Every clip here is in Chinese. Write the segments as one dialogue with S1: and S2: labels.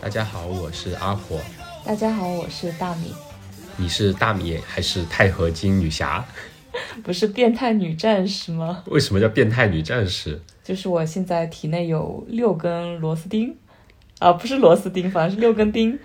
S1: 大家好，我是阿火。
S2: 大家好，我是大米，
S1: 你是大米还是钛合金女侠？
S2: 不是变态女战士吗？
S1: 为什么叫变态女战士？
S2: 就是我现在体内有六根螺丝钉，啊，不是螺丝钉，反正是六根钉，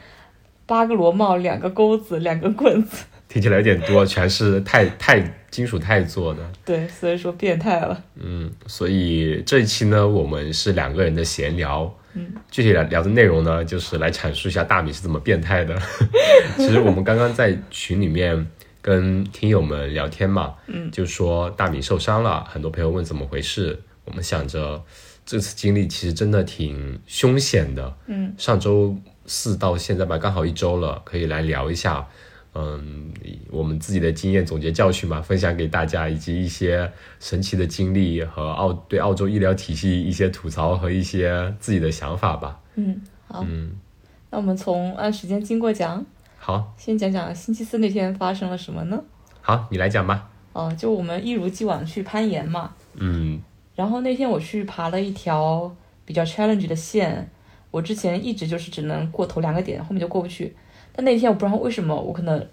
S2: 八个螺帽，两个钩子，两根棍子。
S1: 听起来有点多，全是钛钛金属钛做的。
S2: 对，所以说变态了。
S1: 嗯，所以这一期呢，我们是两个人的闲聊。嗯，具体聊聊的内容呢，就是来阐述一下大米是怎么变态的。 其实我们刚刚在群里面跟听友们聊天嘛，嗯，就说大米受伤了，很多朋友问怎么回事。我们想着这次经历其实真的挺凶险的。嗯，上周四到现在吧，刚好一周了，可以来聊一下。嗯，我们自己的经验总结教训嘛，分享给大家，以及一些神奇的经历和澳对澳洲医疗体系一些吐槽和一些自己的想法吧。
S2: 嗯，好，嗯，那我们从按时间经过讲，
S1: 好，
S2: 先讲讲星期四那天发生了什么呢？
S1: 好，你来讲吧。
S2: 哦，就我们一如既往去攀岩嘛，
S1: 嗯，
S2: 然后那天我去爬了一条比较 challenge 的线，我之前一直就是只能过头两个点，后面就过不去。但那天我不知道为什么，我可能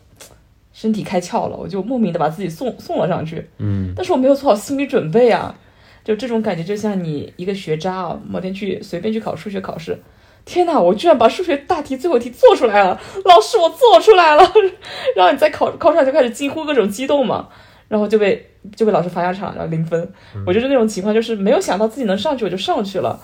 S2: 身体开窍了，我就莫名的把自己送送了上去。
S1: 嗯，
S2: 但是我没有做好心理准备啊，就这种感觉，就像你一个学渣啊，某天去随便去考数学考试，天哪，我居然把数学大题最后一题做出来了，老师我做出来了， 然后你在考考出来就开始惊呼各种激动嘛，然后就被就被老师罚下场，然后零分。我就是那种情况，就是没有想到自己能上去，我就上去了，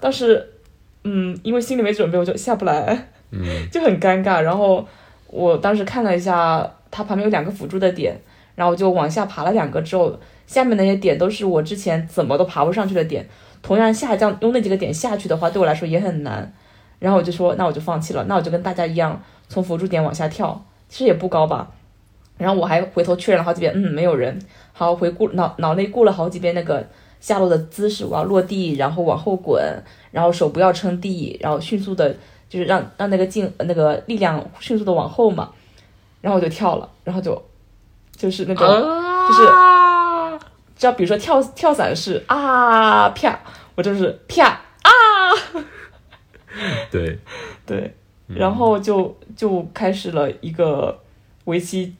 S2: 但是嗯，因为心里没准备，我就下不来。
S1: 嗯
S2: 就很尴尬。然后我当时看了一下，它旁边有两个辅助的点，然后我就往下爬了两个之后，下面那些点都是我之前怎么都爬不上去的点。同样下降用那几个点下去的话，对我来说也很难。然后我就说，那我就放弃了，那我就跟大家一样从辅助点往下跳，其实也不高吧。然后我还回头确认了好几遍，嗯，没有人。好，回顾脑脑内顾了好几遍那个下落的姿势，我要落地，然后往后滚，然后手不要撑地，然后迅速的就是让让那个劲那个力量迅速的往后嘛，然后我就跳了，然后就就是
S1: 嗯
S2: 那种、就是，只要比如说跳跳伞是啊啪，我就是啪，
S1: 对，
S2: 对，然后就就开始了一个为期，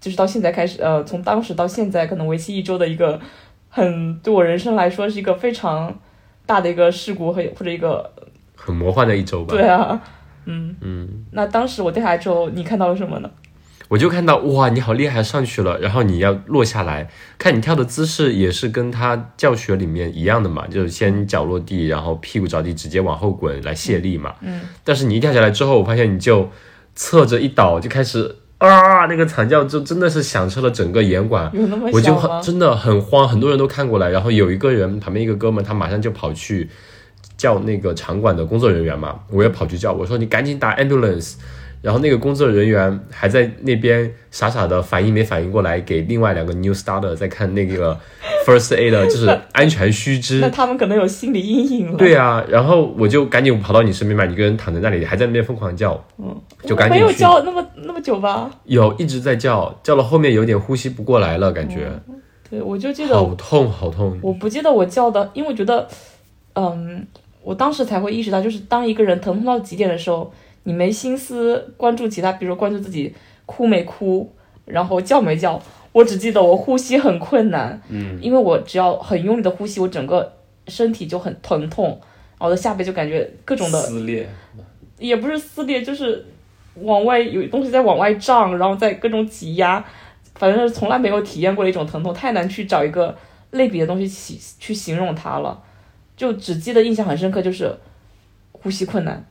S2: 就是到现在开始呃，从当时到现在可能为期一周的一个很对我人生来说是一个非常大的一个事故和或者一个
S1: 很魔幻的一周吧。
S2: 对啊，嗯，
S1: 嗯，
S2: 那当时我掉下来之后，你看到了什么呢？
S1: 我就看到哇，你好厉害，上去了，然后你要落下来，看你跳的姿势也是跟他教学里面一样的嘛，就是先脚落地，然后屁股着地，直接往后滚来卸力嘛。
S2: 嗯，
S1: 但是你一跳下来之后，我发现你就侧着一倒，就开始啊，那个惨叫就真的是响彻了整个岩馆。
S2: 有那么
S1: 我就
S2: 小
S1: 很
S2: 吗？
S1: 真的很慌，很多人都看过来，然后有一个人旁边一个哥们，他马上就跑去叫那个场馆的工作人员嘛，我也跑去叫，我说你赶紧打 ambulance，然后那个工作人员还在那边傻傻的反应没反应过来，给另外两个 new starter 在看那 个 first aid 的就是安全须知
S2: 那，他们可能有心理阴影了。
S1: 对啊，然后我就赶紧跑到你身边嘛，你一个人躺在那里，还在那边疯狂叫，
S2: 嗯，
S1: 就
S2: 我
S1: 赶紧
S2: 没有
S1: 去
S2: 教那么那么久吧？
S1: 有一直在叫，叫了后面有点呼吸不过来了，感觉、
S2: 嗯对，我就记得
S1: 好痛好痛，
S2: 我不记得我叫的，因为我觉得，嗯，我当时才会意识到，就是当一个人疼痛到极点的时候，你没心思关注其他，比如关注自己哭没哭，然后叫没叫。我只记得我呼吸很困难，嗯，因为我只要很用力的呼吸，我整个身体就很疼痛，然后我的下背就感觉各种的
S3: 撕裂，
S2: 也不是撕裂，就是往外有东西在往外胀，然后在各种挤压，反正是从来没有体验过的一种疼痛，太难去找一个类比的东西去去形容它了。就只记得印象很深刻，就是呼吸困难。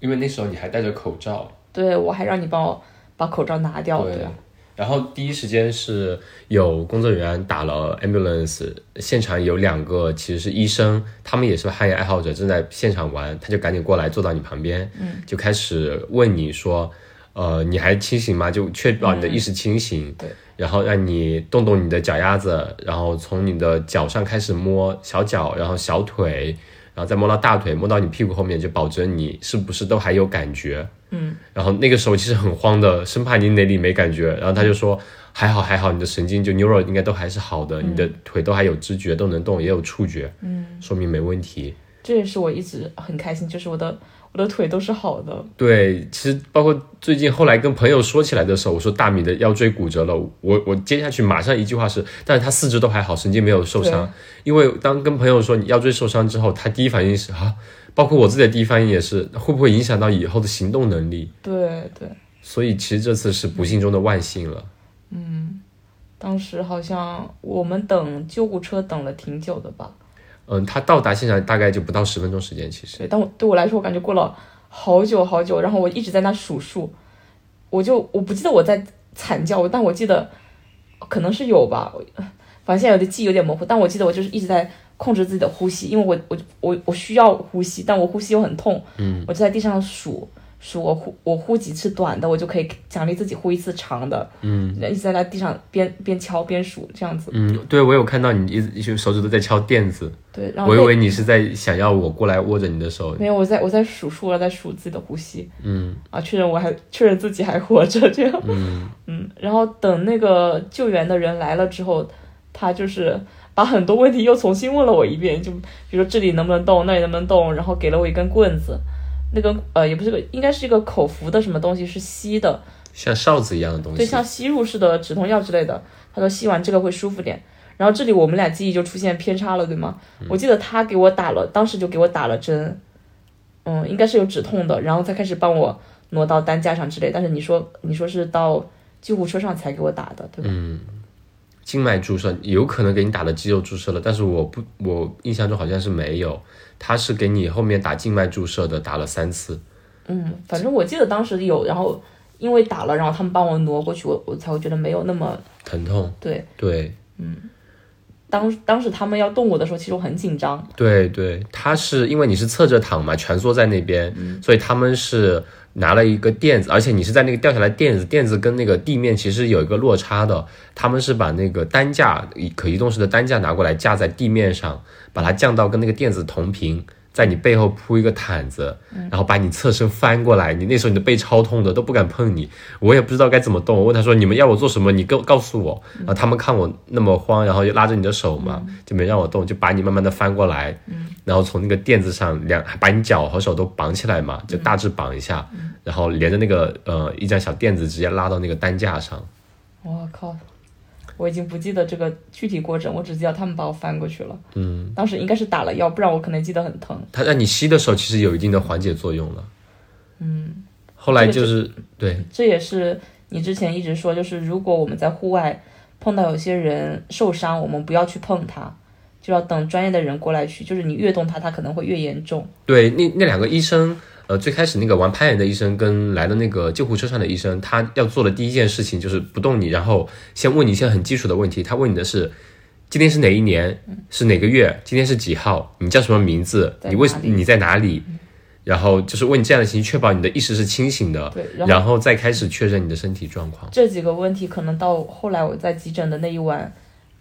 S3: 因为那时候你还戴着口罩，
S2: 对我还让你帮我把口罩拿掉，对啊，
S1: 然后第一时间是有工作人员打了 ambulance，现场有两个其实是医生，他们也是攀岩爱好者，正在现场玩，他就赶紧过来坐到你旁边，嗯，就开始问你说，呃，你还清醒吗？就确保你的意识清醒，
S2: 嗯对，
S1: 然后让你动动你的脚丫子，然后从你的脚上开始摸小脚，然后小腿，然后再摸到大腿，摸到你屁股后面，就保证你是不是都还有感觉，然后那个时候其实很慌的，生怕你哪里没感觉。然后他就说还好还好，你的神经就 neural 应该都还是好的，你的腿都还有知觉，都能动，也有触觉，嗯，说明没问题。
S2: 这也是我一直很开心，就是我的我的腿都是好的。
S1: 对，其实包括最近后来跟朋友说起来的时候，我说大米的腰椎骨折了，我我接下去马上一句话是，但是他四肢都还好，神经没有受伤。因为当跟朋友说你腰椎受伤之后，他第一反应是啊，包括我自己的第一反应也是，会不会影响到以后的行动能力？
S2: 对对，
S1: 所以其实这次是不幸中的万幸了。
S2: 当时好像我们等救护车等了挺久的吧？
S1: 嗯，他到达现场大概就不到十分钟时间，其实
S2: 对，但我对我来说，我感觉过了好久好久，然后我一直在那数数，我就我不记得我在惨叫，但我记得可能是有吧，我反正现在有点记忆有点模糊，但我记得我就是一直在控制自己的呼吸，因为我我我我需要呼吸，但我呼吸又很痛，嗯，我就在地上数数我呼我呼几次短的，我就可以奖励自己呼一次长的，嗯，一直在那地上边边敲边数这样子，
S1: 嗯，对我有看到你一直一直手指都在敲垫子，
S2: 哦对，然后
S1: 我以为你是在想要我过来握着你的手。
S2: 没有，我在我在数数，我在数自己的呼吸，嗯，啊，确认我还确认自己还活着，这样，嗯然后等那个救援的人来了之后，他就是把很多问题又重新问了我一遍，就比如说这里能不能动，那里能不能动，然后给了我一根棍子，那根呃也不是个，应该是一个口服的什么东西，是吸的，
S1: 像哨子一样的东
S2: 对，
S1: 西，
S2: 像吸入式的止痛药之类的。他说吸完这个会舒服点。然后这里我们俩记忆就出现偏差了，对吗？我记得他给我打了，当时就给我打了针，嗯，应该是有止痛的，然后才开始帮我挪到担架上之类。但是你说你说是到救护车上才给我打的，对
S1: 嗯
S2: 吧？
S1: 静脉注射有可能给你打了肌肉注射了，但是我不，我印象中好像是没有，他是给你后面打静脉注射的，打了三次。
S2: 嗯，反正我记得当时有，然后因为打了，然后他们帮我挪过去，我我才会觉得没有那么
S1: 疼痛，
S2: 对。
S1: 对
S2: 当当时他们要动我的时候，其实我很紧张，
S1: 对对，他是因为你是侧着躺嘛，蜷缩在那边，所以他们是拿了一个垫子，而且你是在那个掉下来垫子，垫子跟那个地面其实有一个落差的，他们是把那个担架以可移动式的担架拿过来架在地面上，把它降到跟那个垫子同平，在你背后铺一个毯子，然后把你侧身翻过来，你那时候你的背超痛的，都不敢碰你，我也不知道该怎么动，我问他说你们要我做什么，你告告诉我，然后他们看我那么慌，然后就拉着你的手嘛，就没让我动，就把你慢慢的翻过来，然后从那个垫子上两把你脚和手都绑起来嘛，就大致绑一下，然后连着那个呃一张小垫子直接拉到那个担架上，
S2: 我靠，我已经不记得这个具体过程，我只记得他们把我翻过去了。嗯，当时应该是打了药，不然我可能记得很疼。
S1: 它让你吸的时候其实有一定的缓解作用了，嗯，后来就是对
S2: 这也是你之前一直说，就是如果我们在户外碰到有些人受伤，我们不要去碰他，就要等专业的人过来去，就是你越动他，他可能会越严重。
S1: 对，那那两个医生，呃，最开始那个玩攀岩的医生跟来的那个救护车上的医生，他要做的第一件事情就是不动你，然后先问你一些很基础的问题。他问你的是，今天是哪一年，是哪个月，今天是几号，你叫什么名字，
S2: 在
S1: 你为
S2: 哪里嗯
S1: 你在哪里，然后就是问你这样的信息，确保你的意识是清醒的，
S2: 对，然后
S1: 然后再开始确认你的身体状况。
S2: 这几个问题可能到后来我在急诊的那一晚，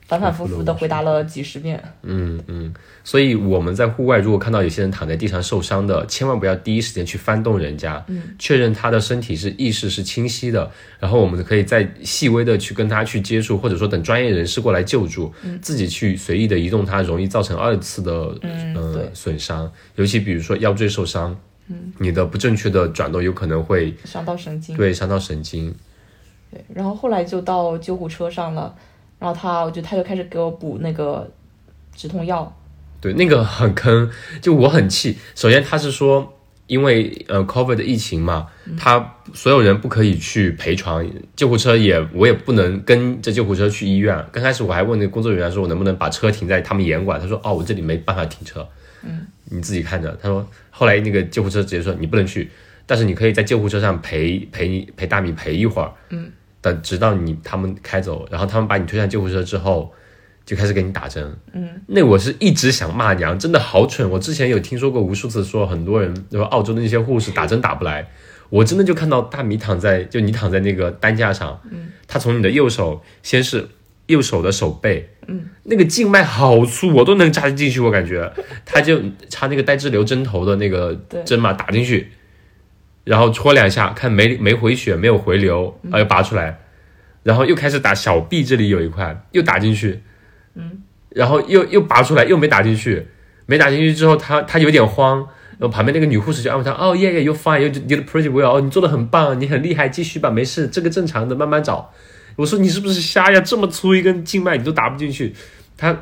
S2: 反反复复的回答了几十遍。
S1: 嗯嗯，所以我们在户外如果看到有些人躺在地上受伤的，千万不要第一时间去翻动人家，
S2: 嗯
S1: 确认他的身体是意识是清晰的，然后我们可以再细微的去跟他去接触，或者说等专业人士过来救助，自己去随意的移动他，容易造成二次的
S2: 嗯
S1: 呃
S2: 对嗯
S1: 损伤，尤其比如说腰椎受伤，你的不正确的转动有可能会
S2: 伤到神经。
S1: 对伤到神经，
S2: 对，然后后来就到救护车上了，然后他，我觉得他就开始给我补那个止痛药，
S1: 对，那个很坑，就我很气。首先，他是说，因为呃，COVID 的疫情嘛，他所有人不可以去陪床，救护车也我也不能跟着救护车去医院。刚开始我还问那个工作人员说，我能不能把车停在他们严管？他说，哦，我这里没办法停车，嗯，你自己看着。他说，后来那个救护车直接说，你不能去，但是你可以在救护车上陪陪你陪大米陪一会儿，嗯，等直到你他们开走，然后他们把你推上救护车之后。就开始给你打针，那我是一直想骂娘，真的好蠢。我之前有听说过无数次说，很多人对吧？澳洲的那些护士打针打不来，我真的就看到大米躺在，就你躺在那个担架上，嗯，他从你的右手先是右手的手背，嗯，那个静脉好粗，我都能扎得进去，我感觉，他就插那个带滞留针头的那个
S2: 对
S1: 针嘛，打进去，然后戳两下，看没没回血，没有回流，然后又拔出来，然后又开始打小臂这里有一块，又打进去，然后又又拔出来，又没打进去，没打进去之后，他他有点慌，然后旁边那个女护士就安慰他，哦耶耶，you fine, you did pretty well，哦，你做的很棒，你很厉害，继续吧，没事，这个正常的，慢慢找。我说你是不是瞎呀？这么粗一根静脉你都打不进去，他。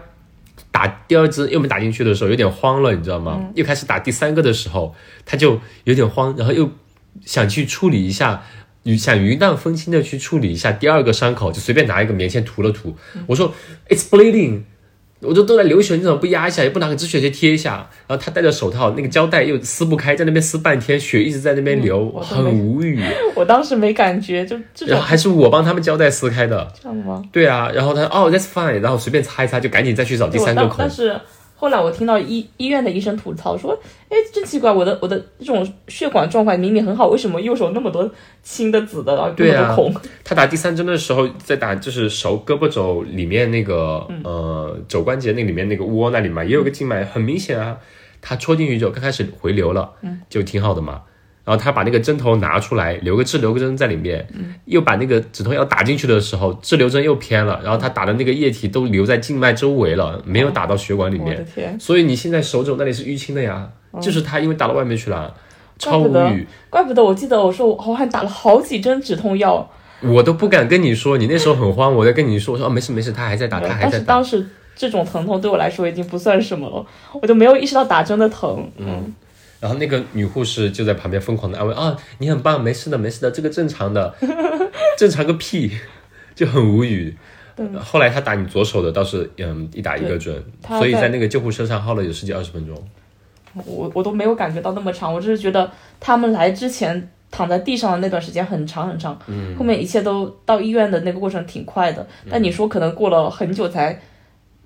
S1: 打第二支又没打进去的时候，有点慌了，你知道吗？又开始打第三个的时候，他就有点慌，然后又想去处理一下，与想云淡风轻的去处理一下第二个伤口，就随便拿一个棉签涂了涂。我说 It's bleeding，我就都在流血，你怎么不压一下，也不拿个止血贴贴一下？然后他戴着手套，那个胶带又撕不开，在那边撕半天，血一直在那边流，
S2: 我懂
S1: 很无语。
S2: 我当时没感觉，就这
S1: 然
S2: 种
S1: 后还是我帮他们胶带撕开的。
S2: 这样吗？
S1: 对啊，然后他哦、that's fine，然后随便擦一擦，就赶紧再去找第
S2: 对我
S1: 三个
S2: 当
S1: 孔。
S2: 但是后来我听到医医院的医生吐槽说，哎，真奇怪，我的我的这种血管状况明明很好，为什么右手那么多青的、紫的，然后
S1: 对
S2: 那
S1: 啊
S2: 么多孔？
S1: 他打第三针的时候，在打就是手胳膊肘里面那个、
S2: 嗯
S1: 呃肘关节那里面那个窝那里嘛，也有个静脉，很明显啊。他戳进去之后，刚开始回流了，
S2: 嗯
S1: 就挺好的嘛。然后他把那个针头拿出来，留个滞留针在里面，
S2: 嗯
S1: 又把那个止痛药打进去的时候，滞留针又偏了，然后他打的那个液体都留在静脉周围了，没
S2: 哦
S1: 有打到血管里
S2: 我
S1: 面
S2: 的。天，
S1: 所以你现在手肘那里是淤青的呀，就是他因为打到外面去了，超
S2: 嗯怪不
S1: 无
S2: 得
S1: 语，
S2: 怪不得我记得我说我好像打了好几针止痛药，
S1: 我都不敢跟你说，你那时候很慌，我在跟你说，我说哦没事没事，他还在打，他还
S2: 嗯但
S1: 在
S2: 是
S1: 打，
S2: 当时这种疼痛对我来说已经不算什么了，我就没有意识到打针的疼。嗯，
S1: 然后那个女护士就在旁边疯狂的安慰啊，你很棒，没事的没事的，这个正常 的，正常个屁，就很无语。后来他打你左手的倒是嗯一打一个准，
S2: 嗯他
S1: 所以
S2: 在
S1: 在那个救护车上耗了有十几二十分钟。
S2: 我我都没有感觉到那么长，我只是觉得他们来之前躺在地上的那段时间很长很长，嗯、后面一切都到医院的那个过程挺快的。但你说可能过了很久才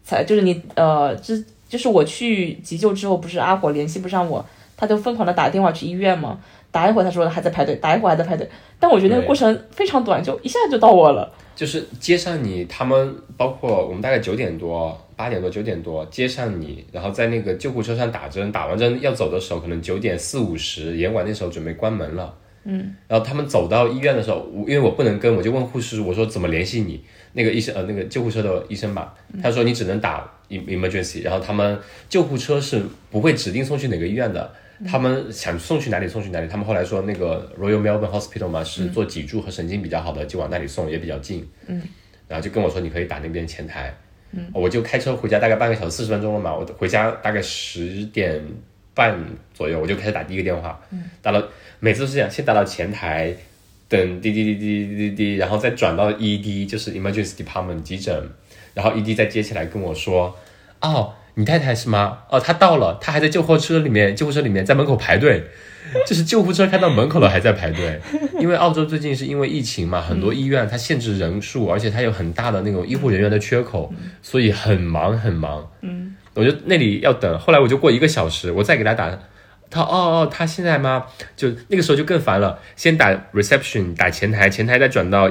S2: 才就是你呃，之就是我去急救之后，不是阿火联系不上我，他就疯狂的打电话去医院嘛。打一会儿，他说还在排队，打一会儿还在排队，但我觉得那个
S1: 对
S2: 过程非常短，就一下就到我了。
S1: 就是接上你，他们包括我们大概九点多、八点多、九点多接上你，然后在那个救护车上打针，打完针要走的时候，可能九点四五十，严管那时候准备关门了。嗯，然后他们走到医院的时候，我因为我不能跟，我就问护士，我说怎么联系你？那个医生呃，那个救护车的医生吧，他说你只能打 em- emergency，然后他们救护车是不会指定送去哪个医院的，他们想送去哪里送去哪里。他们后来说那个 Royal Melbourne Hospital 嘛，是做脊柱和神经比较好的，就往那里送，也比较近。然后就跟我说你可以打那边前台，嗯，我就开车回家大概半个小时四十分钟了嘛，我回家大概十点半左右我就开始打第一个电话，嗯，打到每次都是这样，先打到前台，等滴滴滴滴滴滴滴，然后再转到 ED，就是 emergency department 急诊，然后 ED 再接起来跟我说，哦，你太太是吗？哦，她到了，她还在救护车里面，救护车里面在门口排队。 就是救护车开到门口了还在排队，因为澳洲最近是因为疫情嘛，很多医院它限制人数，而且它有很大的那种医护人员的缺口，所以很忙很忙。嗯，我就那里要等，后来我就过一个小时，我再给他打，他哦哦，他现在吗？就那个时候就更烦了，先打 reception，打前台，前台再转到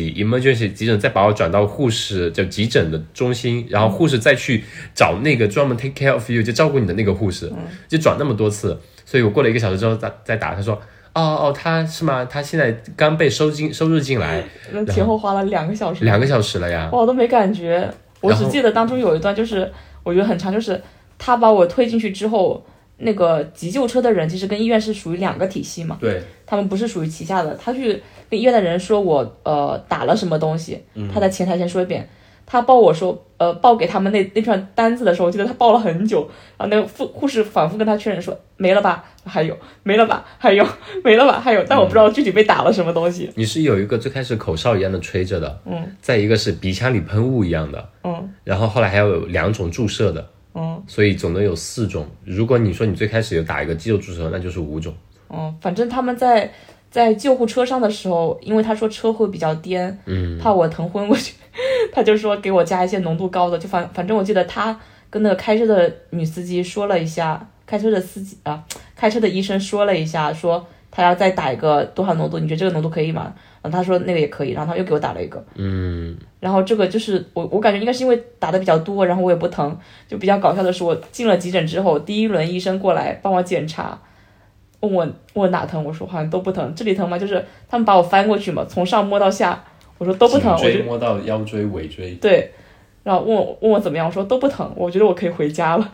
S1: emergency，emergency 急诊再把我转到护士，就急诊的中心，然后护士再去找那个专门 take care of you 就照顾你的那个护士，就转那么多次，所以我过了一个小时之后再再打，他说哦哦，他是吗？他现在刚被收进收入进来
S2: 那前后花了两个小时，
S1: 两个小时了呀，
S2: 嗯哦哇我都没感觉，我
S1: 啊然后
S2: 只记得当中有一段就是我觉得很长，就是他把我推进去之后，那个急救车的人其实跟医院是属于两个体系嘛，
S1: 对，
S2: 他们不是属于旗下的。他去跟医院的人说我呃打了什么东西，
S1: 嗯
S2: 他在前台先说一遍。他报我说，呃，报给他们那那串单子的时候，我记得他报了很久，然后那个护护士反复跟他确认说，没了吧，还有，没了吧，还有，没了吧，还有，但我不知道具体被打了什么东西。
S1: 你是有一个最开始口哨一样的吹着的，
S2: 嗯，
S1: 再一个是鼻腔里喷雾一样的，
S2: 嗯
S1: 然后后来还有两种注射的，
S2: 嗯，
S1: 所以总共有四种。如果你说你最开始有打一个肌肉注射，那就是五种。
S2: 嗯，反正他们在在救护车上的时候，因为他说车会比较颠，嗯，怕我疼昏过去， 他就说给我加一些浓度高的。就反反正我记得他跟那个开车的女司机说了一下，开车的司机啊，开车的医生说了一下，说他要再打一个多少浓度，你觉得这个浓度可以吗？然后他说那个也可以，然后他又给我打了一个，
S1: 嗯，
S2: 然后这个就是我，我感觉应该是因为打的比较多，然后我也不疼。就比较搞笑的是，我进了急诊之后，第一轮医生过来帮我检查，问我问我哪疼，我说好像都不疼，这里疼吗？就是他们把我翻过去嘛，从上摸到下，我说都不疼，我
S1: 颈椎
S2: 就
S1: 摸到腰椎、尾椎，
S2: 对。然后问我问我怎么样，我说都不疼，我觉得我可以回家了。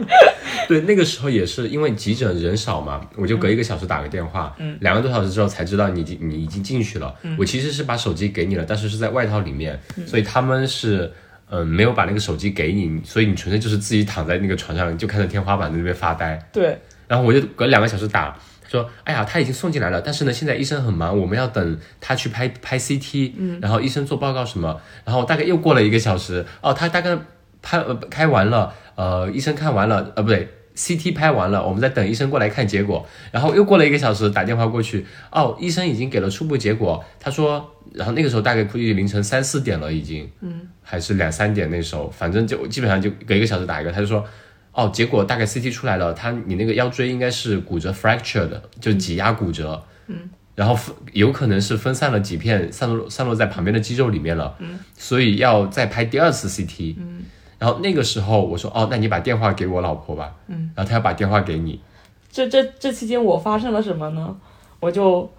S1: 对，那个时候也是因为急诊人少嘛，我就隔一个小时打个电话，嗯，两个多小时之后才知道你已经你已经进去了。
S2: 嗯
S1: 我其实是把手机给你了，但是是在外套里面，所以他们是嗯、呃没有把那个手机给你，所以你纯粹就是自己躺在那个床上就看着天花板在那边发呆。
S2: 对，
S1: 然后我就隔两个小时打，说，哎呀，他已经送进来了，但是呢，现在医生很忙，我们要等他去拍拍 CT，嗯，然后医生做报告什么，然后大概又过了一个小时，哦，他大概拍呃开完了，呃，医生看完了，呃，不对。CT 拍完了，我们在等医生过来看结果，然后又过了一个小时，打电话过去，哦，医生已经给了初步结果，他说，然后那个时候大概估计凌晨三四点了已经，嗯，还是两三点那时候，反正就基本上就隔一个小时打一个，他就说，哦，结果大概 CT 出来了，他你那个腰椎应该是骨折 fracture 的，就挤压骨折，嗯，然后分有可能是分散了几片，散落散落在旁边的肌肉里面了，嗯，所以要再拍第二次 CT，嗯，然后那个时候我说，哦，那你把电话给我老婆吧，嗯，然后她要把电话给你，
S2: 这这这期间我发生了什么呢？我就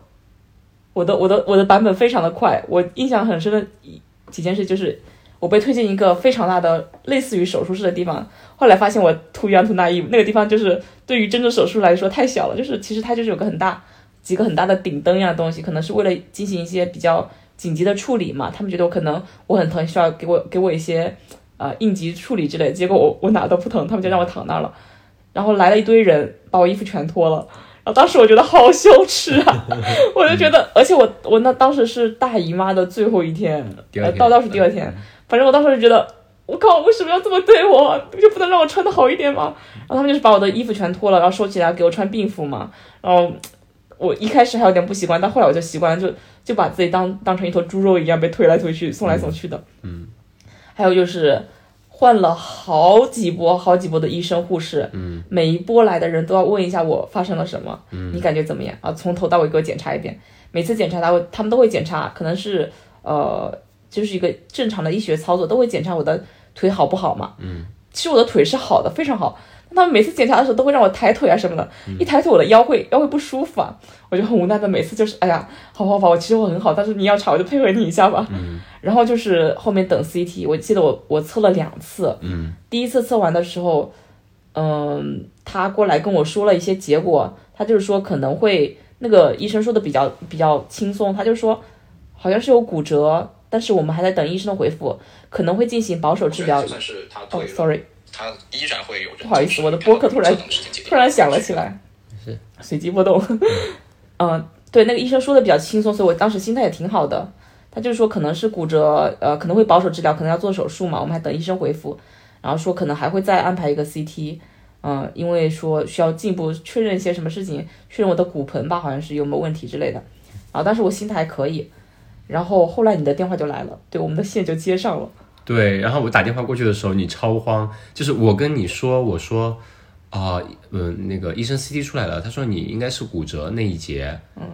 S2: 我的我的我的版本非常的快，我印象很深的一几件事就是我被推荐一个非常大的类似于手术室的地方，后来发现我 too young too naive，那个地方就是对于真正手术来说太小了，就是其实它就是有个很大几个很大的顶灯一样的东西，可能是为了进行一些比较紧急的处理嘛，他们觉得我可能我很疼，需要给我给我一些呃应急处理之类，结果我我哪都不疼，他们就让我躺那儿了。然后来了一堆人，把我衣服全脱了。然后当时我觉得好羞耻啊，我就觉得，而且我我那当时是大姨妈的最后一天，
S1: 第二
S2: 呃
S1: 天
S2: 到倒数第二天，反正我当时就觉得，我靠，为什么要这么对我？就不能让我穿的好一点吗？然后他们就是把我的衣服全脱了，然后收起来给我穿病服嘛。然后我一开始还有点不习惯，但后来我就习惯了，就就把自己当当成一头猪肉一样被推来推去、送来送去的。嗯，还有就是换了好几波、好几波的医生护士，嗯，每一波来的人都要问一下我发生了什么，嗯，你感觉怎么样啊？从头到尾给我检查一遍，每次检查他会，他们都会检查，可能是呃，就是一个正常的医学操作，都会检查我的腿好不好嘛，嗯，其实我的腿是好的，非常好。但他们每次检查的时候都会让我抬腿啊什么的，一抬腿我的腰会腰会不舒服啊，我就很无奈的每次就是哎呀，好好好，我其实我很好，但是你要查我就配合你一下吧。然后就是后面等 CT，我记得我我测了两次，嗯，第一次测完的时候，嗯，他过来跟我说了一些结果，他就是说可能会那个医生说的比较比较轻松，他就说好像是有骨折，但是我们还在等医生的回复，可能会进行保守治疗。
S4: 就算是他
S2: 哦
S4: 退了，
S2: ，sorry，
S4: 他依然会有人
S2: 不好意思我的播客突然突然响了起来，是随机波动。 嗯，对，那个医生说的比较轻松，所以我当时心态也挺好的。他就是说可能是骨折，呃，可能会保守治疗，可能要做手术嘛，我们还等医生回复，然后说可能还会再安排一个 CT，嗯、因为说需要进一步确认一些什么事情，确认我的骨盆吧，好像是有没有问题之类的。然后当时我心态还可以，然后后来你的电话就来了，对，我们的线就接上了。
S1: 对，然后我打电话过去的时候，你超慌，就是我跟你说，我说啊，嗯、那个医生 CT 出来了，他说你应该是骨折那一节，嗯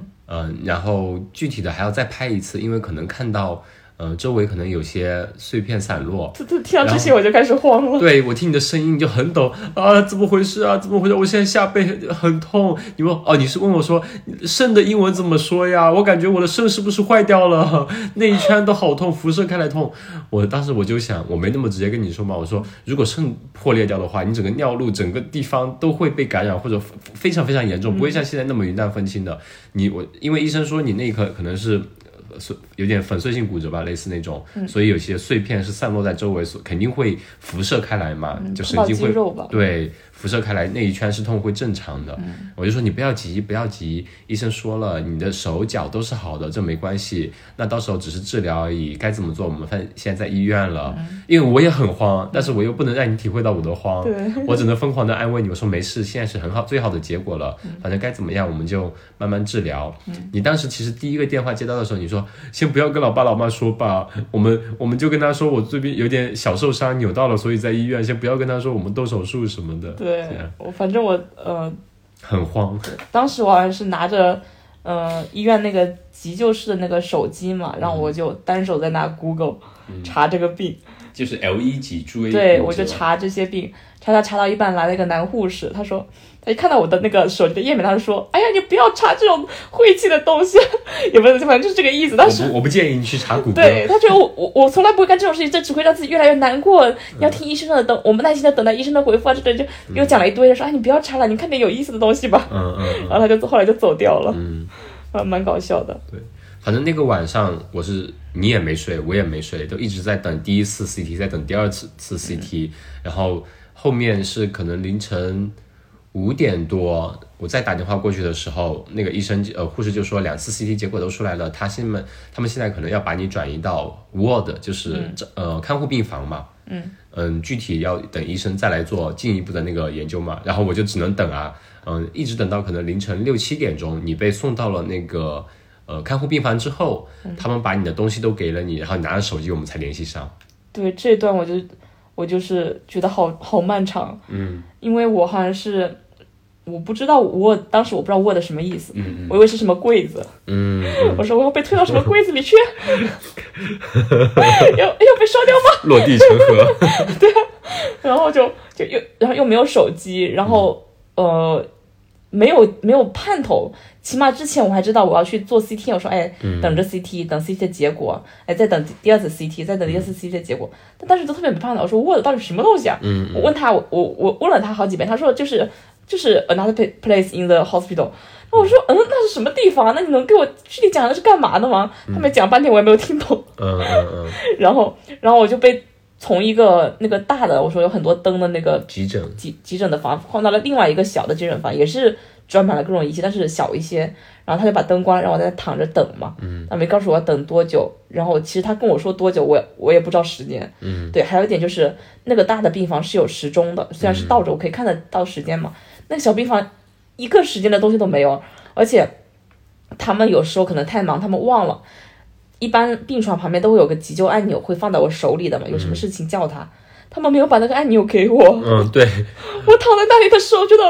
S1: 然后具体的还要再拍一次，因为可能看到，呃，周围可能有些碎片散落。
S2: 这这听到这些我就开始慌了。
S1: 对我听你的声音就很抖啊，怎么回事啊？怎么回事？我现在下背很很痛。你问哦，你是问我说肾的英文怎么说呀？我感觉我的肾是不是坏掉了？ 那一圈都好痛，辐射开来痛。我当时我就想，我没那么直接跟你说嘛，我说如果肾破裂掉的话，你整个尿路整个地方都会被感染，或者非非常非常严重，不会像现在那么云淡风轻的。你我因为医生说你那一刻可能是。呃碎有点粉碎性骨折吧，类似那种，
S2: 嗯
S1: 所以有些碎片是散落在周围，所肯定会辐射开来嘛，就
S2: 嗯碰
S1: 神
S2: 到
S1: 经
S2: 肌
S1: 会
S2: 肉吧
S1: 对辐射开来那一圈是痛会正常的。
S2: 嗯
S1: 我就说你不要急，不要急，医生说了，你的手脚都是好的，这没关系。那到时候只是治疗而已，该怎么做我们现现在在医院了。
S2: 嗯
S1: 因为我也很慌，但是我又不能让你体会到我的慌，我只能疯狂的安慰你，我说没事，现在是很好最好的结果了，
S2: 嗯
S1: 反正该怎么样我们就慢慢治疗。你当时其实第一个电话接到的时候，你说先不要跟老爸老妈说吧，我们我们就跟他说我这边有点小受伤扭到了，所以在医院，先不要跟他说我们动手术什么的，
S2: 对
S1: 这样，
S2: 我反正我呃
S1: 很慌。
S2: 当时我好像是拿着，呃，医院那个急救室的那个手机嘛，然后我就单手在那 Google 查这个病，
S3: 就是 L E 一级猪瘟，
S2: 对，我就查这些病，查查查到一半来了一个男护士，他说，他一看到我的那个手机的页面，他就说，哎呀，你不要查这种晦气的东西， 也不是，反正就是这个意思。但
S1: 我
S2: 是，
S1: 不我不建议你去查谷歌，
S2: 对他觉得我我我从来不会干这种事情，这只会让自己越来越难过。你要听医生的，等我们耐心的等待医生的回复啊，这个就又讲了一堆，说，哎，你不要查了，你看点有意思的东西吧。
S1: 嗯嗯
S2: 然后他就后来就走掉了，
S1: 嗯，
S2: 啊，蛮搞笑的。
S1: 反正那个晚上我是你也没睡，我也没睡，都一直在等第一次 CT，在等第二次次 CT，、然
S2: 嗯
S1: 后后面是可能凌晨五点多，我再打电话过去的时候，那个医生呃护士就说两次 CT 结果都出来了，他现在他们现在可能要把你转移到 ward，就是、呃看护病房嘛。嗯具体要等医生再来做进一步的那个研究嘛，然后我就只能等啊，嗯，一直等到可能凌晨六七点钟，你被送到了那个呃看护病房之后，他们把你的东西都给了你，然后你拿着手机，我们才联系上。
S2: 对这段我就我就是觉得好好漫长，嗯，因为我好像是我不知道我当时我不知道 Word 什么意思，嗯我以为是什么柜子，嗯， 我说我要被推到什么柜子里 去，哎要要被烧掉吗？
S1: 落地成盒，
S2: 然后就就又然后又没有手机，然后、呃没有没有盼头，起码之前我还知道我要去做 CT，我说哎等着 CT，等 CT 的结果，哎再等第二次 CT，再等第二次 CT 的结果，但当时都特别没办法，我说 Word 到底什么东西啊？我问他我我我问了他好几遍，他说就是就是 another pa- place in the hospital。那我说，嗯，那是什么地方啊？那你能给我具体讲的是干嘛的吗？他们讲半天我也没有听懂。
S1: 嗯嗯嗯，
S2: 然后，然后我就被从一个那个大的，我说有很多灯的那个
S1: 急诊，
S2: 急急诊的房换到了另外一个小的急诊房，也是装满了各种仪器，但是小一些。然后他就把灯关了，让我在那躺着等嘛。嗯，他没告诉我要等多久。然后其实他跟我说多久，我也我也不知道时间。嗯，对，还有一点就是那个大的病房是有时钟的，虽然是倒着，我可以看得到时间嘛。那个小病房一个时间的东西都没有，而且他们有时候可能太忙，他们忘了。一般病床旁边都会有个急救按钮，会放在我手里的嘛，有什么事情叫他。他们没有把那个按钮给我，
S1: 嗯对，
S2: 我躺在那里的时候，觉得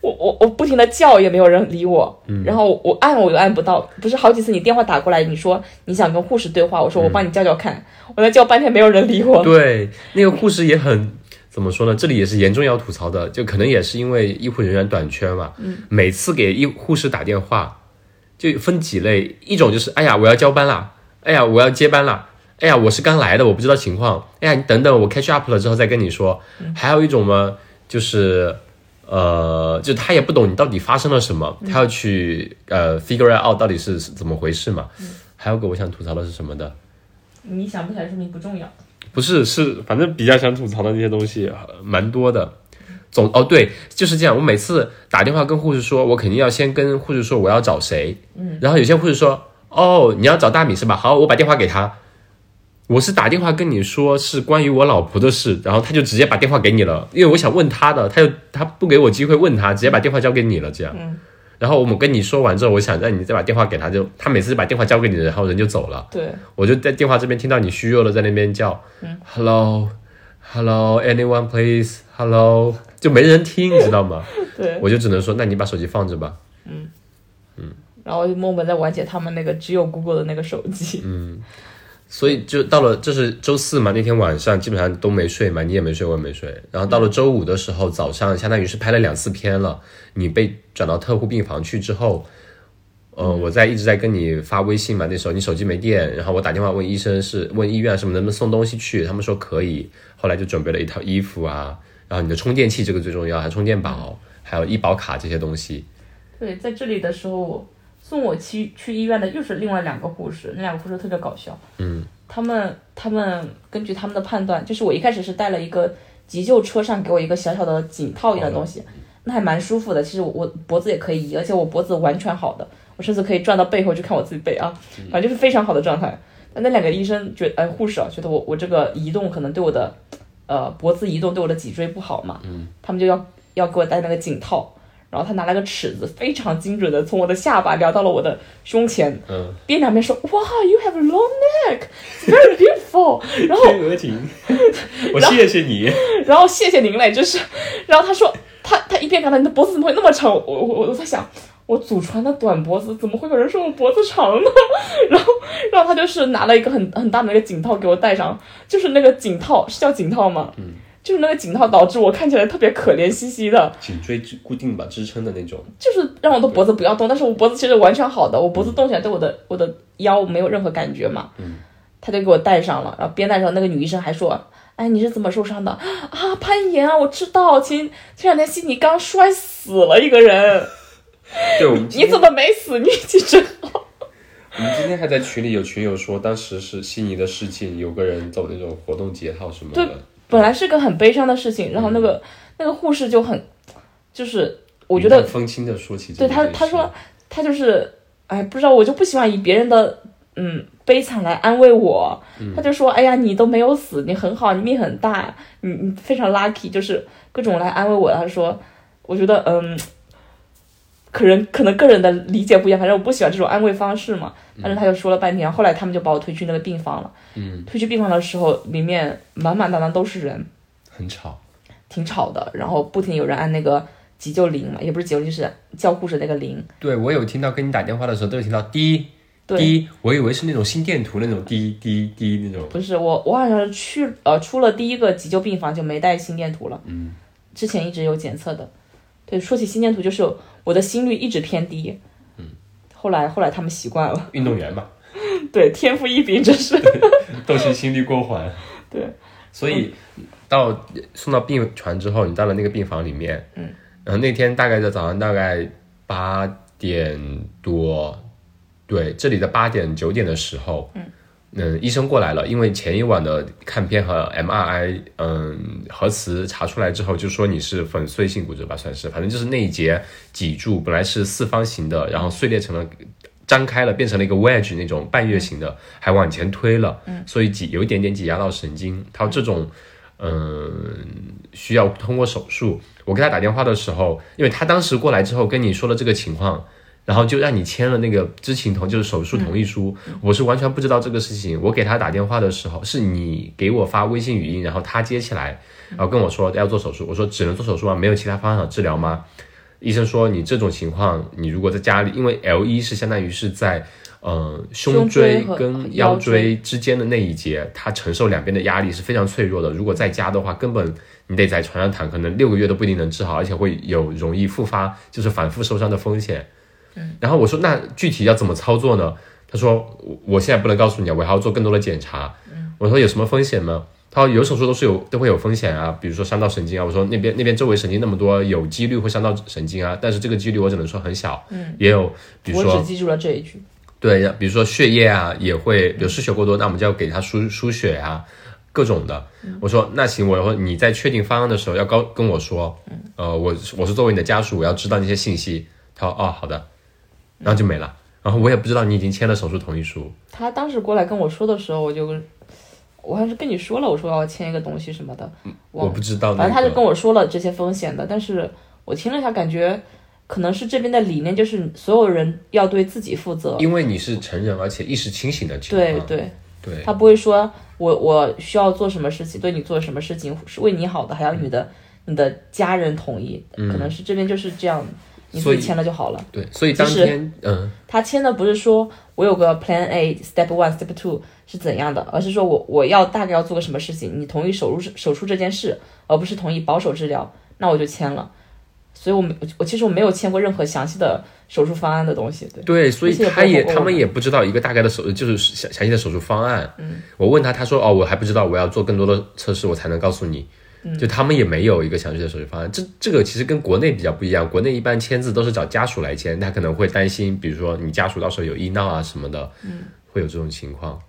S2: 我我我不停的叫，也没有人理我。然后我按我又按不到，不是好几次你电话打过来，你说你想跟护士对话，我说我帮你叫叫看，我在叫半天没有人理我。
S1: 对，那个护士也很怎么说呢？这里也是严重要吐槽的，就可能也是因为医护人员短缺嘛。嗯，每次给医护士打电话，就分几类，一种就是哎呀我要交班啦，哎呀我要接班啦。哎呀，我是刚来的，我不知道情况。哎呀，你等等，我 catch up 了之后再跟你说。还有一种嘛，就是，呃，就他也不懂你到底发生了什么，他要去呃 figure it out 到底是是怎么回事嘛。还有个我想吐槽的是什么的，
S2: 你想不起来说明不重要。
S1: 不是，是反正比较想吐槽的那些东西呃蛮多的。总哦对，就是这样。我每次打电话跟护士说，我肯定要先跟护士说我要找谁，嗯，然后有些护士说，哦，你要找大米是吧？好，我把电话给他。我是打电话跟你说是关于我老婆的事，然后他就直接把电话给你了，因为我想问他的，他就他不给我机会问他，直接把电话交给你了，这样。然后我们跟你说完之后，我想让你再把电话给他，就他每次把电话交给你，然后人就走了。
S2: 对，
S1: 我就在电话这边听到你虚弱的在那边叫、h e l l o hello anyone please hello，就没人听，你知道吗？
S2: 对
S1: 我就只能说，那你把手机放着吧。
S2: 然后我就默默在婉姐他们那个只有 Google 的那个手机。
S1: 所以就到了，这是周四嘛，那天晚上基本上都没睡嘛，你也没睡，我也没睡。然后到了周五的时候，早上相当于是拍了两次片了。你被转到特护病房去之后，呃，我在一直在跟你发微信嘛，那时候你手机没电，然后我打电话问医生是问医院什么能不能送东西去，他们说可以。后来就准备了一套衣服啊，然后你的充电器这个最重要，还有充电宝，还有医保卡这些 东西。
S2: 对，在这里的时候，送我去去医院的又是另外两个护士，那两个护士特别搞笑。嗯，他们他们根据他们的判断，就是我一开始是带了一个急救车上给我一个小小的颈套一样的东西，那还蛮舒服的。其实我我脖子也可以移，而且我脖子完全好的，我甚至可以转到背后去看我自己背啊，反正就是非常好的状态。但那两个医生觉哎护士啊，觉得我我这个移动可能对我的呃脖子移动对我的脊椎不好嘛，嗯，他们就要要给我戴那个颈套。然后他拿了个尺子，非常精准的从我的下巴撩到了我的胸前，
S1: 嗯，
S2: 边两边说：“哇，you have a long neck, it's very beautiful。”然后，
S3: 鹅颈，我谢谢 你。
S2: 然后谢谢您嘞，就是，然后他说，他他一边感叹你的脖子怎么会那么长，我我我我在想，我祖传的短脖子，怎么会有人说我脖子长呢？ 然后，然后他就是拿了一个很很大的那个颈套给我戴上，就是那个颈套是叫颈套吗？嗯，就是那个颈套导致我看起来特别可怜兮兮的，
S3: 颈椎固定吧，支撑的那种，
S2: 就是让我的脖子不要动，但是我脖子其实完全好的，我脖子动起来对我的我的腰没有任何感觉嘛。嗯，他就给我戴上了，然后边戴上那个女医生还说。哎，你是怎么受伤的啊？攀岩啊，我知道，前前两天悉尼刚摔死了一个人，
S3: 对，我们
S2: 你怎么没死？你运气真好。
S3: 我们今天还在群里有群友说，当时是悉尼的事情，有个人走那种活动节套什么的。
S2: 对， 本来是个很悲伤的事情，然后那个、嗯、那个护士就很，就是我觉得
S3: 风轻的说起，
S2: 对他他说他就是哎，不知道我就不喜欢以别人的嗯。悲惨来安慰我，他就说：“哎呀，你都没有死，你很好，你命很大，你你非常 lucky。”就是各种来安慰我。他说：“我觉得，嗯，可能可能个人的理解不一样，反正我不喜欢这种安慰方式嘛。”但是他就说了半天，后来他们就把我推去那个病房了。嗯，推去病房的时候，里面满满当当都是人，
S3: 很吵，
S2: 挺吵的。然后不停有人按那个急救铃嘛，也不是急救铃，就是叫护士那个铃。
S1: 对，我有听到跟你打电话的时候，都有听到滴。滴，我以为是那种心电图那种滴滴滴那种。
S2: 不是我，我好像是去呃出了第一个急救病房就没带心电图了。嗯，之前一直有检测的。对，说起心电图，就是我的心率一直偏低。嗯，后来后来他们习惯了。
S3: 运动员嘛。
S2: 对，天赋异禀，真是。
S3: 都是心率过缓。
S2: 对。
S1: 所以到送到病床之后，你到了那个病房里面。嗯。然后那天大概在早上大概八点多。对，这里的八点九点的时候，嗯嗯，医生过来了，因为前一晚的看片和 MRI，嗯，核磁查出来之后，就说你是粉碎性骨折吧，算是，反正就是那一节脊柱本来是四方形的，然后碎裂成了，张开了，变成了一个 wedge 那种半月形的，还往前推了，嗯，所以挤有一点点挤压到神经，它这种，嗯，需要通过手术。我给他打电话的时候，因为他当时过来之后跟你说了这个情况。然后就让你签了那个知情同，就是手术同意书。嗯、我是完全不知道这个事情。我给他打电话的时候，是你给我发微信语音，然后他接起来，然后跟我说要做手术。我说只能做手术吗？没有其他方法治疗吗？医生说你这种情况，你如果在家里，因为 L 一是相当于是在呃胸椎跟腰椎之间的那一节，它承受两边的压力是非常脆弱的。如果在家的话，根本你得在床上躺，可能六个月都不一定能治好，而且会有容易复发，就是反复受伤的风险。然后我说，那具体要怎么操作呢？他说，我我现在不能告诉你啊，我还要做更多的检查。
S2: 嗯
S1: 我说有什么风险吗？他说有手术都是有都会有风险啊，比如说伤到神经啊。我说那边那边周围神经那么多，有几率会伤到神经啊，但是这个几率我只能说很小。嗯，也有，比如说
S2: 我只记住了这一句。
S1: 对，比如说血液啊，也会比如失血过多，那我们就要给他输输血啊，各种的。
S2: 嗯
S1: 我说那行，我说你在确定方案的时候要告跟我说。
S2: 嗯
S1: 呃，我我是作为你的家属，我要知道那些信息。他说哦，好的。然后就没了，然后我也不知道你已经签了手术同意书。
S2: 他当时过来跟我说的时候，我就，我还是跟你说了，我说要签一个东西什么的。
S1: 我不知道、嗯那个。
S2: 反正他就跟我说了这些风险的，但是我听了一下，感觉可能是这边的理念就是所有人要对自己负责。
S1: 因为你是成人，而且意识清醒的情
S2: 况。对嗯对
S1: 对。对
S2: 他不会说我我需要做什么事情，对你做什么事情是为你好的，还要你的、嗯、你的家人同意，嗯、可能是这边就是这样。你自己签了就好了。
S1: 对，所以当天，嗯，
S2: 他签的不是说我有个 Plan A、Step One、Step Two 是怎样的，而是说我我要大概要做个什么事情，你同意手术手术这件事，而不是同意保守治疗，那我就签了。所以我没，我其实我没有签过任何详细的手术方案的东西。对，
S1: 对，所以他也他们也不知道一个大概的手就是详详细的手术方案。嗯，我问他，他说哦，我还不知道，我要做更多的测试，我才能告诉你。
S2: 嗯
S1: 就他们也没有一个详细的手续方案，这这个其实跟国内比较不一样。国内一般签字都是找家属来签，他可能会担心，比如说你家属到时候有医闹啊什么的，嗯，会有这种情况。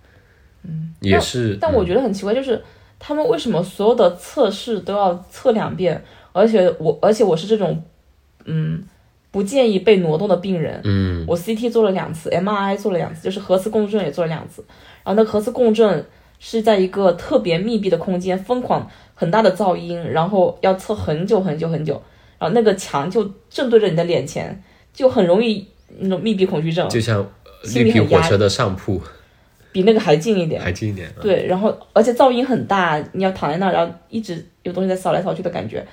S2: 嗯，
S1: 也是。
S2: 但我觉得很奇怪，就是他们为什么所有的测试都要测两遍？而且我，而且我是这种，嗯，不建议被挪动的病人。
S1: 嗯，
S2: 我 CT 做了两次，MRI 做了两次，就是核磁共振也做了两次。然后那核磁共振是在一个特别密闭的空间疯狂。很大的噪音，然后要测很久很久很久，然后那个墙就正对着你的脸前，就很容易那种密闭恐惧症，
S1: 就像呃绿皮火车的上铺，
S2: 比那个还近一点，
S1: 还近一点。嗯
S2: 对，然后而且噪音很大，你要躺在那，然后一直有东西在扫来扫去的感觉，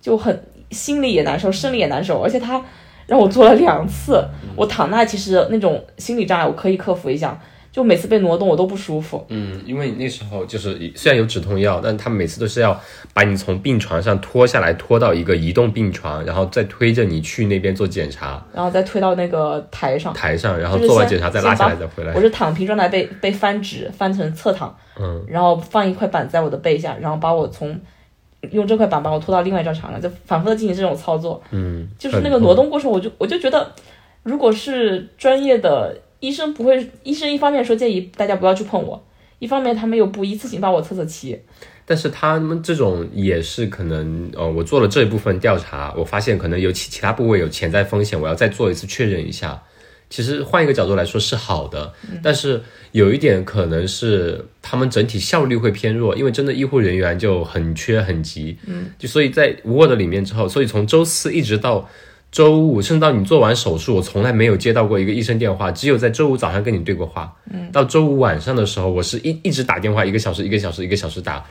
S2: 就很心里也难受，生理也难受，而且它让我做了两次。我躺那其实那种心理障碍我可以克服一下，就每次被挪动我都不舒服。
S1: 嗯，因为那时候就是虽然有止痛药，但他们每次都是要把你从病床上拖下来，拖到一个移动病床，然后再推着你去那边做检查，
S2: 然后再推到那个台上，
S1: 台上，然后做完检查再拉下来再回来
S2: 我。是躺平状态被被翻直，翻成侧躺，
S1: 嗯，
S2: 然后放一块板在我的背下，然后把我从用这块板把我拖到另外一张床上，就反复的进行这种操作。
S1: 嗯，
S2: 就是那个挪动过程，我就我就觉得，如果是专业的医生不会，医生一方面说建议大家不要去碰我，一方面他们又不一次性把我测测齐，
S1: 但是他们这种也是可能，呃，我做了这一部分调查，我发现可能有其其他部位有潜在风险，我要再做一次确认一下。其实换一个角度来说是好的，但是有一点可能是他们整体效率会偏弱，因为真的医护人员就很缺很急，嗯，就所以在 Word 里面之后，所以从周四一直到周五，甚至到你做完手术，我从来没有接到过一个医生电话，只有在周五早上跟你对过话，嗯，到周五晚上的时候，我是一一直打电话，一个小时一个小时一个小时打，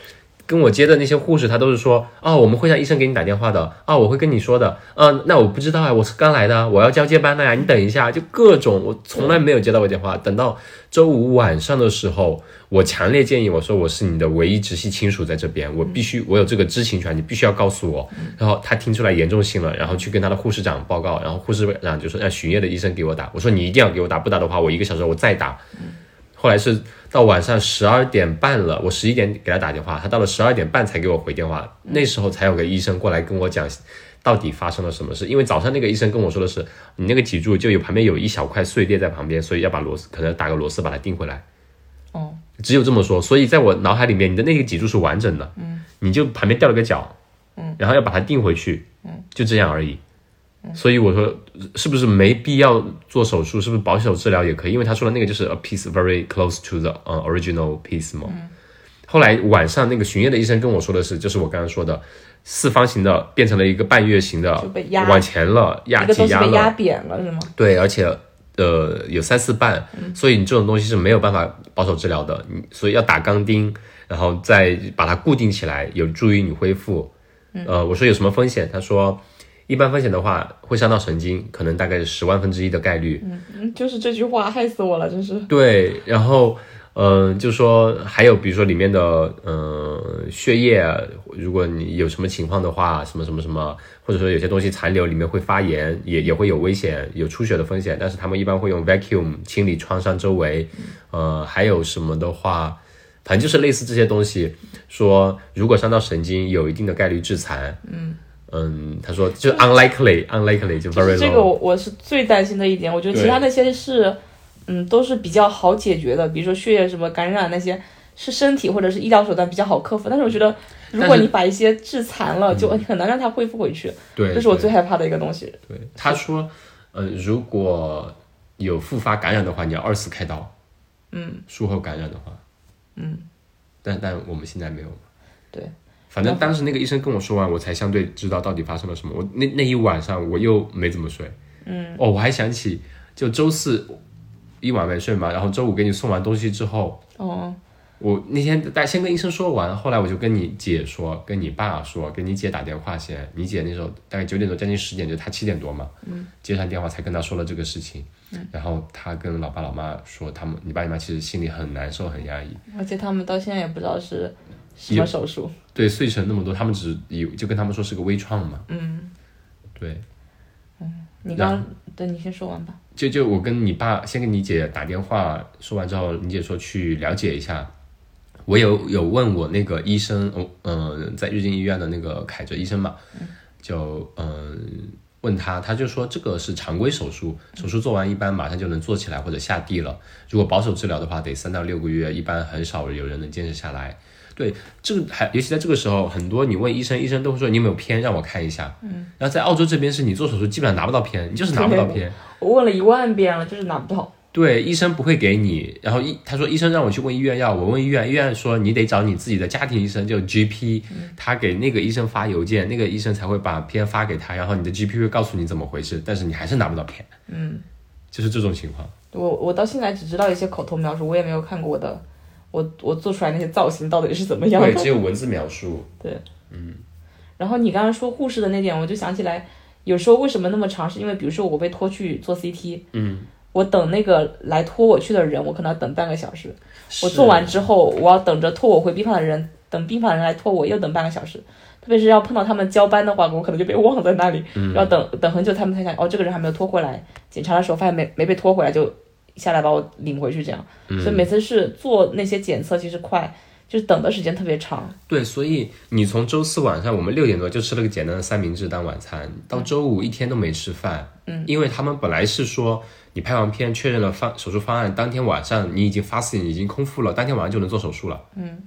S1: 跟我接的那些护士，她都是说，哦，我们会让医生给你打电话的，哦，我会跟你说的，嗯、那我不知道啊，我是刚来的，我要交接班的呀，你等一下，就各种，我从来没有接到过电话。等到周五晚上的时候，我强烈建议我说我是你的唯一直系亲属在这边，我必须我有这个知情权，你必须要告诉我。然后他听出来严重性了，然后去跟他的护士长报告，然后护士长就说让巡夜的医生给我打，我说你一定要给我打，不打的话我一个小时我再打。后来是到晚上十二点半了，我十一点给他打电话，他到了十二点半才给我回电话，那时候才有个医生过来跟我讲到底发生了什么事。因为早上那个医生跟我说的是，你那个脊柱就有旁边有一小块碎裂在旁边，所以要把螺丝可能打个螺丝把它钉回来。
S2: 哦，
S1: 只有这么说，所以在我脑海里面，你的那个脊柱是完整的，嗯，你就旁边掉了个角，嗯，然后要把它钉回去，嗯，就这样而已。所以我说，是不是没必要做手术？是不是保守治疗也可以？因为他说的那个就是 a piece very close to the 呃、original piece 嘛。后来晚上那个巡夜的医生跟我说的是，就是我刚刚说的四方形的变成了一个半月形的
S2: 就被压，
S1: 往前了，压
S2: 一个
S1: 挤
S2: 东西
S1: 压
S2: 被
S1: 了，
S2: 压扁了是吗？
S1: 对，而且呃有三四瓣，所以你这种东西是没有办法保守治疗的，你所以要打钢钉，然后再把它固定起来，有助于你恢复。呃，我说有什么风险？他说一般风险的话会伤到神经，可能大概是十万分之一的概率。
S2: 嗯，就是这句话害死我了，真 是。
S1: 对，然后。嗯、就说还有，比如说里面的嗯、呃血液，如果你有什么情况的话，什么什么什么，或者说有些东西残留里面会发炎，也也会有危险，有出血的风险。但是他们一般会用 vacuum 清理创伤周围，呃，还有什么的话，反正就是类似这些东西。说如果伤到神经，有一定的概率致残。嗯他说就 unlikely unlikely 就
S2: 就
S1: very
S2: 是
S1: low。
S2: 这个我我是最担心的一点，我觉得其他那些是，嗯，都是比较好解决的，比如说血液什么感染那些，是身体或者是医疗手段比较好克服。但是我觉得，如果
S1: 但是嗯
S2: 你把一些致残了，就很难让它恢复回去，
S1: 对，
S2: 这是我
S1: 对
S2: 最害怕的一个东西。
S1: 对，他说，呃，如果有复发感染的话，你要二次开刀。嗯，术后感染的话，嗯，但但我们现在没有嘛。
S2: 对，
S1: 反正当时那个医生跟我说完，我才相对知道到底发生了什么。我那那一晚上我又没怎么睡。嗯，哦，我还想起，就周四一晚没睡嘛，然后周五给你送完东西之后，
S2: 哦，
S1: 我那天大先跟医生说完，后来我就跟你姐说，跟你爸说，跟你姐打电话先。你姐那时候大概九点多，将近十点，就她七点多嘛，嗯，接上电话才跟她说了这个事情。嗯，然后她跟老爸老妈说，他们你爸你妈其实心里很难受，很压抑。
S2: 而且他们到现在也不知道是什么手术。
S1: 对，碎成那么多，他们只以就跟他们说是个微创嘛。嗯，对，
S2: 你刚，对你先说完吧。
S1: 就就我跟你爸先跟你姐打电话说完之后，你姐说去了解一下。我有有问我那个医生，嗯、呃在日进医院的那个凯哲医生嘛，就嗯、呃问他，他就说这个是常规手术，手术做完一般马上就能做起来或者下地了。如果保守治疗的话，得三到六个月，一般很少有人能坚持下来。对，这个还尤其在这个时候，很多你问医生，医生都会说你有没有片，让我看一下。嗯，然后在澳洲这边是你做手术基本上拿不到片，你就是拿不到片。
S2: 我问了一万遍了，就是拿不到。
S1: 对，医生不会给你。然后医他说医生让我去问医院要，我问医院，医院说你得找你自己的家庭医生，就 GP，他给那个医生发邮件，那个医生才会把片发给他，然后你的 GP 会告诉你怎么回事，但是你还是拿不到片。嗯，就是这种情况。
S2: 我我到现在只知道一些口头描述，我也没有看过我的，我我做出来那些造型到底是怎么样的
S1: 对，。只有文字描述。
S2: 然后你刚刚说护士的那点，我就想起来有时候为什么那么长，是因为比如说我被拖去做 CT，嗯，我等那个来拖我去的人，我可能要等半个小时。我做完之后，我要等着拖我回病房的人，等病房的人来拖我，又等半个小时。特别是要碰到他们交班的话，我可能就被忘在那里，
S1: 嗯
S2: 要等等很久，他们才想哦，这个人还没有拖回来。检查的时候发现没没被拖回来，就下来把我领回去这样。
S1: 嗯
S2: 所以每次是做那些检测，其实快，就是等的时间特别长。
S1: 对，所以你从周四晚上我们六点多就吃了个简单的三明治当晚餐，到周五一天都没吃饭。嗯，因为他们本来是说你拍完片确认了方手术方案，当天晚上你已经发现已经空腹了，当天晚上就能做手术了。嗯，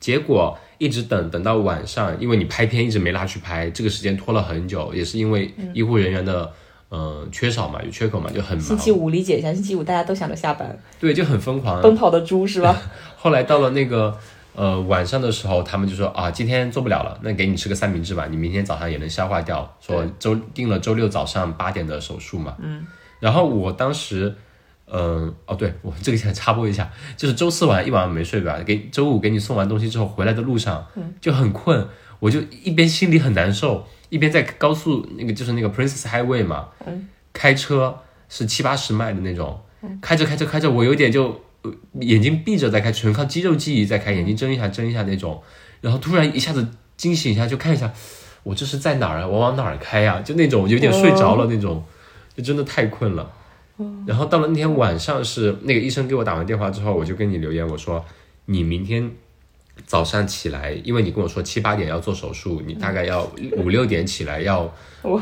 S1: 结果一直等等到晚上，因为你拍片一直没拉去拍，这个时间拖了很久，也是因为医护人员的。呃，缺少嘛，有缺口嘛，就很
S2: 星
S1: 忙，
S2: 期五理解一下，星期五大家都想着下班，
S1: 对，就很疯狂啊。
S2: 奔跑的猪是吧？
S1: 后来到了那个呃晚上的时候，他们就说啊，今天做不了了，那给你吃个三明治吧，你明天早上也能消化掉。说周定了周六早上八点的手术嘛。嗯。然后我当时，嗯、哦，对我这个想插播一下，就是周四晚上一晚上没睡吧，给周五给你送完东西之后，回来的路上就很困，我就一边心里很难受，一边在高速那个就是那个 Princess Highway 嘛，开车是七八十迈的那种，开着开着开着，我有点就眼睛闭着在开，纯靠肌肉记忆在开，眼睛睁一下睁一下那种，然后突然一下子惊醒一下，就看一下我这是在哪儿啊？我往哪儿开呀、就那种有点睡着了那种，就真的太困了。然后到了那天晚上是那个医生给我打完电话之后，我就跟你留言我说你明天。早上起来，因为你跟我说七八点要做手术，你大概要五六点起来要呃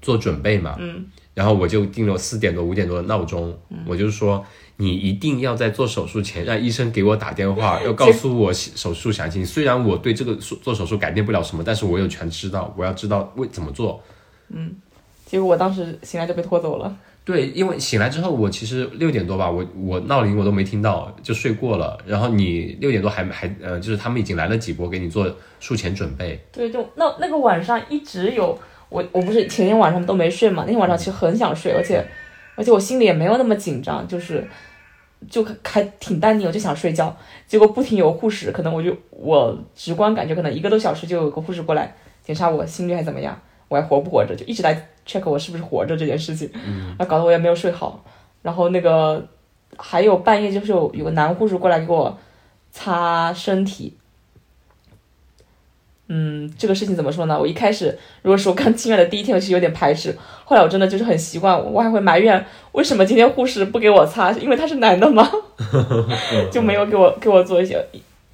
S1: 做准备嘛。嗯。然后我就定了四点多、五点多的闹钟，我就说你一定要在做手术前让医生给我打电话，要告诉我手术详情。虽然我对这个手做手术改变不了什么，但是我有权知道，我要知道为怎么做。
S2: 结果我当时醒来就被拖走了。
S1: 对，因为醒来之后，我其实六点多吧，我我闹铃我都没听到，就睡过了。然后你六点多还还呃，就是他们已经来了几波给你做术前准备。
S2: 对，就那那个晚上一直有我，我不是前天晚上都没睡嘛，那天晚上其实很想睡，而且而且我心里也没有那么紧张，就是就还挺淡定，我就想睡觉。结果不停有护士，可能我就我直观感觉可能一个多小时就有个护士过来检查我心率还怎么样，我还活不活着，就一直来 check 我是不是活着这件事情，嗯、啊，搞得我也没有睡好。然后那个还有半夜就是有有个男护士过来给我擦身体，嗯，这个事情怎么说呢？我一开始如果说刚进院的第一天，我是有点排斥，后来我真的就是很习惯，我还会埋怨为什么今天护士不给我擦，因为他是男的吗？ 就没有给我给我做一些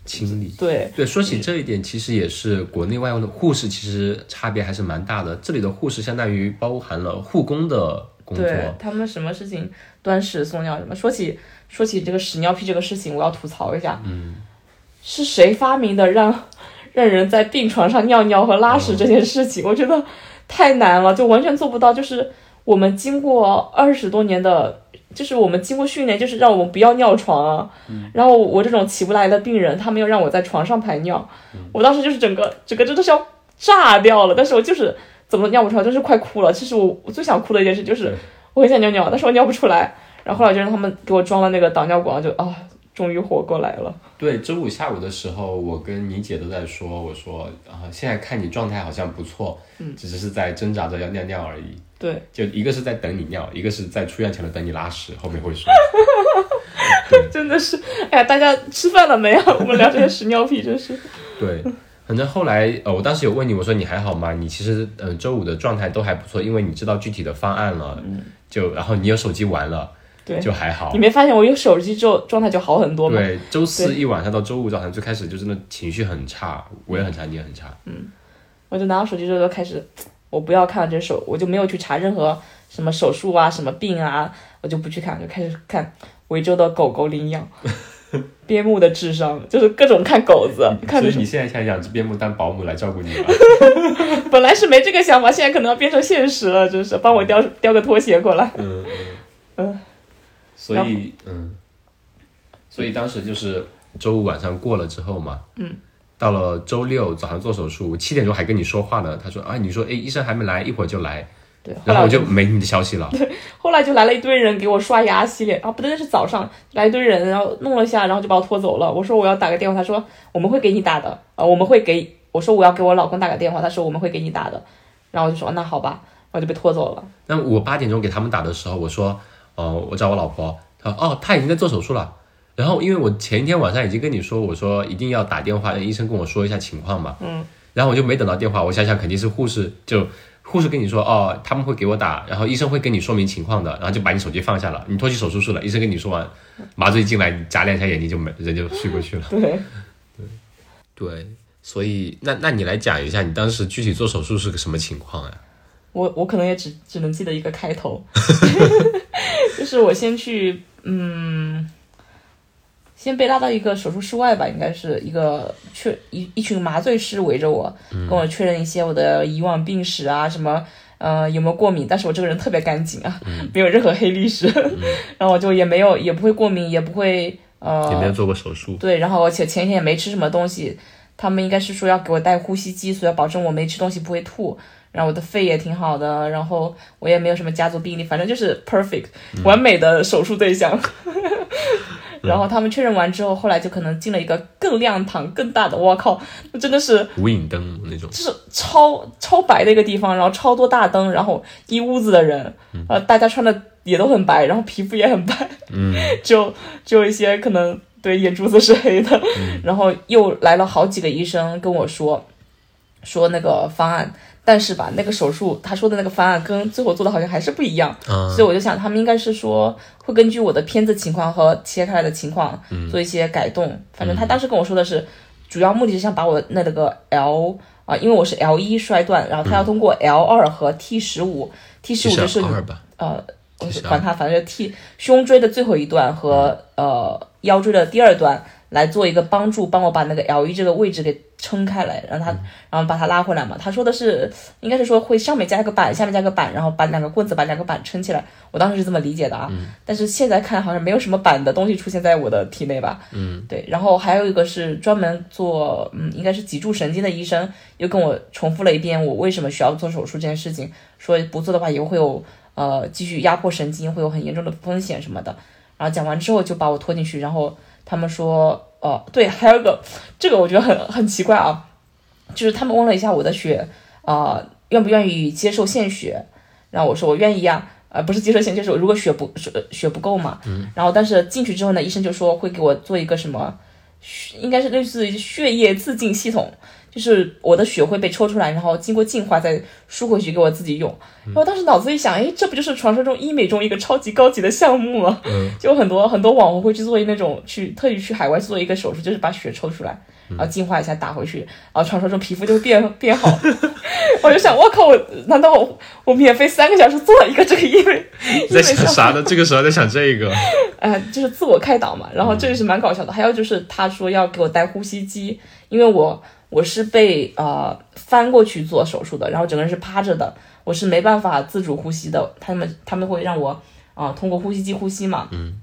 S1: 清理。
S2: 对
S1: 对，说起这一点，其实也是国内外的护士其实差别还是蛮大的。这里的护士相当于包含了护工的工作，
S2: 对，他们什么事情端屎送尿什么。说起说起这个屎尿屁这个事情，我要吐槽一下，嗯，是谁发明的让让人在病床上尿尿和拉
S1: 哦
S2: 屎这件事情？我觉得太难了，就完全做不到。就是我们经过二十多年的。就是我们经过训练，就是让我们不要尿床啊。
S1: 嗯
S2: 然后我这种起不来的病人，他们又让我在床上排尿，
S1: 嗯
S2: 我当时就是整个整个真的是要炸掉了。但是我就是怎么尿不出来，真是快哭了。其实我我最想哭的一件事就是我很想尿尿，但是我尿不出来。然后后来就让他们给我装了那个导尿管，就啊，终于活过来了。
S1: 对，周五下午的时候，我跟你姐都在说，我说啊、现在看你状态好像不错，嗯，只是在挣扎着要尿尿而已。
S2: 对，
S1: 就一个是在等你尿，一个是在出院前的等你拉屎，后面会说。
S2: 真的是，哎呀，大家吃饭了没啊？我们聊这些屎尿屁，真是。
S1: 对，反正后来呃，我当时有问你，我说你还好吗？你其实呃周五的状态都还不错，因为你知道具体的方案了，就然后你有手机玩了，
S2: 嗯对
S1: 就还 好
S2: 你。没发现我有手机之后状态就好很多吗？
S1: 对，周四一晚上到周五早上最开始就真的情绪很差，我也很差，你也很差。
S2: 我就拿到手机之后就开始，我不要看这手，我就没有去查任何什么手术啊、什么病啊，我就不去看，就开始看维州的狗狗领 养，边牧的智商就是各种看狗子，嗯看
S1: 所以你现在想养只边牧当保姆来照顾你吗？
S2: 本来是没这个想法，现在可能要变成现实了，真是帮我叼叼个拖鞋过来。
S1: 嗯，嗯
S2: 嗯，
S1: 所以嗯，所以当时就是周五晚上过了之后嘛，嗯，到了周六早上做手术，我七点钟还跟你说话呢。他说啊，你说哎，医生还没来，一会儿就来，
S2: 对，后
S1: 然
S2: 来
S1: 后我就没你的消息了。
S2: 后来就来了一堆人给我刷牙、洗脸啊，不对，那是早上来一堆人，然后弄了一下，然后就把我拖走了。我说我要打个电话，他说我们会给你打的，啊，我们会给。我说我要给我老公打个电话，他说我们会给你打的，然后我就说那好吧。我就被拖走了。
S1: 那我八点钟给他们打的时候，我说，哦，我找我老婆，她说，哦，她已经在做手术了。然后因为我前一天晚上已经跟你说，我说一定要打电话让医生跟我说一下情况嘛，嗯，然后我就没等到电话，我想想肯定是护士就护士跟你说，哦，他们会给我打，然后医生会跟你说明情况的，然后就把你手机放下了，你拖去手术室了，医生跟你说完，麻醉进来，你眨两下眼睛就没人就睡过去了，
S2: 对，
S1: 对，所以那那你来讲一下你当时具体做手术是个什么情况啊呀、
S2: 我我可能也只只能记得一个开头，就是我先去，嗯，先被拉到一个手术室外吧，应该是一个确一一群麻醉师围着我，跟我确认一些我的以往病史啊，什么呃有没有过敏，但是我这个人特别干净啊，没有任何黑历史， 然后我就也没有也不会过敏，也不会呃
S1: 有没有做过手术？
S2: 对，然后而且前一天也没吃什么东西，他们应该是说要给我带呼吸机，所以要保证我没吃东西不会吐。然后我的肺也挺好的，然后我也没有什么家族病例，反正就是 perfect 完美的手术对象。然后他们确认完之后，后来就可能进了一个更亮堂、更大的，我靠，那真的是
S1: 无影灯那种，
S2: 就是超超白的一个地方，然后超多大灯，然后一屋子的人，呃，大家穿的也都很白，然后皮肤也很白， 嗯，只有只有一些可能对眼珠子是黑的， 然后又来了好几个医生跟我说说那个方案，但是吧，那个手术他说的那个方案跟最后做的好像还是不一样，
S1: 啊
S2: 所以我就想他们应该是说会根据我的片子情况和切开来的情况做一些改动，反正他当时跟我说的是。主要目的是想把我那个 L 啊、因为我是 L 一摔断，然后他要通过 L 二和 T 十五，T 十五
S1: 是
S2: 就是
S1: 二吧？
S2: 呃，我
S1: 12
S2: 管它，反正 T 胸椎的最后一段和、呃腰椎的第二段来做一个帮助，帮我把那个 L 一这个位置给撑开来，让它、然后把它拉回来嘛。他说的是应该是说会上面加一个板，下面加一个板，然后把两个棍子把两个板撑起来。我当时是这么理解的啊，但是现在看好像没有什么板的东西出现在我的体内吧。嗯，对。然后还有一个是专门做嗯应该是脊柱神经的医生又跟我重复了一遍我为什么需要做手术这件事情，说不做的话以后会有。呃继续压迫神经，会有很严重的风险什么的。然后讲完之后就把我拖进去，然后他们说，呃，对，还有一个，这个我觉得很很奇怪啊，就是他们问了一下我的血，啊，愿不愿意接受献血？然后我说我愿意呀、呃，不是接受献血，就是如果血不血血不够嘛。然后但是进去之后呢，医生就说会给我做一个什么，血应该是类似于血液自净系统，就是我的血会被抽出来，然后经过净化再输回去给我自己用。然后当时脑子一想，哎，这不就是传说中医美中一个超级高级的项目吗？ 就很多很多网红会去做那种去特意去海外做一个手术，就是把血抽出来，然后净化一下打回去，然后传说中皮肤就会变变好。 我就想，我靠，我难道我我免费三个小时做了一个这个医美？
S1: 你在想啥 呢？这个时候在想这个，
S2: 哎、就是自我开导嘛。然后这也是蛮搞笑的。还有就是他说要给我带呼吸机，因为我我是被呃翻过去做手术的，然后整个人是趴着的，我是没办法自主呼吸的。他们他们会让我啊、呃通过呼吸机呼吸嘛。嗯。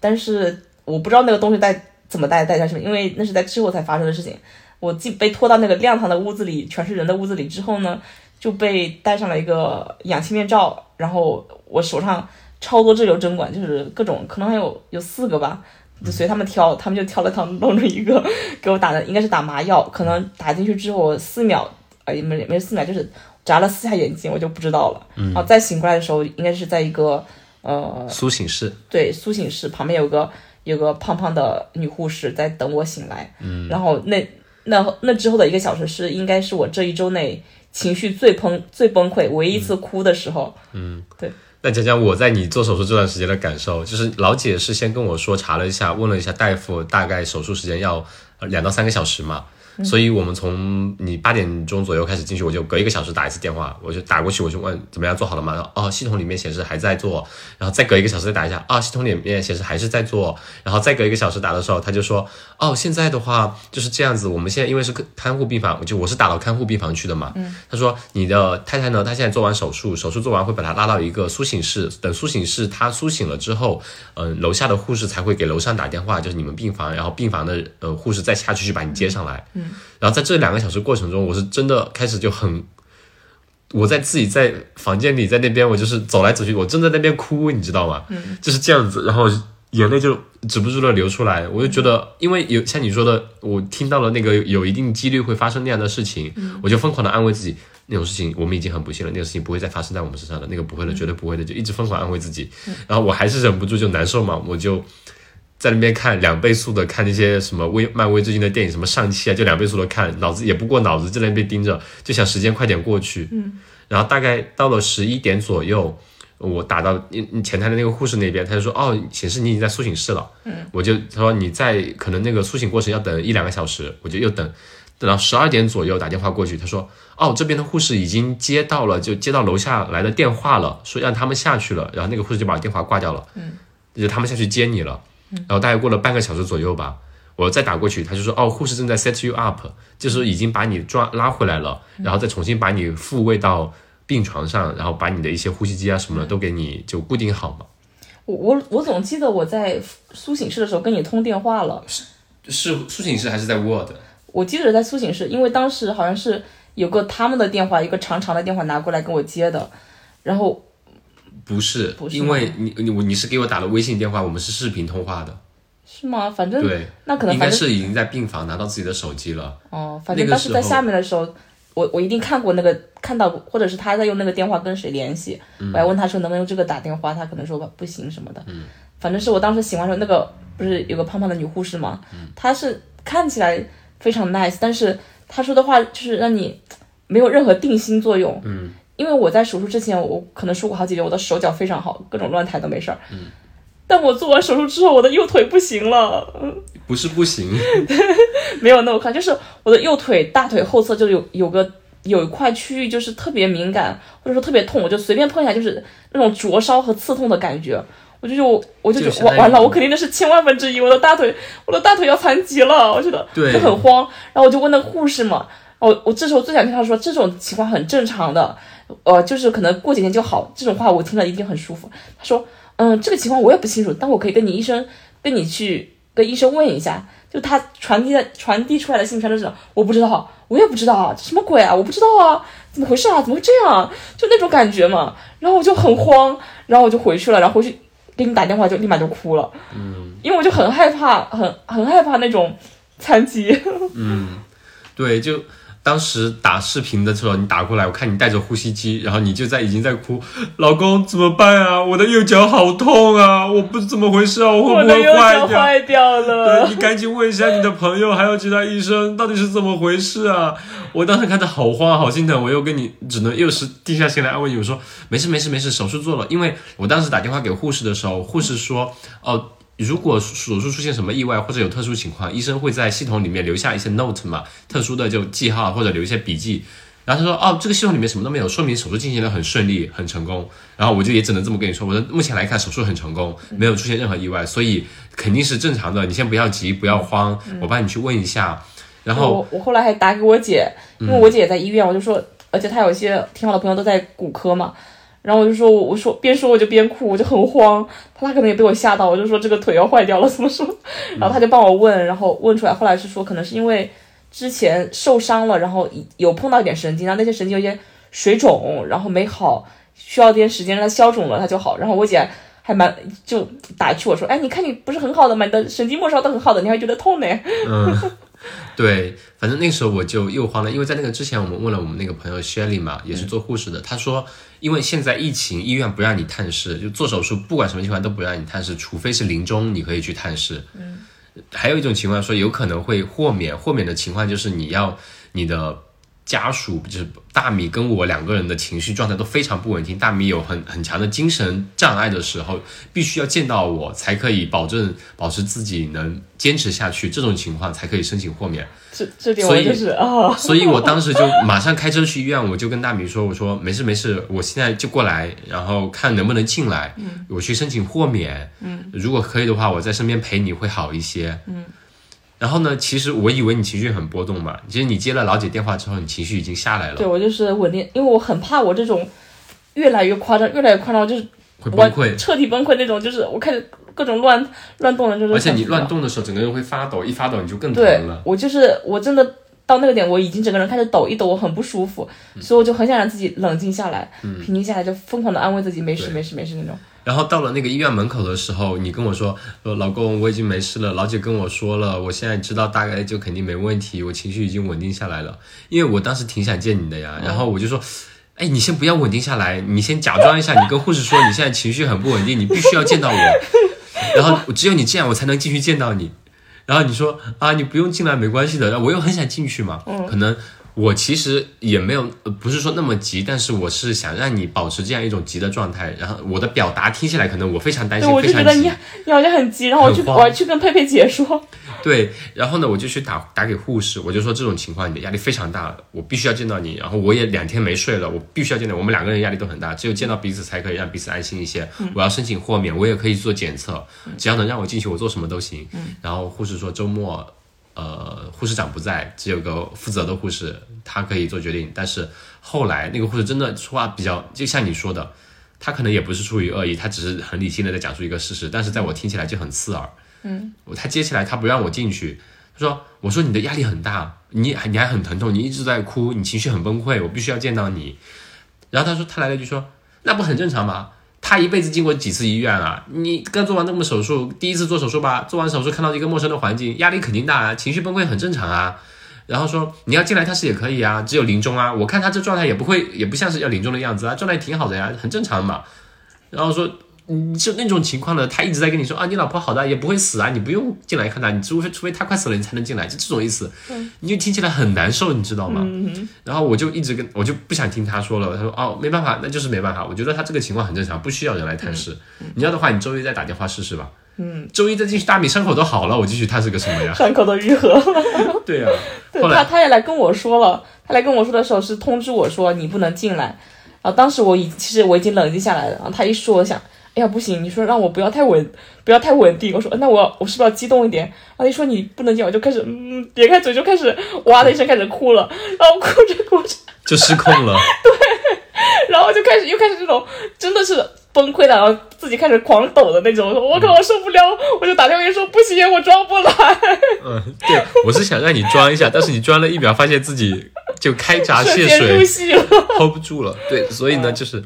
S2: 但是我不知道那个东西带怎么带带下去，因为那是在之后才发生的事情。我既被拖到那个亮堂的屋子里，全是人的屋子里之后呢，就被戴上了一个氧气面罩，然后我手上超多滞留针管，就是各种可能还有有四个吧，就随他们挑，他们就挑了挑弄着一个给我打的，应该是打麻药，可能打进去之后我四秒，呃，也没没四秒，就是眨了四下眼睛，我就不知道了。然后再醒过来的时候，应该是在一个 呃
S1: 苏醒式，
S2: 对苏醒室旁边有个有个胖胖的女护士在等我醒来，嗯，然后那那那之后的一个小时是应该是我这一周内情绪最崩最崩溃，唯一一次哭的时候，
S1: 那讲讲我在你做手术这段时间的感受，就是老姐是先跟我说查了一下，问了一下大夫，大概手术时间要呃两到三个小时嘛，所以我们从你八点钟左右开始进去，我就隔一个小时打一次电话，我就打过去，我就问怎么样做好了吗？然后哦，系统里面显示还在做，然后再隔一个小时再打一下，啊，系统里面显示还是在做，然后再隔一个小时打的时候，他就说哦，现在的话就是这样子，我们现在因为是个看护病房，就我是打到看护病房去的嘛，他说你的太太呢，她现在做完手术，手术做完会把她拉到一个苏醒室，等苏醒室她苏醒了之后，嗯、楼下的护士才会给楼上打电话，就是你们病房，然后病房的呃护士再下去去把你接上来。嗯，然后在这两个小时过程中，我是真的开始就很。我在自己在房间里，在那边我就是走来走去，我正在那边哭，你知道吗？嗯，就是这样子，然后眼泪就止不住的流出来。我就觉得，因为有像你说的，我听到了那个有一定几率会发生那样的事情，我就疯狂的安慰自己，那种事情我们已经很不幸了，那种事情不会再发生在我们身上了，那个不会了，绝对不会的，就一直疯狂安慰自己。然后我还是忍不住就难受嘛，我就在那边看两倍速的看那些什么微漫威最近的电影，什么上汽啊，就两倍速的看，脑子也不过脑子，就在那边盯着，就想时间快点过去。
S2: 嗯，
S1: 然后大概到了十一点左右。我打到你前台的那个护士那边，他就说哦，显示你已经在苏醒室了。嗯，我就他说你在可能那个苏醒过程要等一两个小时，我就又等，等到十二点左右打电话过去，他说哦，这边的护士已经接到了，就接到楼下来的电话了，说让他们下去了，然后那个护士就把电话挂掉了。嗯，就他们下去接你了。
S2: 嗯
S1: 然后大概过了半个小时左右吧，我再打过去，他就说哦，护士正在 set you up，就是已经把你抓拉回来了，
S2: 嗯
S1: 然后再重新把你复位到。病床上，然后把你的一些呼吸机啊什
S2: 嗯
S1: 么的都给你就固定好嘛。
S2: 我我我总记得我在苏醒室的时候跟你通电话了，
S1: 是苏醒室还是在 Word？
S2: 我记得是在苏醒室，因为当时好像是有个他们的电话，一个长长的电话拿过来跟我接的，然后
S1: 不是，
S2: 不是
S1: 因为你你我你是给我打了微信电话，我们是视频通话的。
S2: 是吗？反正
S1: 对，
S2: 那嗯可能
S1: 应
S2: 反
S1: 该
S2: 正
S1: 是已经在病房拿到自己的手机了。
S2: 哦，反
S1: 那
S2: 正
S1: 个
S2: 当时
S1: 时
S2: 在
S1: 候
S2: 下面的时候，我我一定看过那个看到，或者是他在用那个电话跟谁联系，我还问他说能不能用这个打电话，他可能说不行什么的。嗯，反正是我当时醒完之后，那个不是有个胖胖的女护士嘛，她是看起来非常 nice，但是她说的话就是让你没有任何定心作用。嗯，因为我在手术之前，我可能说过好几遍，我的手脚非常好，各种乱抬都没事儿。嗯。但我做完手术之后，我的右腿不行了，
S1: 不是不 行，
S2: 没有那么快，就是我的右腿、大腿后侧就有有个有一块区域就是特别敏感，或者说特别痛，我就随便碰一下就是那种灼烧和刺痛的感觉。我就就我就
S1: 就
S2: 觉
S1: 相
S2: 得完
S1: 当于
S2: 完了，我肯定那是千万分之一，我的大腿，我的大腿要残疾了，我觉得
S1: 对
S2: 就很慌。然后我就问那个护士嘛，然后我我这时候最想听他说这种情况很正常的，呃，就是可能过几天就好。这种话我听了一定很舒服。他说，嗯，这个情况我也不清楚，但我可以跟你医生跟你去跟医生问一下。就他传递的传递出来的信息全都是这种我不知道，我也不知道啊，这什么鬼啊，我不知道啊，怎么回事啊，怎么会这样啊？就那种感觉嘛。然后我就很慌，然后我就回去了，然后回去给你打电话就立马就哭了，嗯，因为我就很害怕，很很害怕那种残疾。
S1: 对，就当时打视频的时候，你打过来，我看你带着呼吸机，然后你就在已经在哭，老公怎么办啊？我的右脚好痛啊！我不知怎么回事啊，我会
S2: 我
S1: 不
S2: 的
S1: 会
S2: 右
S1: 坏
S2: 脚
S1: 掉？
S2: 坏掉
S1: 对
S2: 了，
S1: 你赶紧问一下你的朋友，还有其他医生，到底是怎么回事啊？我当时看着好慌，好心疼，我又跟你只能又是定下心来安慰你，我说没事没事没事，手术做了。因为我当时打电话给护士的时候，护士说，哦、如果手术出现什么意外或者有特殊情况，医生会在系统里面留下一些 note 嘛，特殊的就记号或者留一些笔记。然后他说，哦，这个系统里面什么都没有，说明手术进行的很顺利，很成功。然后我就也只能这么跟你说，我说目前来看手术很成功，没有出现任何意外，所以肯定是正常的。你先不要急，不要慌，我帮你去问一下。然后嗯
S2: 我我后来还打给我姐，因为我姐也在医院，我就说，而且她有一些挺好的朋友都在骨科嘛，然后我就说，我我说边说我就边哭，我就很慌，她可能也被我吓到，我就说这个腿要坏掉了，怎么说？
S1: 嗯
S2: 然后她就帮我问，然后问出来，后来是说可能是因为之前受伤了，然后有碰到一点神经，然后那些神经有些水肿，然后没好，需要点时间让它消肿了，它就好。然后我姐。还蛮就打趣我说，哎，你看你不是很好的嘛，你的神经末梢都很好的，你还觉得痛呢？
S1: 对，反正那个时候我就又慌了，因为在那个之前我们问了我们那个朋友 Shelly 嘛，也是做护士的，她说因为现在疫情，医院不让你探视，就做手术不管什么情况都不让你探视，除非是临终你可以去探视。嗯，还有一种情况说有可能会豁免，豁免的情况就是你要你的。家属就是大米跟我两个人的情绪状态都非常不稳定，大米有很很强的精神障碍的时候，必须要见到我才可以保证保持自己能坚持下去，这种情况才可以申请豁免。
S2: 这这点我
S1: 所以
S2: 就是啊，
S1: 所以我当时就马上开车去医院，我就跟大米说：“我说没事没事，我现在就过来，然后看能不能进来，我去申请豁免。嗯，如果可以的话，我在身边陪你会好一些。嗯，然后呢，其实我以为你情绪很波动嘛，其实你接了老姐电话之后，你情绪已经下来
S2: 对
S1: 了，
S2: 我就是稳定，因为我很怕我这种越来越夸张，越来越夸张，我就是
S1: 会崩
S2: 我
S1: 溃，
S2: 彻底崩溃那种，就是我开始各种乱乱动了，就是
S1: 而且你
S2: 很
S1: 乱动的时候，整个人会发抖，一发抖你就更疼
S2: 对
S1: 了。，
S2: 我就是我真的到那个点，我已经整个人开始抖一抖，我很不舒服，
S1: 嗯
S2: 所以我就很想让自己冷静下来，平静下来，就疯狂的安慰自己，没事没事没事那种。
S1: 然后到了那个医院门口的时候，你跟我说，说老公我已经没事了，老姐跟我说了，我现在知道大概就肯定没问题，我情绪已经稳定下来了。因为我当时挺想见你的呀，然后我就说，哎，你先不要稳定下来，你先假装一下，你跟护士说你现在情绪很不稳定，你必须要见到我，然后只有你这样我才能进去见到你。然后你说啊，你不用进来没关系的，然后我又很想进去嘛，
S2: 嗯
S1: 可能。我其实也没有，呃不是说那么急，但是我是想让你保持这样一种急的状态。然后我的表达听起来可能我非常担
S2: 对，
S1: 心，
S2: 我
S1: 非
S2: 就觉
S1: 常
S2: 得
S1: 急
S2: 你，你好像很急，然后我去
S1: 很慌
S2: 我还去跟佩佩姐说，？
S1: 对。然后呢，我就去打打给护士，我就说这种情况你的压力非常大了，我必须要见到你。然后我也两天没睡了，我必须要见到你。我们两个人压力都很大，只有见到彼此才可以让彼此安心一些。我要申请豁免，我也可以做检测，只要能让我进去，我做什么都行。然后护士说周末。呃，护士长不在，只有个负责的护士，她可以做决定。但是后来那个护士真的说话比较，就像你说的，她可能也不是出于恶意，她只是很理性的在讲述一个事实，但是在我听起来就很刺耳。嗯，我她接起来，她不让我进去，她说：“我说你的压力很大，你还你还很疼痛，你一直在哭，你情绪很崩溃，我必须要见到你。”然后她说，她来了一句说：“那不很正常吗？”她一辈子进过几次医院啊？你刚做完那么手术，第一次做手术吧，做完手术看到一个陌生的环境，压力肯定大啊，情绪崩溃很正常啊。然后说你要进来，他是也可以啊，只有临终啊，我看他这状态也不会，也不像是要临终的样子啊，状态挺好的呀，很正常嘛。然后说，嗯，就那种情况呢，他一直在跟你说啊，你老婆好的，也不会死啊，你不用进来看她，你除非除非她快死了，你才能进来，就这种意思，你就听起来很难受，你知道吗？然后我就一直跟我就不想听他说了，他说哦，没办法，那就是没办法，我觉得他这个情况很正常，不需要人来探视。你要的话，你周一再打电话试试吧。嗯，周一再进去，大米伤口都好了，我继续探视个什么呀
S2: 伤口都愈合了。
S1: 对呀、
S2: 对
S1: 后来
S2: 他，他也来跟我说了，他来跟我说的时候是通知我说你不能进来。然后当时我已其实我已经冷静下来了，然后他一说，我想，哎呀不行，你说让我不要太稳，不要太稳定。我说那我我是不是要激动一点？然后一说你不能进，我就开始嗯别开嘴，就开始哇的一声开始哭了，然后哭着哭着，
S1: 就失控了。
S2: 然后就开始又开始这种真的是崩溃的，然后自己开始狂抖的那种。我说我靠，我受不了，我就打电话跟你说不行，我装不来，
S1: 嗯，对，我是想让你装一下，但是你装了一秒，发现自己就开闸
S2: 瞬
S1: 泄
S2: 间入
S1: 水
S2: 戏了。
S1: ，hold 不住了。对，所以呢，就是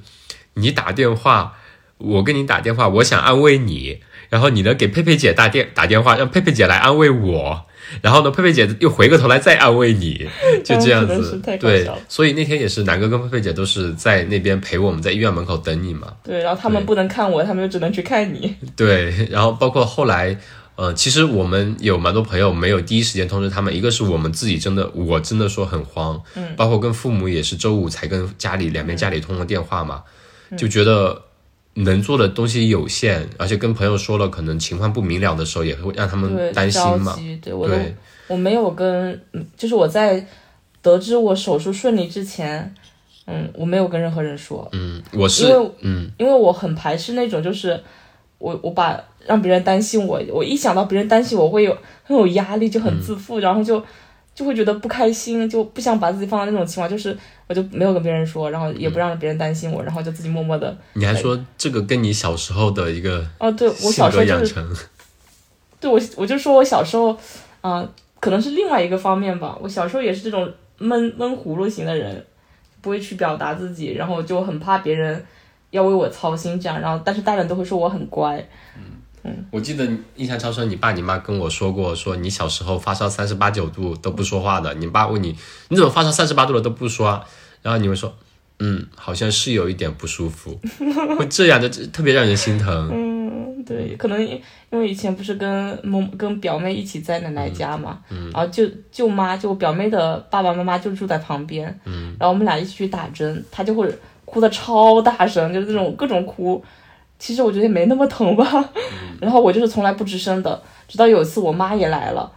S1: 你打电话，我跟你打电话，我想安慰你，然后你呢给佩佩姐打电打电话，让佩佩姐来安慰我，然后呢佩佩姐又回过头来再安慰你，就这样
S2: 真的
S1: 子
S2: 嗯是太。搞
S1: 对
S2: 笑了，
S1: 所以那天也是南哥跟佩佩姐都是在那边陪我们在医院门口等你嘛。
S2: 对，然后他们
S1: 对
S2: 不能看我，他们就只能去看你。
S1: 对，然后包括后来，呃，其实我们有蛮多朋友没有第一时间通知他们，一个是我们自己真的，我真的说很慌，嗯，包括跟父母也是周五才跟家里
S2: 嗯
S1: 两边家里通了电话嘛，就觉得能做的东西有限，而且跟朋友说了，可能情况不明了的时候，也会让他
S2: 对，
S1: 们担心
S2: 着
S1: 嘛，
S2: 急对我都
S1: 对，
S2: 我没有跟，嗯就是我在得知我手术顺利之前，嗯，我没有跟任何人说，
S1: 嗯，我
S2: 因
S1: 是，
S2: 为
S1: 嗯，
S2: 因为我很排斥那种就是我我把让别人担心我，我一想到别人担心我会有很有压力，就
S1: 嗯
S2: 很自负，然后就。就会觉得不开心，就不想把自己放到那种情况，就是我就没有跟别人说，然后
S1: 嗯
S2: 也不让别人担心我，然后就自己默默的。
S1: 你还说这个跟你小时候的一个
S2: 哦，对哎我
S1: 性
S2: 小时
S1: 格
S2: 候就
S1: 养
S2: 是
S1: 成，
S2: 对我，我就说我小时候，啊、可能是另外一个方面吧。我小时候也是这种闷闷葫芦型的人，不会去表达自己，然后就很怕别人要为我操心这样。然后，但是大人都会说我很乖，
S1: 我记得印象超深，你爸你妈跟我说过，说你小时候发烧三十八九度都不说话的，你爸问你你怎么发烧三十八度了都不说、啊，然后你会说，嗯，好像是有一点不舒服， 会这样的，这特别让人心疼。
S2: 嗯，对，可能因因为以前不是跟某跟表妹一起在奶奶家嘛，然后舅舅妈就我表妹的爸爸妈妈就住在旁边，然后我们俩一起去打针，她就会哭的超大声，就是那种各种哭。其实我觉得也没那么疼吧，然后我就是从来不吱声的，直到有一次我妈也来了，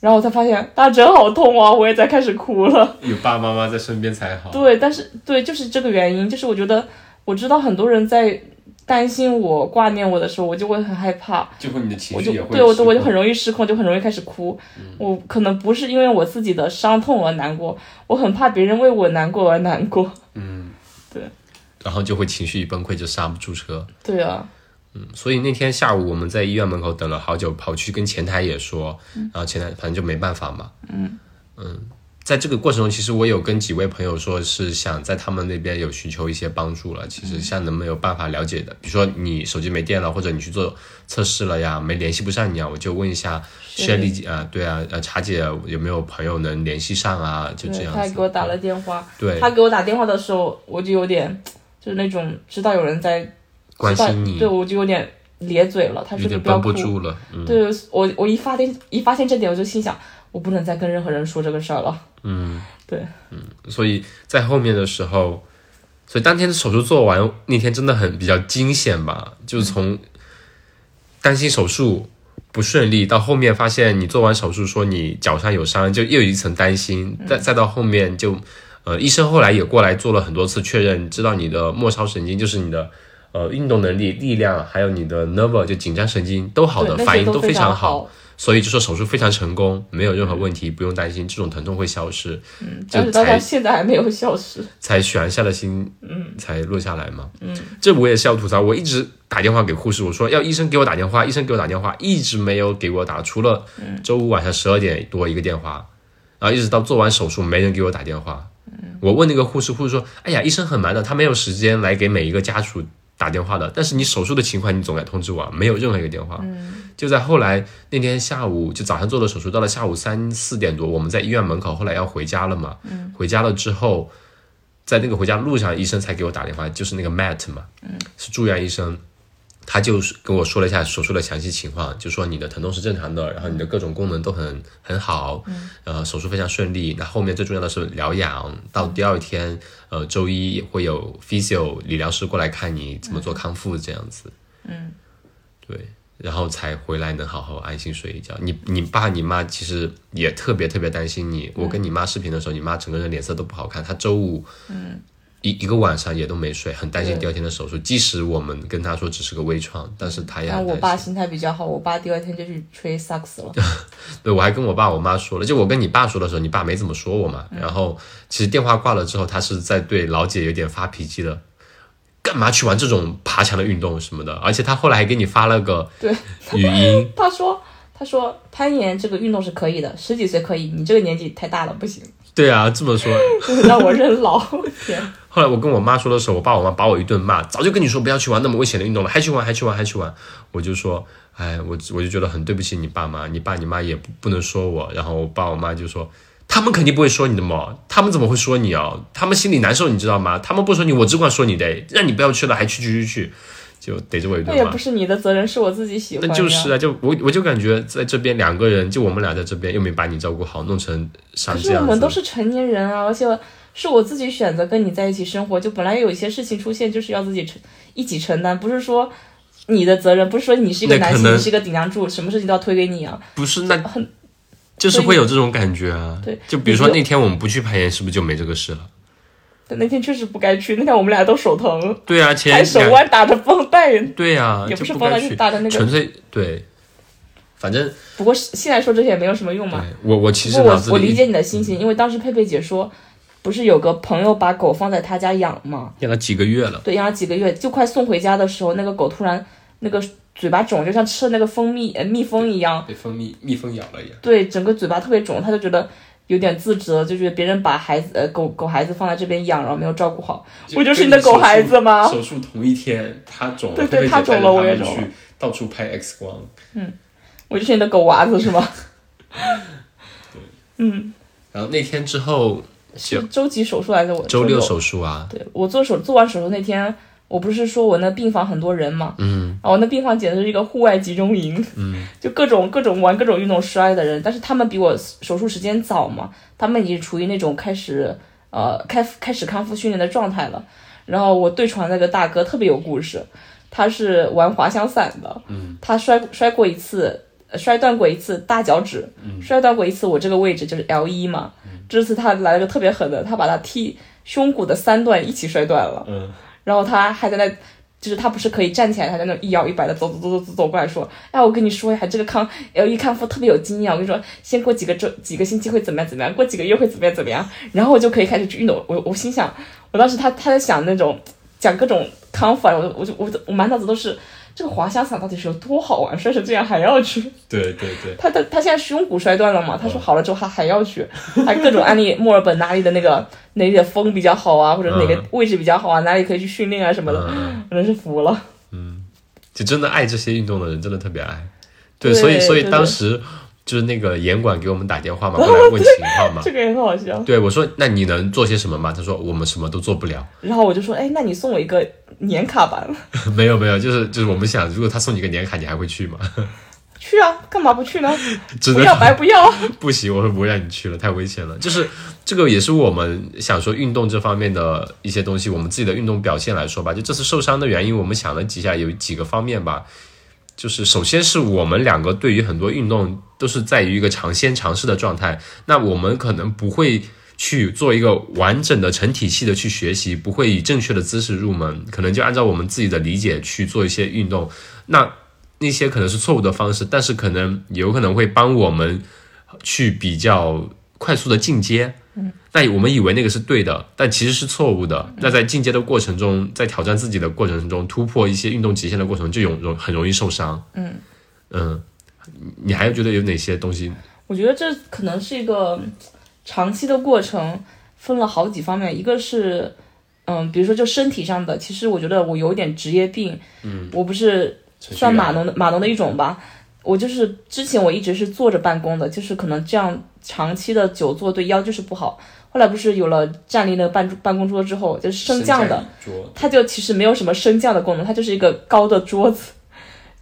S2: 然后我才发现打针好痛啊，我也在开始哭了。
S1: 有爸爸妈妈在身边才好。
S2: 对，但是对，就是这个原因，就是我觉得我知道很多人在担心我、挂念我的时候，我就会很害怕，
S3: 就会你的情
S2: 我
S3: 绪
S2: 就
S3: 也会
S2: 对我就我
S3: 失控
S2: 就很容易失控，就很容易开始哭。
S1: 嗯
S2: 我可能不是因为我自己的伤痛而难过，我很怕别人为我难过而难过。
S1: 然后就会情绪一崩溃就刹不住车。
S2: 对啊，
S1: 所以那天下午我们在医院门口等了
S2: 嗯
S1: 好久，跑去跟前台也说，然后前台反正就没办法嘛。嗯在这个过程中，其实我有跟几位朋友说是想在他们那边有寻求一些帮助了。
S2: 嗯
S1: 其实像能不能有办法了解的，比如说你手机没电了，或者你去做测试了呀，没联系不上你啊，我就问一下
S2: 是
S1: Shelly 姐啊，对啊，呃茶姐有没有朋友能联系上啊？就这
S2: 对，
S1: 样
S2: 他还
S1: 子
S2: 给我打了电话。
S1: 对哎
S2: 他给我打电话的时候，我就有点就是那种知道有人在
S1: 关
S2: 知道
S1: 心你，
S2: 对我就有点咧嘴了。他
S1: 有
S2: 说你
S1: 点
S2: 不要
S1: 绷
S2: 哭
S1: 不。住了，嗯
S2: 对我，我一发现一发现这点，我就心想，我不能再跟任何人说这个事儿了。
S1: 嗯。
S2: 对，
S1: 所以在后面的时候，所以当天手术做完那天真的很比较惊险吧，就是从担心手术不顺利到后面发现你做完手术说你脚上有伤，就又有一层担心，再再到后面就呃医生后来也过来做了很多次确认，知道你的末梢神经就是你的。呃，运动能力、力量，还有你的 nerve 就紧张神经都好的，
S2: 对那些
S1: 反应
S2: 都
S1: 非
S2: 非
S1: 常
S2: 常
S1: 好，。所以就说手术非常成功，没有任何问题，不用担心，这种疼痛会消失。嗯，
S2: 但
S1: 就是
S2: 到
S1: 才
S2: 到现在还没有消失。
S1: 才悬下了心，嗯，才落下来嘛，嗯，这我也是要吐槽，我一直打电话给护士，我说要医生给我打电话，医生给我打电话，一直没有给我打，除了周五晚上十二点多一个电话，然后一直到做完手术没人给我打电话，我问那个护士，护士说，哎呀，医生很忙的，他没有时间来给每一个家属打电话的，但是你手术的情况你总该通知我啊，没有任何一个电话，就在后来那天下午，就早上做了手术，到了下午三四点多，我们在医院门口，后来要回家了嘛，回家了之后。在那个回家路上，医生才给我打电话，就是那个 Matt 嘛，是住院医生，他就是跟我说了一下手术的详细情况，就说你的疼痛是正常的，然后你的各种功能都很很好，呃，手术非常顺利。那后面最重要的是疗养，到第二天，呃，周一会有 physio 理疗师过来看你怎么做康复这样子，嗯，对。然后才回来能好好安心睡一觉。你你爸你妈其实也特别特别担心你。我跟
S2: 嗯
S1: 你妈视频的时候，你妈整个人脸色都不好看。她周五
S2: 嗯
S1: 一一个晚上也都没睡，很担心第二天的手术。即使我们跟他说只是个微创，哎但是他也
S2: 但
S1: 很
S2: 我
S1: 担
S2: 爸
S1: 心。
S2: 心态比较好，我爸第二天就去吹萨克斯了。
S1: 对我还跟我爸我妈说了，就我跟你爸说的时候，你爸没怎么说我
S2: 嗯
S1: 嘛。然后其实电话挂了之后，他是在对老姐有点发脾气的。干嘛去玩这种爬墙的运动什么的？而且他后来还给你发了个
S2: 对
S1: 语音，
S2: 他说：“他说攀岩这个运动是可以的，十几岁可以，你这个年纪太大了不行，
S1: 对啊，这么说。
S2: 让我认老。”我天，
S1: 后来我跟我妈说的时候，我爸我妈把我一顿骂，早就跟你说不要去玩那么危险的运动了，还去玩，还去玩，还去玩。我就说，哎，我我就觉得很对不起你爸妈，你爸你妈也不不能说我。然后我爸我妈就说，他们肯定不会说你的嘛，他们怎么会说你哦？他们心里难受，你知道吗？他们不说你，我只管说你的，让你不要去了，还去去去去，就逮着我一
S2: 那
S1: 顿
S2: 也
S1: 骂
S2: 不。是你的责任，是我自己喜欢
S1: 那
S2: 的。
S1: 就是啊，就我我就感觉在这边两个人，就我们俩在这边又没把你照顾好，弄成
S2: 可
S1: 像
S2: 是
S1: 这
S2: 我
S1: 样
S2: 们都
S1: 子。
S2: 是成年人啊，而且是我自己选择跟你在一起生活，就本来有一些事情出现就是要自己承一起承担，不是说。你的责任不是说你是一个
S1: 那
S2: 男
S1: 可
S2: 性，
S1: 能
S2: 你是一个顶梁柱，什么事情都要推给你啊。
S1: 不是那，就是
S2: 所以
S1: 会有这种感觉啊。
S2: 对
S1: 就比如说
S2: 你就
S1: 那天我们不去攀岩，是不是就没这个事了？
S2: 但那天确实不该去，那天我们俩都手疼，
S1: 对啊，前
S2: 还手
S1: 两
S2: 腕打着绷带，
S1: 对啊，
S2: 也
S1: 就
S2: 不是
S1: 不
S2: 绷
S1: 该
S2: 带，就
S1: 去
S2: 是，打的那个
S1: 纯粹对。反正
S2: 不过是现在说这些也没有什么用
S1: 对
S2: 嘛。
S1: 我我其
S2: 啊不
S1: 实
S2: 过
S1: 脑
S2: 我
S1: 子里嗯
S2: 我理解你的心情，因为当时佩佩姐说，不是有个朋友把狗放在她家养嘛，
S1: 养了几个月了，
S2: 对，养了几个月，就快送回家的时候，那个狗突然那个嘴巴肿，就像吃了那个蜂蜜呃蜜蜂一样，
S3: 被蜂蜜蜜蜂咬了一样。
S2: 对，整个嘴巴特别肿，她就觉得。有点自责，就觉得别人把孩子呃狗狗孩子放在这边养，然后没有照顾好，不就是你的狗孩子吗？
S3: 手术同一天，他肿了，
S2: 对
S3: 菲
S2: 对
S3: 菲姐
S2: 他肿了
S3: 带着
S2: 我也
S3: 他们
S2: 肿
S3: 去到处拍 X 光，
S2: 我就是你的狗娃子是吗？
S1: 然后那天之后
S2: 是周几手术来着？我
S1: 周六手术啊，
S2: 对我做手做完手术那天，我不是说我那病房很多人嘛，嗯，然后那病房简直是一个户外集中营，嗯， 就各种各种玩各种运动摔的人，但是他们比我手术时间早嘛，他们已经处于那种开始呃开开始康复训练的状态了。然后我对床那个大哥特别有故事，他是玩滑翔伞的，嗯，他摔摔过一次。呃摔断过一次大脚趾，摔断过一次我这个位置就是 L 一嘛。这次他来了个特别狠的，他把他踢胸骨的三段一起摔断了。
S3: 嗯，
S2: 然后他还在那，就是他不是可以站起来，他在那一摇一摆的走走走走走走过来说：“哎，我跟你说呀，这个康 L 一康复特别有经验，我跟你说，先过几个周几个星期会怎么样怎么样，过几个月会怎么样怎么样，然后我就可以开始去运动。我”我心想，我当时他他在想那种。讲各种康反，我我就我就我满脑子都是这个滑翔伞到底是有多好玩，摔成这样还要去。
S3: 对对对，
S2: 他他他现在胸骨摔断了嘛，他说好了之后他还要去，还各种安利墨尔本哪里的那个哪里的风比较好啊，或者哪个位置比较好啊，哪里可以去训练啊什么的，真是服了。
S1: 就真的爱这些运动的人，真的特别爱。对，
S2: 对
S1: 所以所以
S2: 对
S1: 当
S2: 对
S1: 时就是那个严管给我们打电话嘛，过来问情况 嘛。
S2: 这个也很好笑。
S1: 对我说：“那你能做些什么吗？”他说：“我们什么都做不了。
S2: 然后我就说，哎，那你送我一个年卡吧，
S1: 没有没有，就是就是我们想，如果他送你个年卡，你还会去吗？
S2: 去啊，干嘛不去呢？
S1: 只
S2: 不
S1: 能
S2: 要白不要。
S1: 不行，我会不会让你去了，太危险了。就是这个也是我们想说运动这方面的一些东西，我们自己的运动表现来说吧。就这次受伤的原因，我们想了几下，有几个方面吧。就是首先是我们两个对于很多运动都是在于一个尝鲜尝试的状态，那我们可能不会。去做一个完整的成体系的去学习，不会以正确的姿势入门，可能就按照我们自己的理解去做一些运动。那那些可能是错误的方式，但是可能有可能会帮我们去比较快速的进阶。嗯，那我们以为那个是对的，但其实是错误
S2: 嗯
S1: 的。那在进阶的过程中，在挑战自己的过程中，突破一些运动极限的过程中，就容容很容易受伤。嗯嗯，你还觉得有哪些东西？
S2: 我觉得这可能是一个长期的过程，分了好几方面，一个是。嗯，比如说就身体上的，其实我觉得我有点职业病，嗯，我不是
S3: 程序
S2: 算
S3: 员
S2: 码农的码农的一种吧。我就是之前我一直是坐着办公的，就是可能这样长期的久坐对腰就是不好。后来不是有了站立那个办办公桌之后，就是升降的，，
S3: 桌
S2: 它就其实没有什么升降的功能，它就是一个高的桌子，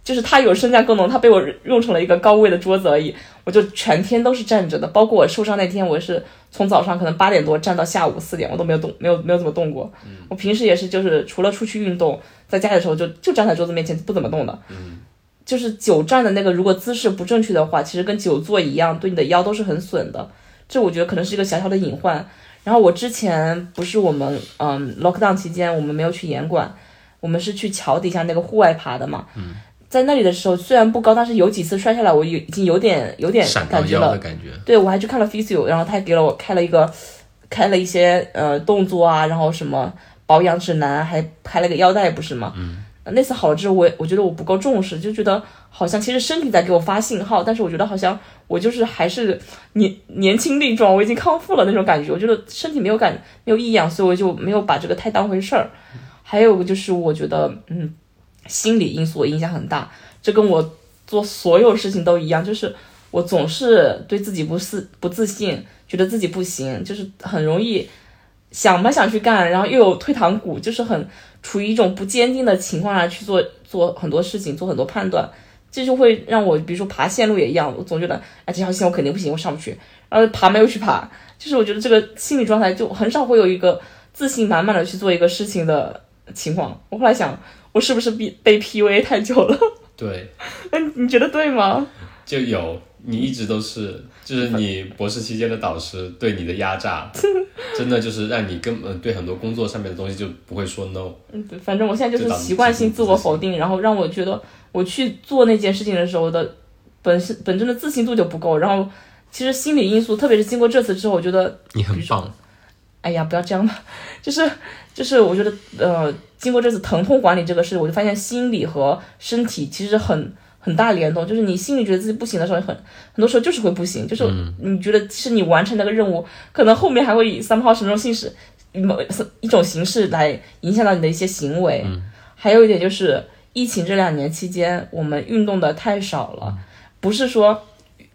S2: 就是它有升降功能，它被我用成了一个高位的桌子而已。我就全天都是站着的，包括我受伤那天，我是从早上可能八点多站到下午四点，我都没有动，没有没有怎么动过。
S1: 嗯
S2: 我平时也是，就是除了出去运动，在家里的时候就就站在桌子面前不怎么动的。
S1: 嗯
S2: 就是久站的那个，如果姿势不正确的话，其实跟久坐一样，对你的腰都是很损的。这我觉得可能是一个小小的隐患。然后我之前不是我们嗯 lockdown 期间，我们没有去严管，我们是去桥底下那个户外爬的嘛。嗯。在那里的时候虽然不高，但是有几次摔下来，我有已经有点有点
S1: 闪到
S2: 感觉
S1: 腰
S2: 了
S1: 的。感觉，
S2: 对我还去看了 physio，然后他还给了我开了一个开了一些呃动作啊，然后什么保养指南，还开了个腰带，不是吗？嗯。那次好了之后，我也我觉得我不够重视，就觉得好像其实身体在给我发信号，但是我觉得好像我就是还是年年轻力壮，我已经康复了那种感觉。我觉得身体没有感没有异样，所以我就没有把这个太当回事儿。还有一个就是我觉得嗯，心理因素影响很大，这跟我做所有事情都一样，就是我总是对自己不自不自信，觉得自己不行，就是很容易想吧想去干，然后又有退堂鼓，就是很处于一种不坚定的情况下去做做很多事情，做很多判断，这就会让我，比如说爬线路也一样，我总觉得哎这条线我肯定不行，我上不去，然后爬没有去爬，就是我觉得这个心理状态就很少会有一个自信满满的去做一个事情的情况。我后来想，我是不是被被 PUA 太久了？
S3: 对，
S2: 那你你觉得对吗？
S3: 就有你一直都是，就是你博士期间的导师对你的压 榨，真的就是让你根本对很多工作上面的东西就不会说 no。
S2: 嗯，对，反正我现在就
S3: 就是当
S2: 习惯性
S3: 自
S2: 自
S3: 己
S2: 我否定，然后让我觉得我去做那件事情的时候我的本身本真的自信度就不够，然后其实心理因素，特别是经过这次之后，我觉得
S1: 你很棒。
S2: 哎呀，不要这样吧，就是就是，我觉得呃，经过这次疼痛管理这个事，我就发现心理和身体其实很很大联动，就是你心里觉得自己不行的时候，很很多时候就是会不行，就是你觉得是你完成那个任务，可能后面还会以 somehow 什么种形式，某一种形式来影响到你的一些行为。还有一点就是，疫情这两年期间，我们运动的太少了，不是说。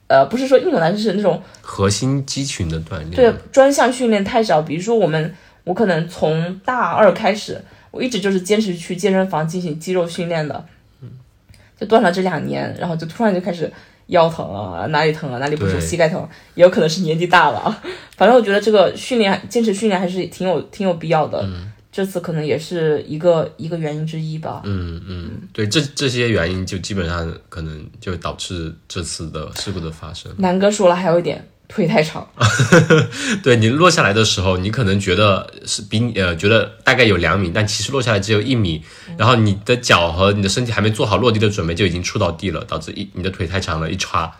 S2: 呃，不是说运动来，就是那种
S1: 核心肌群的锻炼，
S2: 对，专项训练太少。比如说我们，我可能从大二开始，我一直就是坚持去健身房进行肌肉训练的，就断了这两年，然后就突然就开始腰疼啊，哪里疼啊，哪里不舒服，
S1: 对
S2: 膝盖疼，也有可能是年纪大了 啊。反正我觉得这个训练，坚持训练还是挺有挺有必要的。
S1: 嗯
S2: 这次可能也是一个一个原因之一吧。
S1: 嗯嗯，对，这这些原因就基本上可能就导致这次的事故的发 生。
S2: 南哥说了，还有一点腿太长，
S1: 对你落下来的时候，你可能觉得是比你呃觉得大概有两米，但其实落下来只有一米，
S2: 嗯
S1: 然后你的脚和你的身体还没做好落地的准备，就已经触到地了，导致一你的腿太长了，一歘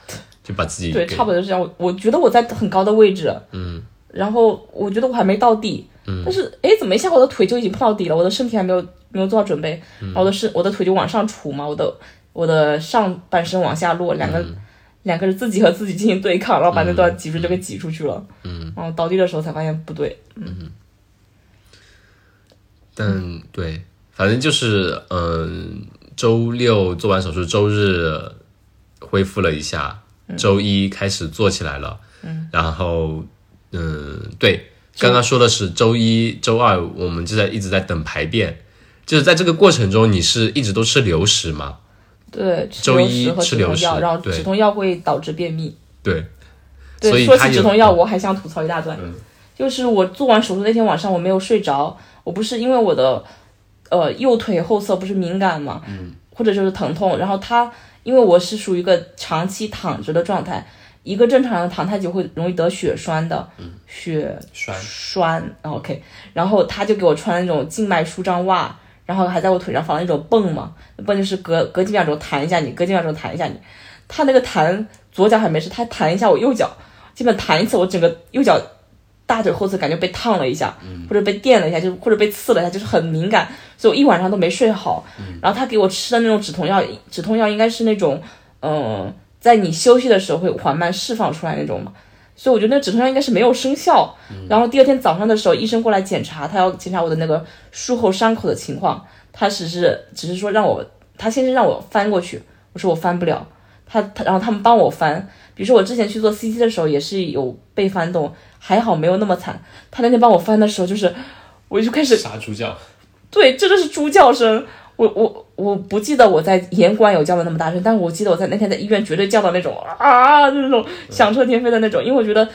S1: 就把自己
S2: 对，
S1: 给
S2: 差不多是这样。我我觉得我在很高的位置，嗯，然后我觉得我还没到底，
S1: 嗯
S2: 但是哎，怎么一下我的腿就已经碰到底了？我的身体还没有没有做好准备，
S1: 嗯
S2: 然后我的身我的腿就往上杵嘛，我的我的上半身往下落，两个、
S1: 嗯
S2: 两个人自己和自己进行对抗，然后把那段脊椎就给挤出去了。嗯，然后倒地的时候才发现不对，
S1: 但对，反正就是嗯，周六做完手术，周日恢复了一下，周一开始做起来了。嗯，然后嗯，对，刚刚说的是周一、周二，我们就在一直在等排便，就是在这个过程中，你是一直都吃流食吗？
S2: 对，吃
S1: 周
S2: 流
S1: 一
S2: 食和
S1: 吃
S2: 止痛
S1: 流
S2: 药，
S1: 食
S2: 然后
S1: 对
S2: 止痛药会导致便秘。
S1: 对，所
S2: 对，
S1: 以
S2: 说
S1: 他
S2: 起
S1: 有嗯
S2: 止痛药，我还想吐槽一大段，就是我做完手术那天晚上我没有睡着，我不是因为我的呃右腿后侧不是敏感嘛，
S1: 嗯
S2: 或者就是疼痛，然后它因为我是属于一个长期躺着的状态，一个正常人躺太久会容易得血栓的，
S1: 嗯
S2: 血
S3: 栓
S2: 栓，OK，然啊后他就给我穿那种静脉舒张袜，然后还在我腿上放了一种泵嘛，泵就是隔隔几秒钟弹一下你，隔几秒钟弹一下你，他那个弹左脚还没事，他弹一下我右脚，基本弹一次我整个右脚。大腿后侧感觉被烫了一下，或者被电了一下，就或者被刺了一下，就是很敏感，所以我一晚上都没睡好。然后他给我吃的那种止痛药，止痛药应该是那种，嗯、在你休息的时候会缓慢释放出来那种嘛。所以我觉得那个止痛药应该是没有生效。然后第二天早上的时候，医生过来检查，他要检查我的那个术后伤口的情况。他只是只是说让我，他先是让我翻过去，我说我翻不了。他他然后他们帮我翻，比如说我之前去做 CT 的时候也是有被翻动，还好没有那么惨。他那天帮我翻的时候，就是我就开始
S3: 杀猪叫，
S2: 对，真的是猪叫声。我我我不记得我在严管有叫的那么大声，但是我记得我在那天在医院绝对叫到那种啊，就是那种响彻天飞的那种，因为我觉得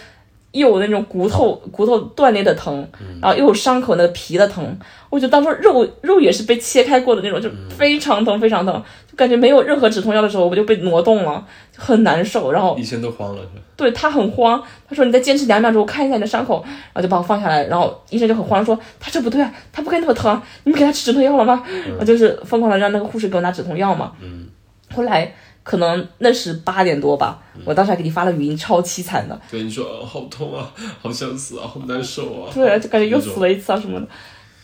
S2: 又有那种骨头骨头断裂的疼，然后又有伤口那个皮的疼，我觉得当初肉肉也是被切开过的那种，就非常疼非常疼，就感觉没有任何止痛药的时候我就被挪动了，就很难受，然后
S3: 医生都慌了，是吧
S2: 对他很慌，他说你再坚持两秒钟，我看一下你的伤口，然后就把我放下来，然后医生就很慌说他这不对啊，他不该那么疼啊，你们给他吃止痛药了吗？我就是疯狂的让那个护士给我拿止痛药嘛。嗯。后来可能那是八点多吧，我当时还给你发了语音，超凄惨的，
S3: 对你说、哦、好痛啊，好想死啊，好难
S1: 哦
S3: 受啊，
S2: 对，就感觉又死
S3: 了。
S2: 了一次啊什么的。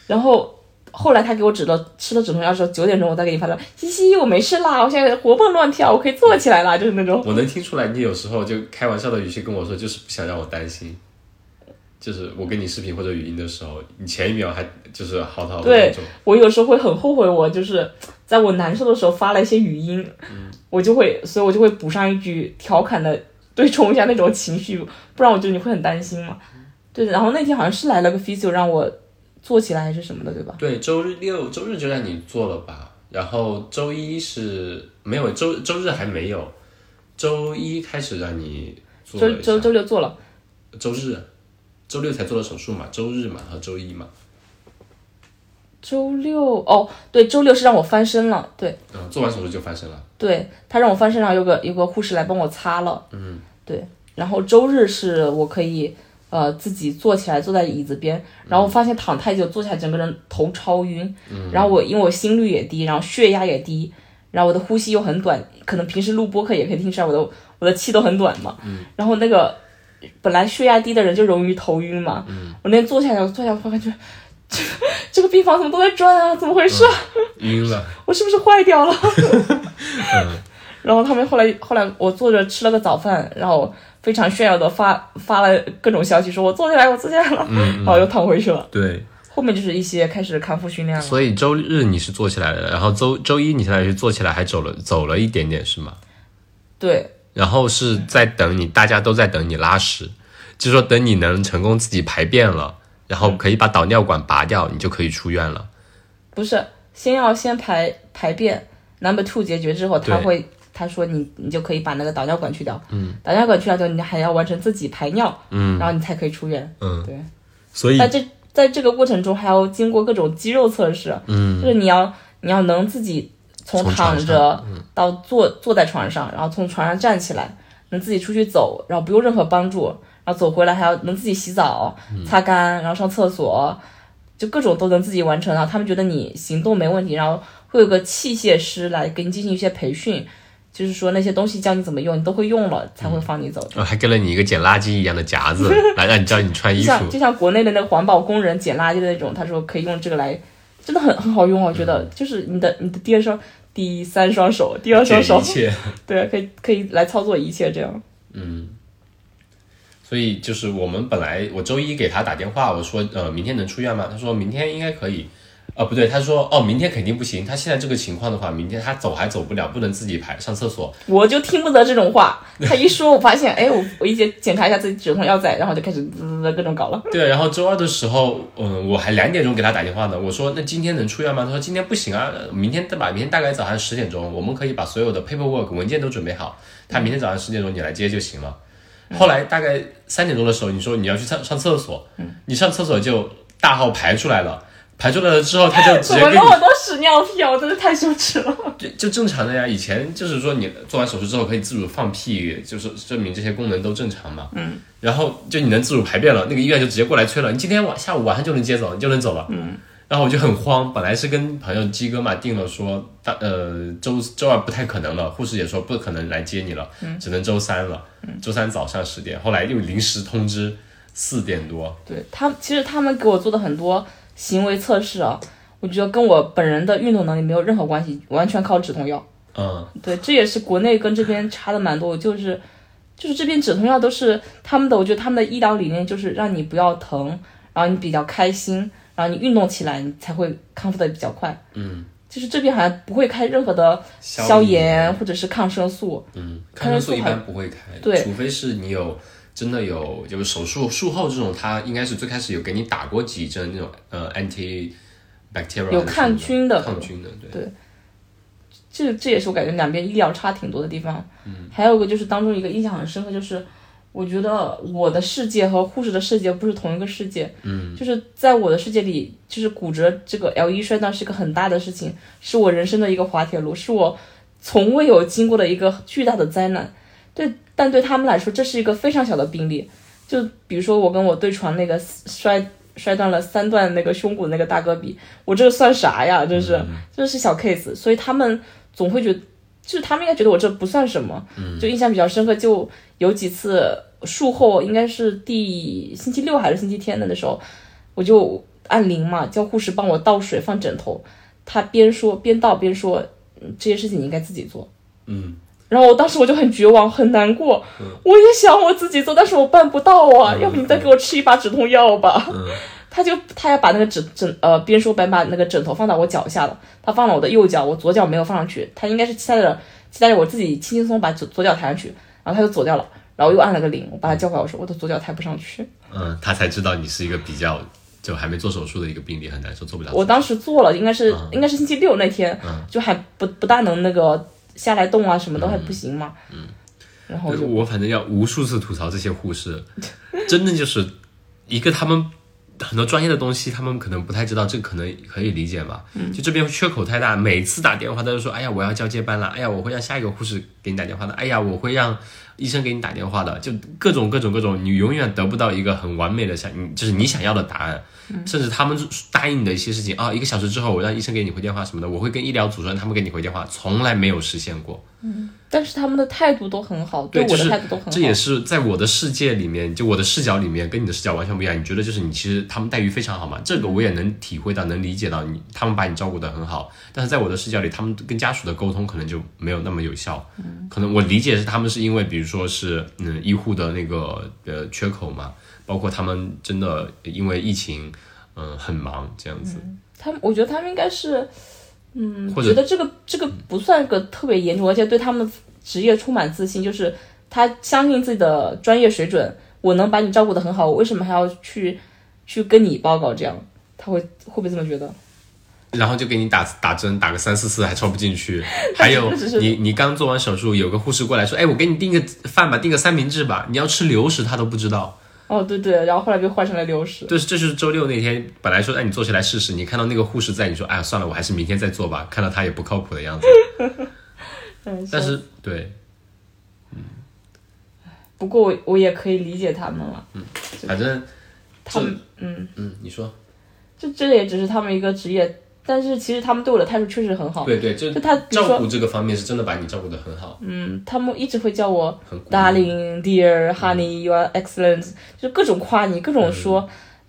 S2: 然后后来他给我止了吃了止痛药之后，九点钟我再给你发的，嘻嘻，我没事啦，我现在活蹦乱跳，我可以坐起来啦，就是那种。
S3: 我能听出来，你有时候就开玩笑的语气跟我说，就是不想让我担心。就是我跟你视频或者语音的时候，你前一秒还就是嚎啕
S2: 对
S3: 那种，
S2: 我有时候会很后悔，我就是在我难受的时候发了一些语音，
S3: 嗯
S2: 我就会，所以我就会补上一句调侃的，对冲一下那种情绪，不然我觉得你会很担心嘛。
S3: 嗯
S2: 对，然后那天好像是来了个 physio 让我坐起来还是什么的，对吧？
S3: 对，周日六周日就让你做了吧，然后周一是没有，周周日还没有，周一开始让你做
S2: 周
S3: 了一
S2: 周
S3: 下，
S2: 周六做了，
S3: 周日，周六才做了手术嘛，周日嘛和周一嘛，
S2: 周六哦，对，周六是让我翻身了，对
S3: 嗯，做完手术就翻身了，
S2: 对，他让我翻身，然后有个有个护士来帮我擦了，嗯，对，然后周日是我可以。呃，自己坐起来，坐在椅子边，然后发现躺太久，坐起来整个人头超晕，然后我因为我心率也低，然后血压也低，然后我的呼吸又很短，可能平时录播客也可以听出来我的我的气都很短嘛。然后那个本来血压低的人就容易头晕嘛。我那天坐下来，我坐下来我感觉 这个这个病房怎么都在转啊？怎么回事啊？
S1: 晕了。
S2: 我是不是坏 掉了？嗯然后他们后来后来我坐着吃了个早饭，然后非常炫耀的发发了各种消息，说我坐下来，我坐下来了，然后又躺回去了。
S1: 对，
S2: 后面就是一些开始康复训
S3: 嗯
S2: 练了。
S1: 所以周日你是做起来的，然后周周一你相当于是做起来还走了走了一点点是吗？
S2: 对，
S1: 然后是在等你，大家都在等你拉屎，就说等你能成功自己排便了，然后可以把导尿管拔掉，你就可以出院了。
S2: 不是，先要先排排便，number two 解决之后，他
S1: 对
S2: 会他说你你就可以把那个导尿管去掉，嗯，导尿管去掉之后，你还要完成自己排尿，嗯，然后你才可以出院，
S1: 嗯，
S2: 对。
S1: 所以
S2: 但这在这个过程中还要经过各种肌肉测试，嗯，就是你要你要能自己从
S1: 从
S2: 躺
S1: 床嗯
S2: 着到坐坐在床上，然后从床上站起来，能自己出去走，然后不用任何帮助，然后走回来还要能自己洗澡、
S1: 嗯
S2: 擦干，然后上厕所，就各种都能自己完成。然后他们觉得你行动没问题，然后会有个器械师来给你进行一些培训，就是说那些东西教你怎么用，你都会用了才
S1: 嗯
S2: 会放你走。
S1: 哦
S5: 呃还给了你一个捡垃圾一样的夹子，来让你教你穿
S2: 就
S5: 衣
S2: 像
S5: 服。
S2: 就像国内的那个环保工人捡垃圾的那种，他说可以用这个来，真的很很好用，我觉
S1: 嗯
S2: 得就是你的你的第二双、第三双手、第二
S1: 这
S2: 双手
S1: 一，切，
S2: 对，啊可以可以来操作一切这样。
S1: 所以就是我们本来我周一给他打电话，我说呃明天能出院吗？他说明天应该可以，呃不对，他说哦明天肯定不行，他现在这个情况的话，明天他走还走不了，不能自己排上厕所，
S2: 我就听不得这种 话，他一说，我发现，哎，我我一检检查一下自己止痛药在，然后就开始滋滋滋各种搞了。
S1: 对，然后周二的时候，嗯，我还两点钟给他打电话呢，我说那今天能出院吗？他说今天不行啊，呃明天吧，明天大概早上十点钟，我们可以把所有的 paperwork 文件都准备好，他明天早上十点钟你来接就行了。
S2: 嗯
S1: 后来大概三点钟的时候，你说你要去上上厕所，
S2: 嗯
S1: 你上厕所就大号排出来了，排出来了之后他就直
S2: 怎
S1: 接
S2: 么
S1: 给
S2: 那
S1: 你
S2: 么多屎尿屁啊！我真的太羞耻了。
S1: 就就正常的呀，以前就是说你做完手术之后可以自主放屁，就是证明这些功能都正常嘛。嗯。然后就你能自主排便了，那个医院就直接过来催了，你今天晚下午晚上就能接走，你就能走了。嗯。然后我就很慌，本来是跟朋友鸡哥嘛定了说，大呃周周二不太可能了，护士也说不可能来接你了，只能周三了。周三早上十点，后来又临时通知四点多，
S2: 对他，其实他们给我做的很多行为测试啊，我觉得跟我本人的运动能力没有任何关系，完全靠止痛药。
S1: 嗯，
S2: 对，这也是国内跟这边差的蛮多，就是就是这边止痛药都是他们的，我觉得他们的医疗理念就是让你不要疼，然后你比较开心，然后你运动起来你才会康复的比较快。嗯，就是这边好像不会开任何的消炎或者是抗生素，
S1: 嗯，
S2: 抗
S1: 抗生
S2: 生素
S1: 素一
S2: 还
S1: 般不会开，
S2: 对
S1: 除非是你有真的有就是手术术后这种，它应该是最开始有给你打过几针那种呃 anti bacterial
S2: 有抗菌的
S1: 抗菌的，对，
S2: 这这也是我感觉两边医疗差挺多的地方。嗯，还有一个就是当中一个印象很深刻，就是我觉得我的世界和护士的世界不是同一个世界。嗯，就是在我的世界里，就是骨折这个 L 一摔断是个很大的事情，是我人生的一个滑铁卢，是我从未有经过的一个巨大的灾难。对，但对他们来说，这是一个非常小的病例。就比如说我跟我对床那个摔摔断了三段那个胸骨那个大哥比，我这个算啥呀？这是、这是小 case，所以他们总会觉得，就是他们应该觉得我这不算什么。就印象比较深刻，就有几次术后应该是第星期六还是星期天的那时候，我就按铃嘛，叫护士帮我倒水放枕头，他边说边倒边说，嗯这些事情你应该自己做。
S1: 嗯，
S2: 然后我当时我就很绝望，很难过。我也想我自己做，但是我办不到啊！要不你再给我吃一把止痛药吧。他就他要把那个枕枕呃边说边把那个枕头放到我脚下了，他放了我的右脚，我左脚没有放上去，他应该是期待着期待着我自己轻轻松把左左脚抬上去，然后他就走掉了，然后我又按了个铃，我把他叫回来，我说我的左脚抬不上去，
S1: 嗯，他才知道你是一个比较就还没做手术的一个病例，很难受，做不了。
S2: 我当时做了，应该是应该是星期六那天，就还不不大能那个下来动啊，什么都还不行嘛，嗯嗯，然后我就
S1: 我反正要无数次吐槽这些护士，真的就是一个他们很多专业的东西，他们可能不太知道，这个可能可以理解吧。
S2: 嗯
S1: 就这边缺口太大，每次打电话他就说：“哎呀，我要交接班了，哎呀，我会让下一个护士给你打电话的，哎呀，我会让医生给你打电话的。”就各种各种各种，你永远得不到一个很完美的想，你就是你想要的答案。
S2: 嗯
S1: 甚至他们答应你的一些事情啊，一个小时之后我让医生给你回电话什么的，我会跟医疗主任他们给你回电话，从来没有实现过。
S2: 但是他们的态度都很好，
S1: 对，
S2: 我
S1: 就
S2: 的
S1: 是
S2: 态度都很好。
S1: 这也是在我的世界里面，就我的视角里面跟你的视角完全不一样。你觉得就是你其实他们待遇非常好嘛？这个我也能体会到，能理解到你他们把你照顾得很好，但是在我的视角里，他们跟家属的沟通可能就没有那么有效。
S2: 嗯
S1: 可能我理解是他们是因为比如说是嗯医护的那个呃缺口嘛，包括他们真的因为疫情嗯、很忙这样子。
S2: 他们，我觉得他们应该是，嗯，
S1: 或者
S2: 觉得这个这个不算个特别严重，而且对他们职业充满自信，就是他相信自己的专业水准，我能把你照顾得很好，我为什么还要去去跟你报告这样？他会会不会这么觉得？
S1: 然后就给你打打针，打个三四次还抽不进 去。还有
S2: 只是
S1: 你你刚做完手术，有个护士过来说：“哎，我给你订个饭吧，订个三明治吧。”你要吃流食，他都不知道。
S2: 哦，对对，然后后来被换成了流食，
S1: 就是这是周六那天，本来说哎你坐下来试试，你看到那个护士在，你说哎呀算了，我还是明天再做吧。看到他也不靠谱的 样子，
S2: 嗯，
S1: 但是对，
S2: 不过我我也可以理解他们了，
S1: 反正
S2: 他们
S1: 嗯嗯，你说
S2: 就这也只是他们一个职业但是其实他们对我的态度确实很好，
S1: 对对，就
S2: 哦就他比如
S1: 照
S2: 说，
S1: 顾这个方面是真的把你照顾得很好，
S2: 嗯，他们一直会叫我
S1: 很鼓励
S2: darling dear honey you are excellent，就各种夸你，各种说，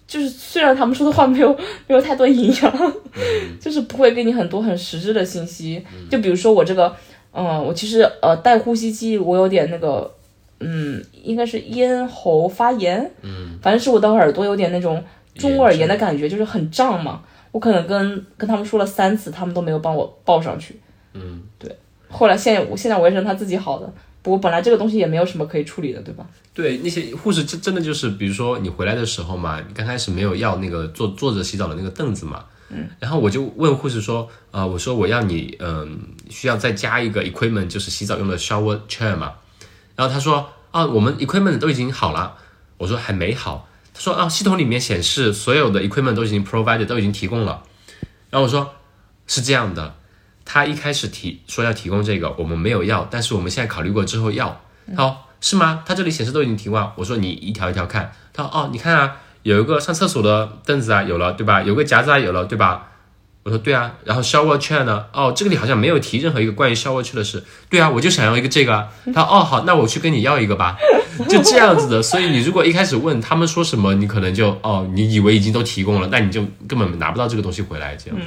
S2: 就是虽然他们说的话没有没有太多营养， 就是不会给你很多很实质的信息。就比如说我这个，嗯，我其实呃带呼吸机，我有点那个，嗯，应该是咽喉发炎，嗯，反正是我的耳朵有点那种中耳炎的感觉，就是很胀嘛。我可能跟跟他们说了三次，他们都没有帮我报上去。
S1: 嗯，
S2: 对。后来现在我现在我也是让他自己好的，不过本来这个东西也没有什么可以处理的，对吧？
S1: 对，那些护士真真的就是，比如说你回来的时候嘛，你刚开始没有要那个坐坐着洗澡的那个凳子嘛，嗯，然后我就问护士说，啊、我说我要你，嗯、需要再加一个 equipment，就是洗澡用的 shower chair 嘛，然后他说，啊，我们 equipment 都已经好了，我说还没好，他说啊，系统里面显示所有的 equipment 都已经 provided，都已经提供了，然后我说是这样的，他一开始提说要提供这个，我们没有要，但是我们现在考虑过之后要。他说是吗？他这里显示都已经提供了。我说你一条一条看。他说哦，你看啊，有一个上厕所的凳子啊，有了对吧？有个夹子啊，有了对吧？我说对啊。然后 shower chair 呢？哦，这个里好像没有提任何一个关于 shower chair 的事。对啊，我就想要一个这个啊。他说哦好，那我去跟你要一个吧。就这样子的。所以你如果一开始问他们说什么，你可能就哦，你以为已经都提供了，那你就根本拿不到这个东西回来，这样子。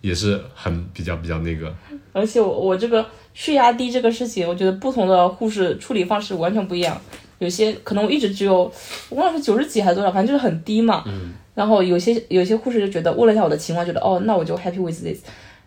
S1: 也是很比较比较那个，
S2: 而且我我这个血压低这个事情，我觉得不同的护士处理方式完全不一样。有些可能我一直只有，我忘了是九十几还是多少，反正就是很低嘛。然后有些有些护士就觉得，问了一下我的情况，觉得哦，那我就 happy with this。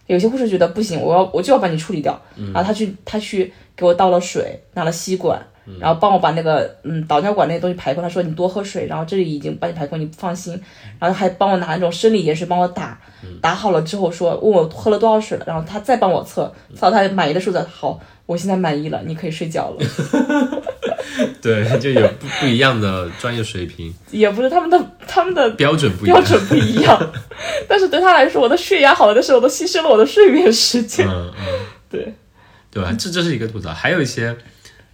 S2: 有些护士觉得不行，我要我就要把你处理掉。然后他去他去给我倒了水，拿了吸管，然后帮我把那个嗯导尿管那些东西排空。他说你多喝水，然后这里已经帮你排空，你放心。然后还帮我拿那种生理盐水帮我打，嗯打好了之后说问我喝了多少水了，然后他再帮我测，测到他满意的数字，好，我现在满意了，你可以睡觉了。
S1: 对，就有不不一样的专业水平
S2: 也不是他们的他们的
S1: 标准不一样
S2: 标。准不一样， 但是对他来说，我的血压好了的时候，我都牺牲了我的睡眠时间。
S1: 嗯嗯，
S2: 对，
S1: 对吧？这这是一个吐槽，还有一些，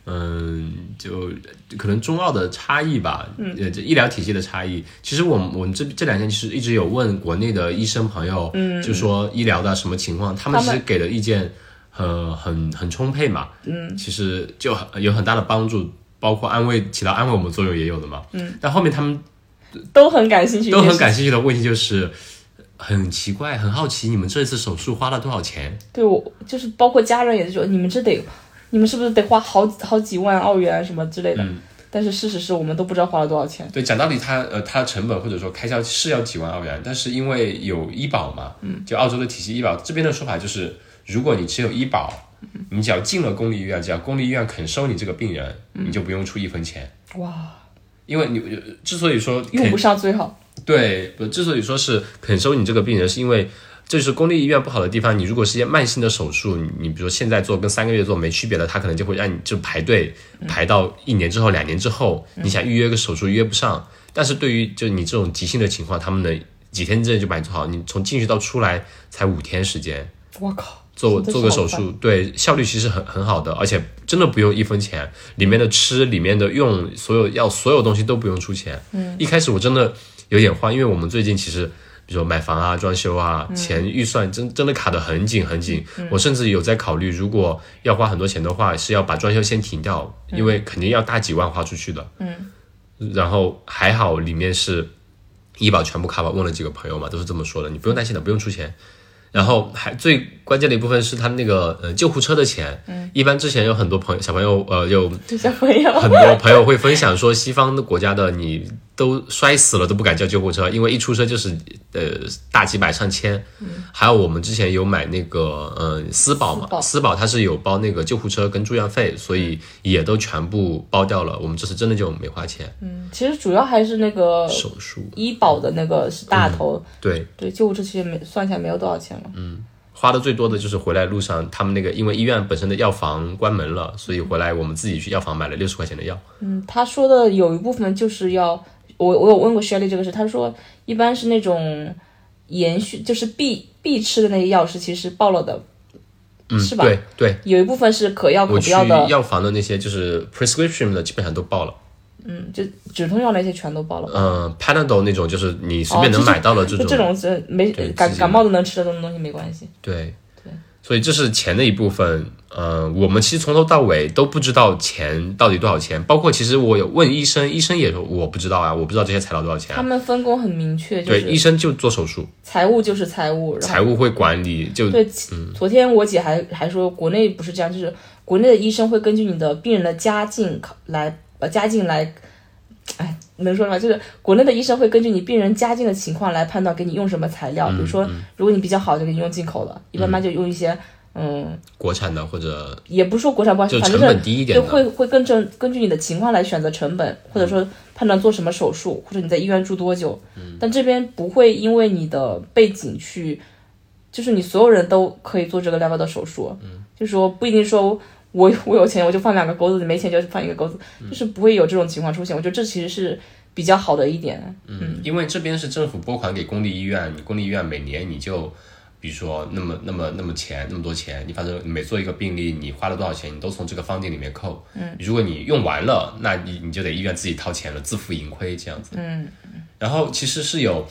S1: 嗯，就可能中澳的差异吧，嗯，呃，这医疗体系的差异。其实我们我们这这两天其实一直有问国内的医生朋友，嗯，就说医疗的什么情况，他们其
S2: 他
S1: 实
S2: 们
S1: 给的意见，呃，很很充沛嘛，嗯，其实就很有很大的帮助，包括安慰起到安慰我们作用也有的嘛，嗯，但后面他们
S2: 都很感兴趣，
S1: 都很。感兴趣的问题就是。很奇怪，很好奇，你们这次手术花了多少钱？
S2: 对我就是包括家人也是说，你们这得，你们是不是得花好好几万澳元啊什么之类的？
S1: 嗯
S2: 但是事实是我们都不知道花了多少钱。
S1: 对，讲道理它，呃，它成本或者说开销是要几万澳元，但是因为有医保嘛，嗯，就澳洲的体系医保这边的说法就是，如果你只有医保，你只要进了公立医院，只要公立医院肯收你这个病人，你就不用出一分钱。
S2: 哇，
S1: 因为你呃之所以说
S2: 用
S1: 肯
S2: 不上最好。
S1: 对，不之所以说是肯收你这个病人，是因为这就是公立医院不好的地方。你如果是一些慢性的手术，你你比如说现在做跟三个月做没区别的，他可能就会让你就排队排到一年之后、两年之后，你想预约个手术约不上。但是对于就你这种急性的情况，他们能几天之内就把你做好，你从进去到出来才五天时间。
S2: 我靠，
S1: 做
S2: 真的是
S1: 做个
S2: 好
S1: 手
S2: 快
S1: 术，对效率其实很很好的，而且真的不用一分钱，里面的吃、里面的用、所有药、所有东西都不用出钱。嗯，一开始我真的有点慌，因为我们最近其实，比如说买房啊、装修啊，钱预算真真的卡得很紧很紧。我甚至有在考虑，如果要花很多钱的话，是要把装修先停掉，因为肯定要大几万花出去的。嗯，然后还好里面是医保全部 cover，问了几个朋友嘛，都是这么说的，你不用担心的，不用出钱。然后还最关键的一部分是他那个呃救护车的钱，嗯，一般之前有很多朋友小朋友呃有
S2: 这小朋友。
S1: 很多朋友会分享说，西方的国家的你都摔死了都不敢叫救护车，因为一出车就是呃大几百上千。还有我们之前有买那个呃嗯私保
S2: 私保
S1: 嘛，私保它是有包那个救护车跟住院费，所以也都全部包掉了。我们这次真的就没花钱。
S2: 嗯，其实主要还是那个
S1: 手术
S2: 医保的那个是大头，
S1: 对，
S2: 对救护车其实没算起来没有多少钱了。
S1: 花的最多的就是回来路上，他们那个因为医院本身的药房关门了，所以回来我们自己去药房买了六十块钱的药。
S2: 嗯，他说的有一部分就是要我我有问过 Shelly 这个事，他说一般是那种延续就是必必吃的那些药是其实报了的，
S1: 嗯，
S2: 是吧
S1: 对对，
S2: 有一部分是可药可
S1: 我
S2: 不
S1: 去
S2: 药的，
S1: 药房的那些就是 prescription 的基本上都报了。
S2: 嗯，就止痛药那些全都包了。哦
S1: 嗯，Panadol 那种就是你随便能买到的这
S2: 就
S1: 种，
S2: 这种是没
S1: 对
S2: 感
S1: 自己
S2: 感冒都能吃的这种东西没关系。
S1: 对
S2: 对
S1: 所以这是钱的一部分。呃，我们其实从头到尾都不知道钱到底多少钱，包括其实我有问医生，医生也说我不知道啊，我不知道这些材料多少钱
S2: 他
S1: 啊、
S2: 们分工很明确，就
S1: 对，医
S2: 是
S1: 生就做手术，
S2: 财务就是财务，然后
S1: 财务会管理，就嗯
S2: 对，昨天我姐还还说，国内不是这样，就是国内的医生会根据你的病人的家境考来呃家境来，哎，能说吗？就是国内的医生会根据你病人家境的情况来判断给你用什么材料，
S1: 嗯
S2: 比如说如果你比较好，就给你用进口的，一般般就用一些嗯，
S1: 国产的或者
S2: 也不是说国产不好，
S1: 就
S2: 反
S1: 成
S2: 正是
S1: 本低一点
S2: 就
S1: 的。嗯
S2: 会会更正根据你的情况来选择成本，或者说判断做什么手术，或者你在医院住多久。
S1: 嗯
S2: 但这边不会因为你的背景去，就是你所有人都可以做这个 level 的手术。
S1: 嗯
S2: 就说不一定说我我有 钱我就放两个钩子，你没钱就放一个钩子，
S1: 嗯
S2: 就是不会有这种情况出现。我觉得这其实是比较好的一点。
S3: 嗯，因为这边是政府拨款给公立医院，你公立医院每年你就，比如说那么那么那么钱那么多钱，你反正每做一个病例，你花了多少钱，你都从这个方顶里面扣。嗯，如果你用完了，那你你就得医院自己掏钱了，自负盈亏这样子。嗯，然后其实是有。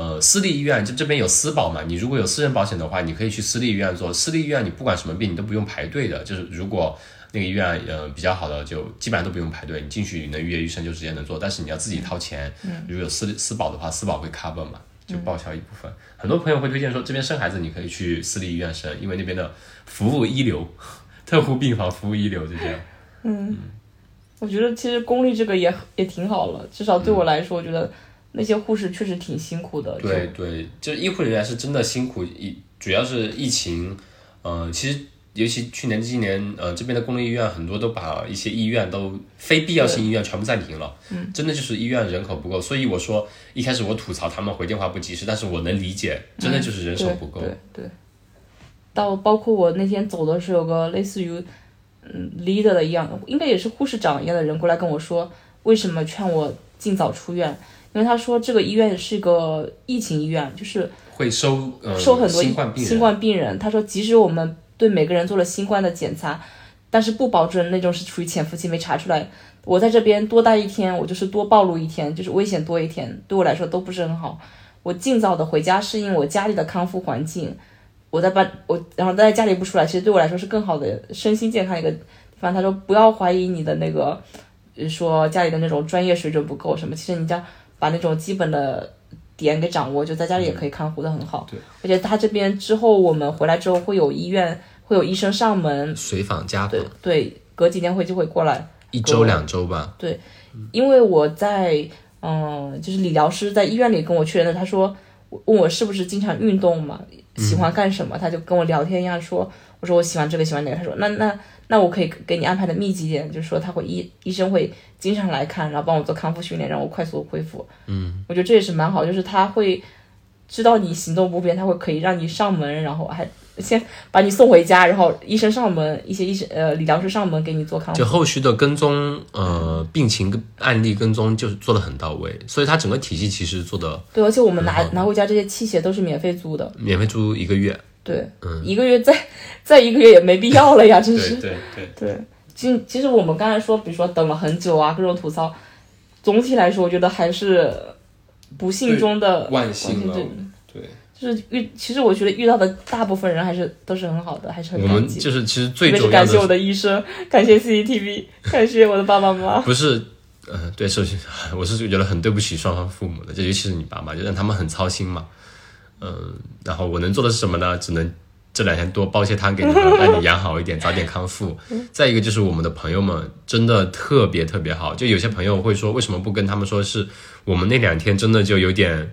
S3: 呃，私立医院就这边有私保嘛，你如果有私人保险的话，你可以去私立医院做。私立医院你不管什么病，你都不用排队的。就是如果那个医院呃比较好的，就基本上都不用排队，你进去能预约医生就直接能做。但是你要自己掏钱，如果有私私保的话，私保会 cover 嘛，就报销一部分。很多朋友会推荐说，这边生孩子你可以去私立医院生，因为那边的服务一流， 特护病房服务一流这些。
S2: 我觉得其实公立这个也也挺好了，至少对
S1: 嗯
S2: 我来说，我觉得那些护士确实挺辛苦的。就
S3: 对对，就是医护人员是真的辛苦，一主要是疫情，呃，其实尤其去年、今年，呃，这边的公立医院很多都把一些医院都非必要性医院全部暂停了，嗯，真的就是医院人口不够，所以我说一开始我吐槽他们回电话不及时，但是我能理解，真的就是人手不够，
S2: 嗯对对对，到包括我那天走的时候，有个类似于嗯 leader 的一样，应该也是护士长一样的人过来跟我说，为什么劝我尽早出院？因为他说这个医院是个疫情医院，就是
S3: 会收呃
S2: 收很多
S3: 新冠病人，
S2: 新冠病人。他说，即使我们对每个人做了新冠的检查，但是不保证那种是处于潜伏期没查出来。我在这边多待一天，我就是多暴露一天，就是危险多一天，对我来说都不是很好。我尽早的回家适应我家里的康复环境，我在办我然后待在家里不出来，其实对我来说是更好的身心健康一个地方。他说不要怀疑你的那个，呃说家里的那种专业水准不够什么，其实你家把那种基本的点给掌握，就在家里也可以看护的很好。对，而且他这边之后我们回来之后会有医院会有医生上门，
S1: 随访家访，
S2: 对，隔几天会就会过来。
S1: 一周两周吧。
S2: 因为我在嗯，就是理疗师在医院里跟我确认的，他说我问我是不是经常运动嘛，喜欢干什么，他就跟我聊天一样说，我说我喜欢这个喜欢那个，他说那那那我可以给你安排的密集一点，就是说他会医医生会经常来看，然后帮我做康复训练，让我快速恢复。嗯，我觉得这也是蛮好，就是他会知道你行动不便，他会可以让你上门，然后还。先把你送回家，然后医生上门，一些医生呃理疗师上门给你做康复。
S1: 就后续的跟踪，呃，病情跟案例跟踪就是做的很到位，所以它整个体系其实做的
S2: 对，而且我们拿拿回家这些器械都是免费租的，
S1: 免费租一个月，
S2: 对，
S1: 嗯
S2: 一个月再再一个月也没必要了呀，真
S3: 对
S2: 是。
S3: 对对，
S2: 对，其实其实我们刚才说，比如说等了很久啊，各种吐槽，总体来说，我觉得还是不幸中的
S3: 万幸了
S2: 呃对，
S3: 对。
S2: 就是遇，其实我觉得遇到的大部分人还是都是很好的，还是很
S1: 我
S2: 感
S1: 们
S2: 激。
S1: 就是其实
S2: 特
S1: 最
S2: 别是
S1: 重
S2: 感
S1: 要
S2: 谢
S1: 的
S2: 我的医生，感谢 CCTV，感谢我的爸爸妈妈。
S1: 不是，呃，对，首先 我是觉得很对不起双方父母的，就尤其是你爸妈，就让他们很操心嘛。嗯、然后我能做的是什么呢？只能这两天多煲些汤给你们，让你养好一点，早点康 复。
S2: 嗯
S1: 再一个就是我们的朋友们真的特别特别好，就有些朋友会说，为什么不跟他们说是我们那两天真的就有点。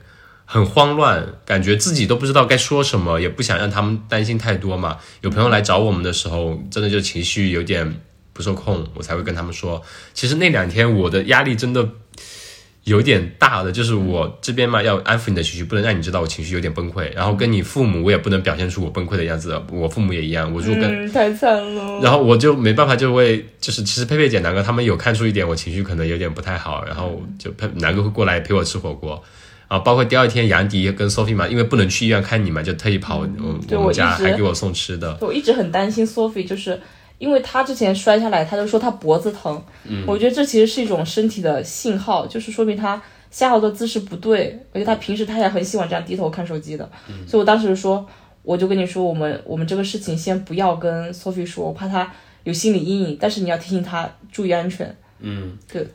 S1: 很慌乱，感觉自己都不知道该说什么，也不想让他们担心太多嘛。有朋友来找我们的时候，真的就情绪有点不受控，我才会跟他们说，其实那两天我的压力真的有点大的，就是我这边嘛要安抚你的情绪，不能让你知道我情绪有点崩溃。然后跟你父母，我也不能表现出我崩溃的样子，我父母也一样。我如果跟、
S2: 嗯，太惨了。
S1: 然后我就没办法，就会就是其实佩佩姐、南哥他们有看出一点我情绪可能有点不太好，然后就佩南哥会过来陪我吃火锅。啊，包括第二天杨迪跟 Sophie 嘛，因为不能去医院看你嘛，就特意跑我
S2: 嗯
S1: 嗯
S2: 对
S1: 我
S2: 我
S1: 们
S2: 一
S1: 家，
S2: 直
S1: 还给我送吃的。
S2: 我一直很担心 Sophie，就是因为他之前摔下来，他就说他脖子疼，
S1: 嗯
S2: 我觉得这其实是一种身体的信号，就是说明他下楼的姿势不对，而且他平时他也很喜欢这样低头看手机的，
S1: 嗯
S2: 所以我当时说，我就跟你说，我们我们这个事情先不要跟 Sophie 说，我怕他有心理阴影，但是你要提醒他注意安全。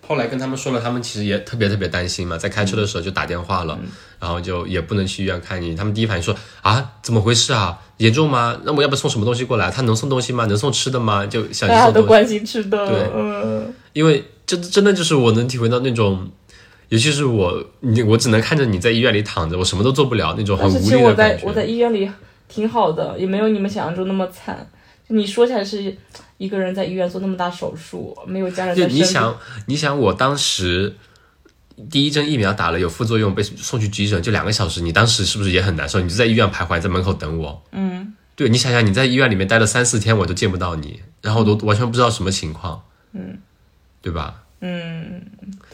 S1: 后来跟他们说了，他们其实也特别特别担心嘛，在开车的时候就打电话了，
S2: 嗯
S1: 然后就也不能去医院看你。他们第一反应说啊，怎么回事啊？严重吗？那我要不要送什么东西过来？他能送东西吗？能送吃的吗？就
S2: 大
S1: 想去
S2: 家
S1: 送
S2: 都
S1: 东西，
S2: 关心吃的，
S1: 对
S2: 嗯，
S1: 因为真真的就是我能体会到那种。尤其是我，你我只能看着你在医院里躺着，我什么都做不了，那种很
S2: 但是
S1: 无
S2: 其实
S1: 力
S2: 我
S1: 的感
S2: 在
S1: 觉。
S2: 我在医院里挺好的，也没有你们想象中那么惨。就你说起来是一个人在医院做那么大手术，没有家人在
S1: 就
S2: 身边，
S1: 你想，你想我当时第一针疫苗打了有副作用，被送去急诊，就两个小时，你当时是不是也很难受？你就在医院徘徊，在门口等我。嗯，对，你想想，你在医院里面待了三四天，我都见不到你，然后我
S2: 嗯
S1: 都完全不知道什么情况。嗯，对吧？
S2: 嗯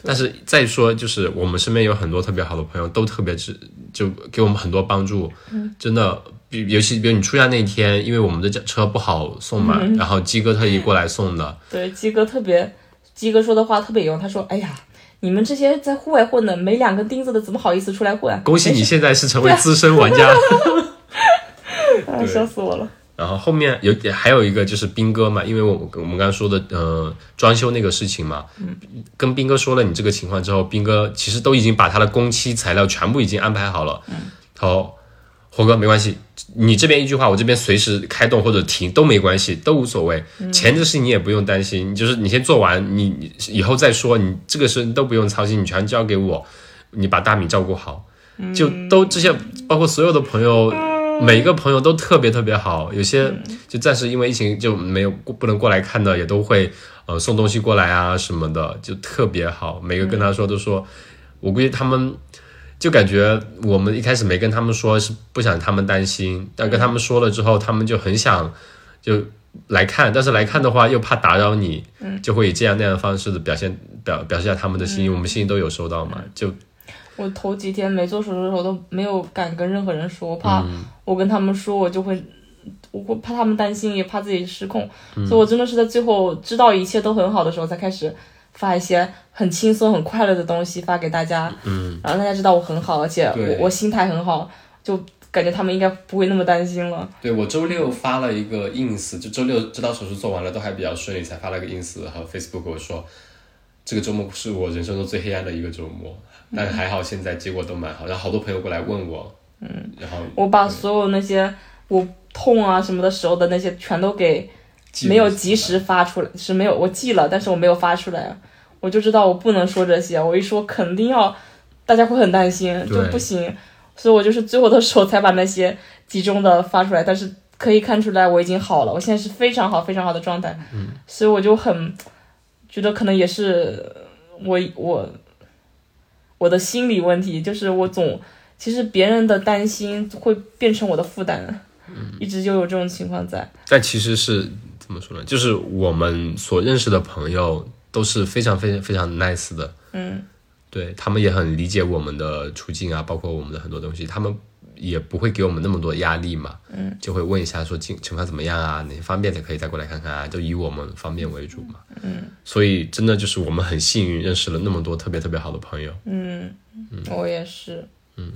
S1: 但是再说，就是我们身边有很多特别好的朋友，都特别支，就给我们很多帮助。
S2: 嗯
S1: 真的，比尤其比如你出院那天，因为我们的车不好送嘛，
S2: 嗯
S1: 然后鸡哥特意过来送的。
S2: 对鸡哥特别，鸡哥说的话特别有用，他说：“哎呀，你们这些在户外混的，没两根钉子的，怎么好意思出来混？”
S1: 恭喜你现在是成为资深玩家。
S2: 啊， 笑死我了。
S1: 然后后面有还有一个就是斌哥嘛，因为我我们刚刚说的呃装修那个事情嘛，跟斌哥说了你这个情况之后，斌哥其实都已经把他的工期材料全部已经安排好了。他说火哥没关系，你这边一句话，我这边随时开动或者停都没关系，都无所谓。钱这事你也不用担心，你就是你先做完，你你以后再说，你这个事都不用操心，你全交给我，你把大米照顾好。就都这些，包括所有的朋友，每一个朋友都特别特别好，有些就暂时因为疫情就没有过不能过来看的，也都会呃送东西过来啊什么的，就特别好。每个跟他说都说，我估计他们就感觉我们一开始没跟他们说是不想他们担心，但跟他们说了之后，他们就很想就来看，但是来看的话又怕打扰你，就会以这样那样的方式的表现表表示一下他们的心意，我们心意都有收到嘛，就
S2: 我头几天没做手术的时候都没有敢跟任何人说，我怕我跟他们说我就会，我会怕他们担心，也怕自己失控，所以我真的是在最后知道一切都很好的时候才开始发一些很轻松、很快乐的东西发给大家，嗯，然后大家知道我很好，而且
S1: 对
S2: 我我心态很好，就感觉他们应该不会那么担心了。
S1: 对我周六发了一个 ins，就周六这道手术做完了，都还比较顺利，才发了个 ins 和 Facebook 我说，这个周末是我人生中最黑暗的一个周末，但还好现在结果都蛮好，然后好多朋友过来问我，嗯，然后
S2: 我把所有那些我痛啊什么的时候的那些全都给没有及时发出来，是没有我记了，但是我没有发出来，啊我就知道我不能说这些，我一说肯定要大家会很担心，就
S1: 对
S2: 不行，所以我就是最后的时候才把那些集中的发出来，但是可以看出来我已经好了，我现在是非常好非常好的状态，嗯、所以我就很觉得可能也是我我我的心理问题，就是我总其实别人的担心会变成我的负担，一直就有这种情况在。
S1: 但其实是怎么说呢？就是我们所认识的朋友都是非常非常非常 nice 的，
S2: 嗯，
S1: 对他们也很理解我们的处境啊，包括我们的很多东西，他们也不会给我们那么多压力嘛，嗯，就会问一下说情情况怎么样啊，哪些方便的可以再过来看看啊，就以我们方便为主嘛，嗯，所以真的就是我们很幸运认识了那么多特别特别好的朋友，
S2: 我也是。嗯，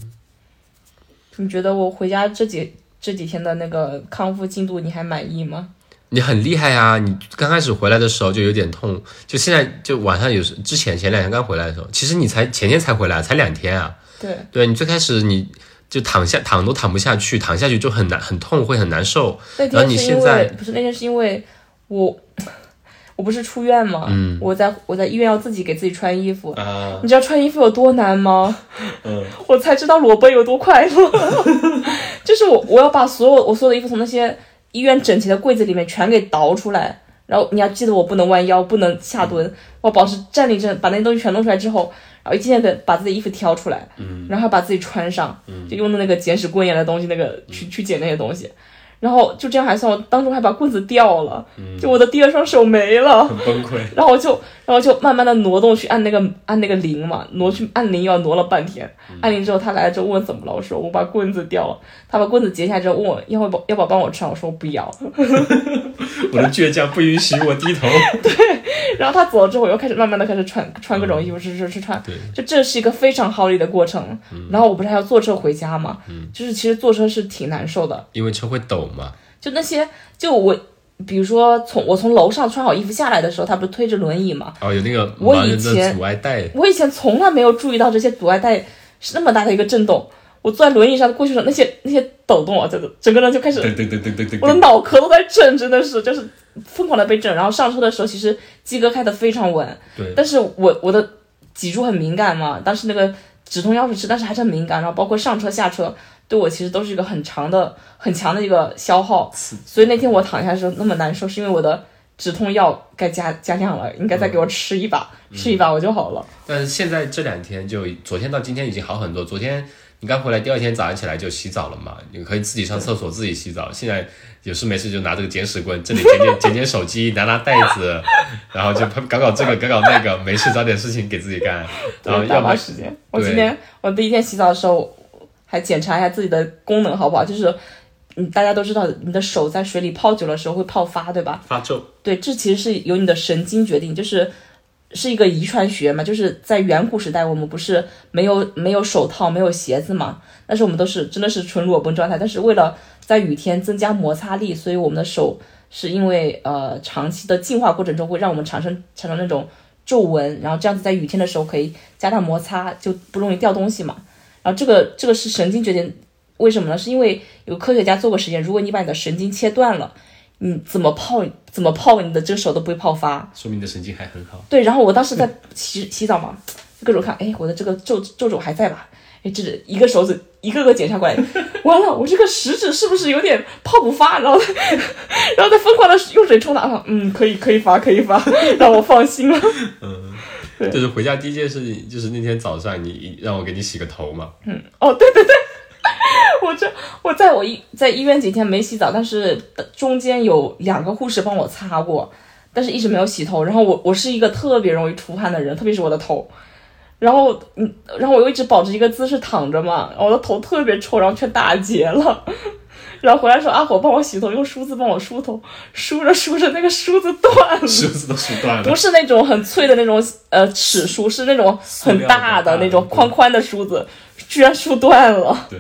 S2: 你觉得我回家这几这几天的那个康复进度你还满意吗？
S1: 你很厉害啊！你刚开始回来的时候就有点痛，就现在就晚上有时之前前两天刚回来的时候，其实你才前天才回来，才两天啊。
S2: 对，
S1: 对你最开始你就躺下躺都躺不下去，躺下去就很难很痛，会很难受。
S2: 那
S1: 然后
S2: 天
S1: 你
S2: 是因
S1: 现在
S2: 为不是那天是因为我我不是出院嘛，
S1: 嗯
S2: 我在我在医院要自己给自己穿衣服。
S1: 啊，
S2: 你知道穿衣服有多难吗？ 我才知道裸奔有多快乐。 就是我，我要把所有我所有的衣服从那些医院整齐的柜子里面全给倒出来，然后你要记得我不能弯腰，不能下
S1: 嗯
S2: 蹲，我要保持站立正，把那些东西全弄出来之后，然后一件件的把自己衣服挑出来，
S1: 嗯
S2: 然后还把自己穿上，就用的那个捡屎棍一样的东西，那个去
S1: 嗯
S2: 去捡那些东西。然后就这样还算，我当中还把棍子掉了，就我的第二双手没 了，
S1: 很崩溃。
S2: 然后我就，然后就慢慢的挪动去按那个按那个铃嘛，挪去按铃要挪了半天，按铃之后他来了之后问我怎么了，我说我把棍子掉了，他把棍子截下来之后问我要不要要不要帮我穿，我说不要，
S6: 我的倔强不允许我 低头。
S2: 然后他走了之后，我又开始慢慢的开始穿穿各种衣服，吃吃吃穿，就这是一个非常耗力的过程。然后我不是还要坐车回家嘛，就是其实坐车是挺难受的，
S6: 因为车会抖嘛，
S2: 就那些就我。比如说从我从楼上穿好衣服下来的时候，他不是推着轮椅嘛？
S6: 哦，有那个
S2: 我
S6: 盲
S2: 以
S6: 人的
S2: 前
S6: 阻碍带，
S2: 我以前从来没有注意到这些阻碍带是那么大的一个震动。我坐在轮椅上过去的时候，那些那些抖动啊，整个整个人就开始
S6: 对对对对对对
S2: 我的脑壳都在震，真的是就是疯狂的被震。然后上车的时候，其实鸡哥开的非常稳，
S6: 对
S2: 但是我我的脊柱很敏感嘛，当时那个止痛药是吃，但是还是很敏感。然后包括上车下车，对我其实都是一个很长的、很强的一个消耗。所以那天我躺下的时候那么难受，是因为我的止痛药该加加量了，应该再给我吃一把，
S1: 嗯
S2: 吃一把我就好了。
S1: 但是现在这两天就昨天到今天已经好很多。昨天你刚回来，第二天早上起来就洗澡了嘛，你可以自己上厕所自己洗澡。现在有事没事就拿这个捡屎棍，这里捡捡捡捡手机，拿拿袋子，然后就搞搞这个搞搞那个，没事找点事情给自己干，然后
S2: 打
S1: 要
S2: 发
S1: 么
S2: 时间。我
S1: 对
S2: 今天我第一天洗澡的时候，还检查一下自己的功能好不好，就是。嗯，大家都知道，你的手在水里泡久了时候会泡发，对吧？
S6: 发皱，
S2: 对，这其实是由你的神经决定，就是是一个遗传学嘛，就是在远古时代，我们不是没有没有手套、没有鞋子嘛，但是我们都是真的是纯裸奔状态，但是为了在雨天增加摩擦力，所以我们的手是因为呃长期的进化过程中会让我们产生产生那种皱纹，然后这样子在雨天的时候可以加大摩擦，就不容易掉东西嘛。然后这个这个是神经决定，为什么呢？是因为有科学家做过实验，如果你把你的神经切断了。你嗯怎么泡怎么泡，你的这个手都不会泡发。
S1: 说明你的神经还很好。
S2: 对，然后我当时在洗洗澡嘛，就各种看，哎，我的这个皱皱褶还在吧？哎，这一个手指一个个检查过来，完了，我这个食指是不是有点泡不发？然后， 然后再疯狂的用水冲它，啊嗯，可以可以发可以发， 让我放心了。
S1: 就是回家第一件事情就是那天早上你让我给你洗个头嘛，
S2: 哦，对对对，我这我在我医在医院几天没洗澡，但是中间有两个护士帮我擦过，但是一直没有洗头。然后我我是一个特别容易出汗的人，特别是我的头。然后嗯，然后我又一直保持一个姿势躺着嘛，然后我的头特别臭，然后却打结了。然后回来说阿火帮我洗头，用梳子帮我梳头，梳着梳着那个梳子断了。
S1: 梳子都梳断了
S2: 不。是那种很脆的那种呃尺梳，是那种很大
S1: 塑
S2: 的
S1: 料的
S2: 那种宽宽的梳子，居然梳断了。
S1: 对，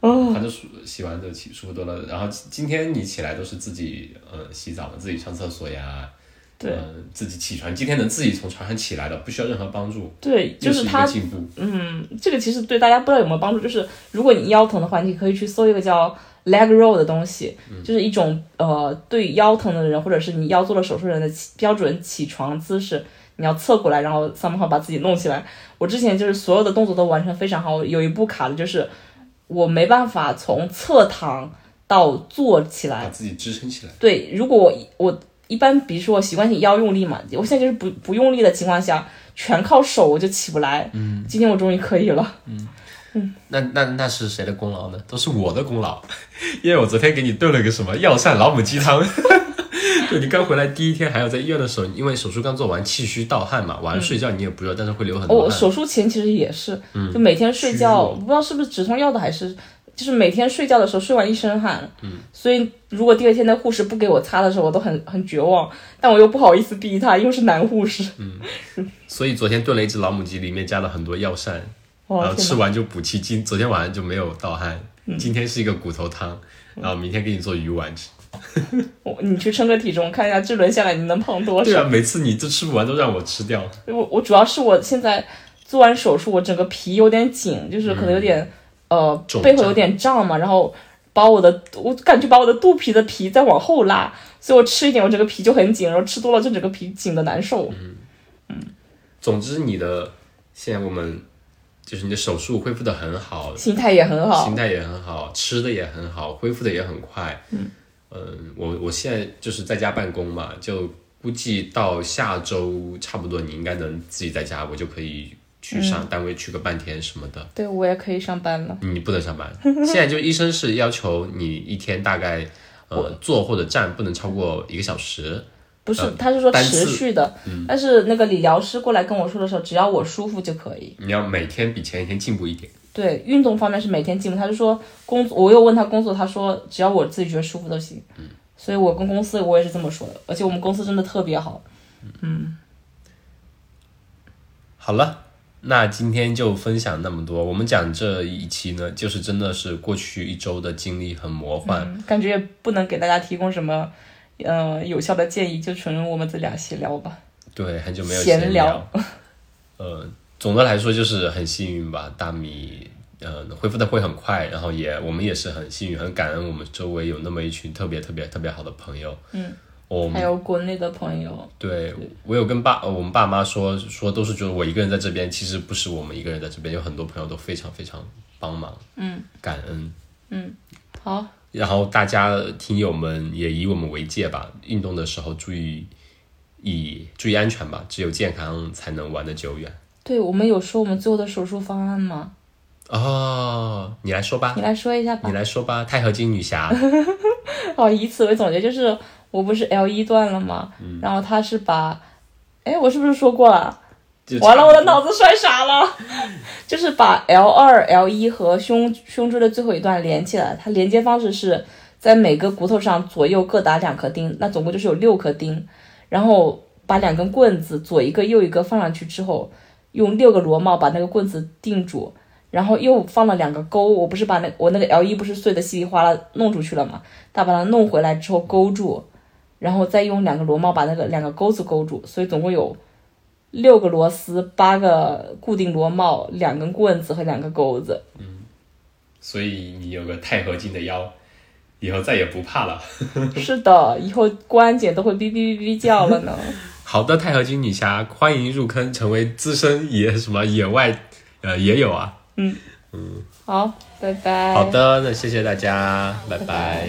S2: 哦
S1: 他就梳洗完就洗梳多了，然后今天你起来都是自己呃洗澡嘛，自己上厕所呀，
S2: 对
S1: 呃自己起床，今天能自己从床上起来了，不需要任何帮助，
S2: 对，就
S1: 又
S2: 是
S1: 一
S2: 它
S1: 个进步。
S2: 这个其实对大家不知道有没有帮助，就是如果你腰疼的话，你可以去搜一个叫 leg roll 的东西，就是一种呃对腰疼的人或者是你腰做了手术人的起标准起床姿势。你要侧过来，然后 somehow 把自己弄起来。我之前就是所有的动作都完成非常好，有一步卡的就是我没办法从侧躺到坐起来
S1: 把，自己支撑起来，
S2: 对，如果我我一般，比如说我习惯性腰用力嘛，我现在就是不不用力的情况下，全靠手我就起不来。嗯，今天我终于可以了。
S1: 那那那是谁的功劳呢？都是我的功劳，因为我昨天给你炖了个什么药膳老母鸡汤。 就你刚回来第一天，还有在医院的时候，因为手术刚做完，气虚盗汗嘛，晚上睡觉你也不热，但是会流很多嗯
S2: 我、
S1: 汗。
S2: 哦手术前其实也是，就每天睡觉，
S1: 虚弱
S2: 我不知道是不是止痛药的还是。就是每天睡觉的时候睡完一身汗，嗯，所以如果第二天那护士不给我擦的时候，我都很很绝望，但我又不好意思逼她，因为是男护士，
S1: 嗯所以昨天炖了一只老母鸡，里面加了很多药膳，
S2: 哦嗯
S1: 然后
S2: 天
S1: 吃完就补气。今昨天晚上就没有盗汗，今天是一个骨头汤，
S2: 嗯
S1: 然后明天给你做鱼丸吃。
S2: 我你去称个体重，看一下这轮下来你能胖多少。
S1: 对啊，每次你这吃不完都让我吃掉。
S2: 我我主要是我现在做完手术，我整个皮有点紧，就是可能有点、呃
S1: 嗯肿
S2: 背后有
S1: 胀
S2: 点胀嘛，然后把我的我感觉把我的肚皮的皮再往后拉，所以我吃一点我整个皮就很紧，然后吃多了就整个皮紧的难受。
S1: 嗯总之，你的现在我们就是你的手术恢复的很好，
S2: 心态也很好
S1: 心，态也很好，吃的也很好，恢复的也很快。嗯，我我现在就是在家办公嘛，就估计到下周差不多你应该能自己在家，我就可以去
S2: 嗯
S1: 上单位去个半天什么的。
S2: 对我也可以上班了。
S1: 你不能上班。 现在就医生是要求你一天大概呃坐或者站不能超过一个小时，
S2: 不是，他是说
S1: 单
S2: 持
S1: 次嗯
S2: 续的，但是那个理疗师过来跟我说的时候，只要我舒服就可以。
S1: 你要每天比前一天进步一点。
S2: 对运动方面是每天进步，他就说工作，我又问他工作，他说只要我自己觉得舒服都行。
S1: 嗯
S2: 所以我跟公司我也是这么说的，而且我们公司真的特别好。
S1: 好了，那今天就分享那么多。我们讲这一期呢，就是真的是过去一周的经历很魔幻，
S2: 嗯，感觉也不能给大家提供什么，呃，有效的建议，就纯我们这俩闲聊吧。
S1: 对，很久没有
S2: 闲
S1: 聊。 呃，总的来说就是很幸运吧，大米。呃，恢复的会很快，然后也我们也是很幸运，很感恩我们周围有那么一群特别特别特别好的朋友。嗯，我
S2: 还有国内的朋友，
S1: 对我有跟爸呃我们爸妈说说，都是觉得我一个人在这边，其实不是我们一个人在这边，有很多朋友都非常非常帮忙，嗯，感恩。
S2: 嗯好，
S1: 然后大家听友们也以我们为戒吧，运动的时候注意以注意安全吧，只有健康才能玩得久远。
S2: 对我们有说我们最后的手术方案吗？
S1: 哦，你来说吧，
S2: 你来说一下吧
S1: 你。来说吧，钛合金女侠，
S2: 好，以此为总结，就是我不是 L 一段了吗？
S1: 嗯
S2: 然后他是把，哎，我是不是说过了？
S1: 就
S2: 完了，我的脑子摔傻了。就是把 L 二、L 一和胸胸椎的最后一段连起来，它连接方式是在每个骨头上左右各打两颗钉，那总共就是有六颗钉，然后把两根棍子左一个右一个放上去之后，用六个螺帽把那个棍子定住。然后又放了两个钩，我不是把那我那个 L 一不是碎的稀里哗啦弄出去了嘛？他把它弄回来之后勾住，然后再用两个螺帽把那个两个钩子勾住，所以总共有六个螺丝、八个固定螺帽、两根棍子和两个钩子。
S1: 所以你有个钛合金的腰，以后再也不怕了。
S2: 是的，以后关节都会哔哔哔哔叫了呢。
S1: 好的，钛合金女侠，欢迎入坑，成为资深野什么野外呃野友啊。
S2: 好，拜拜。
S1: 好的，那谢谢大家，拜拜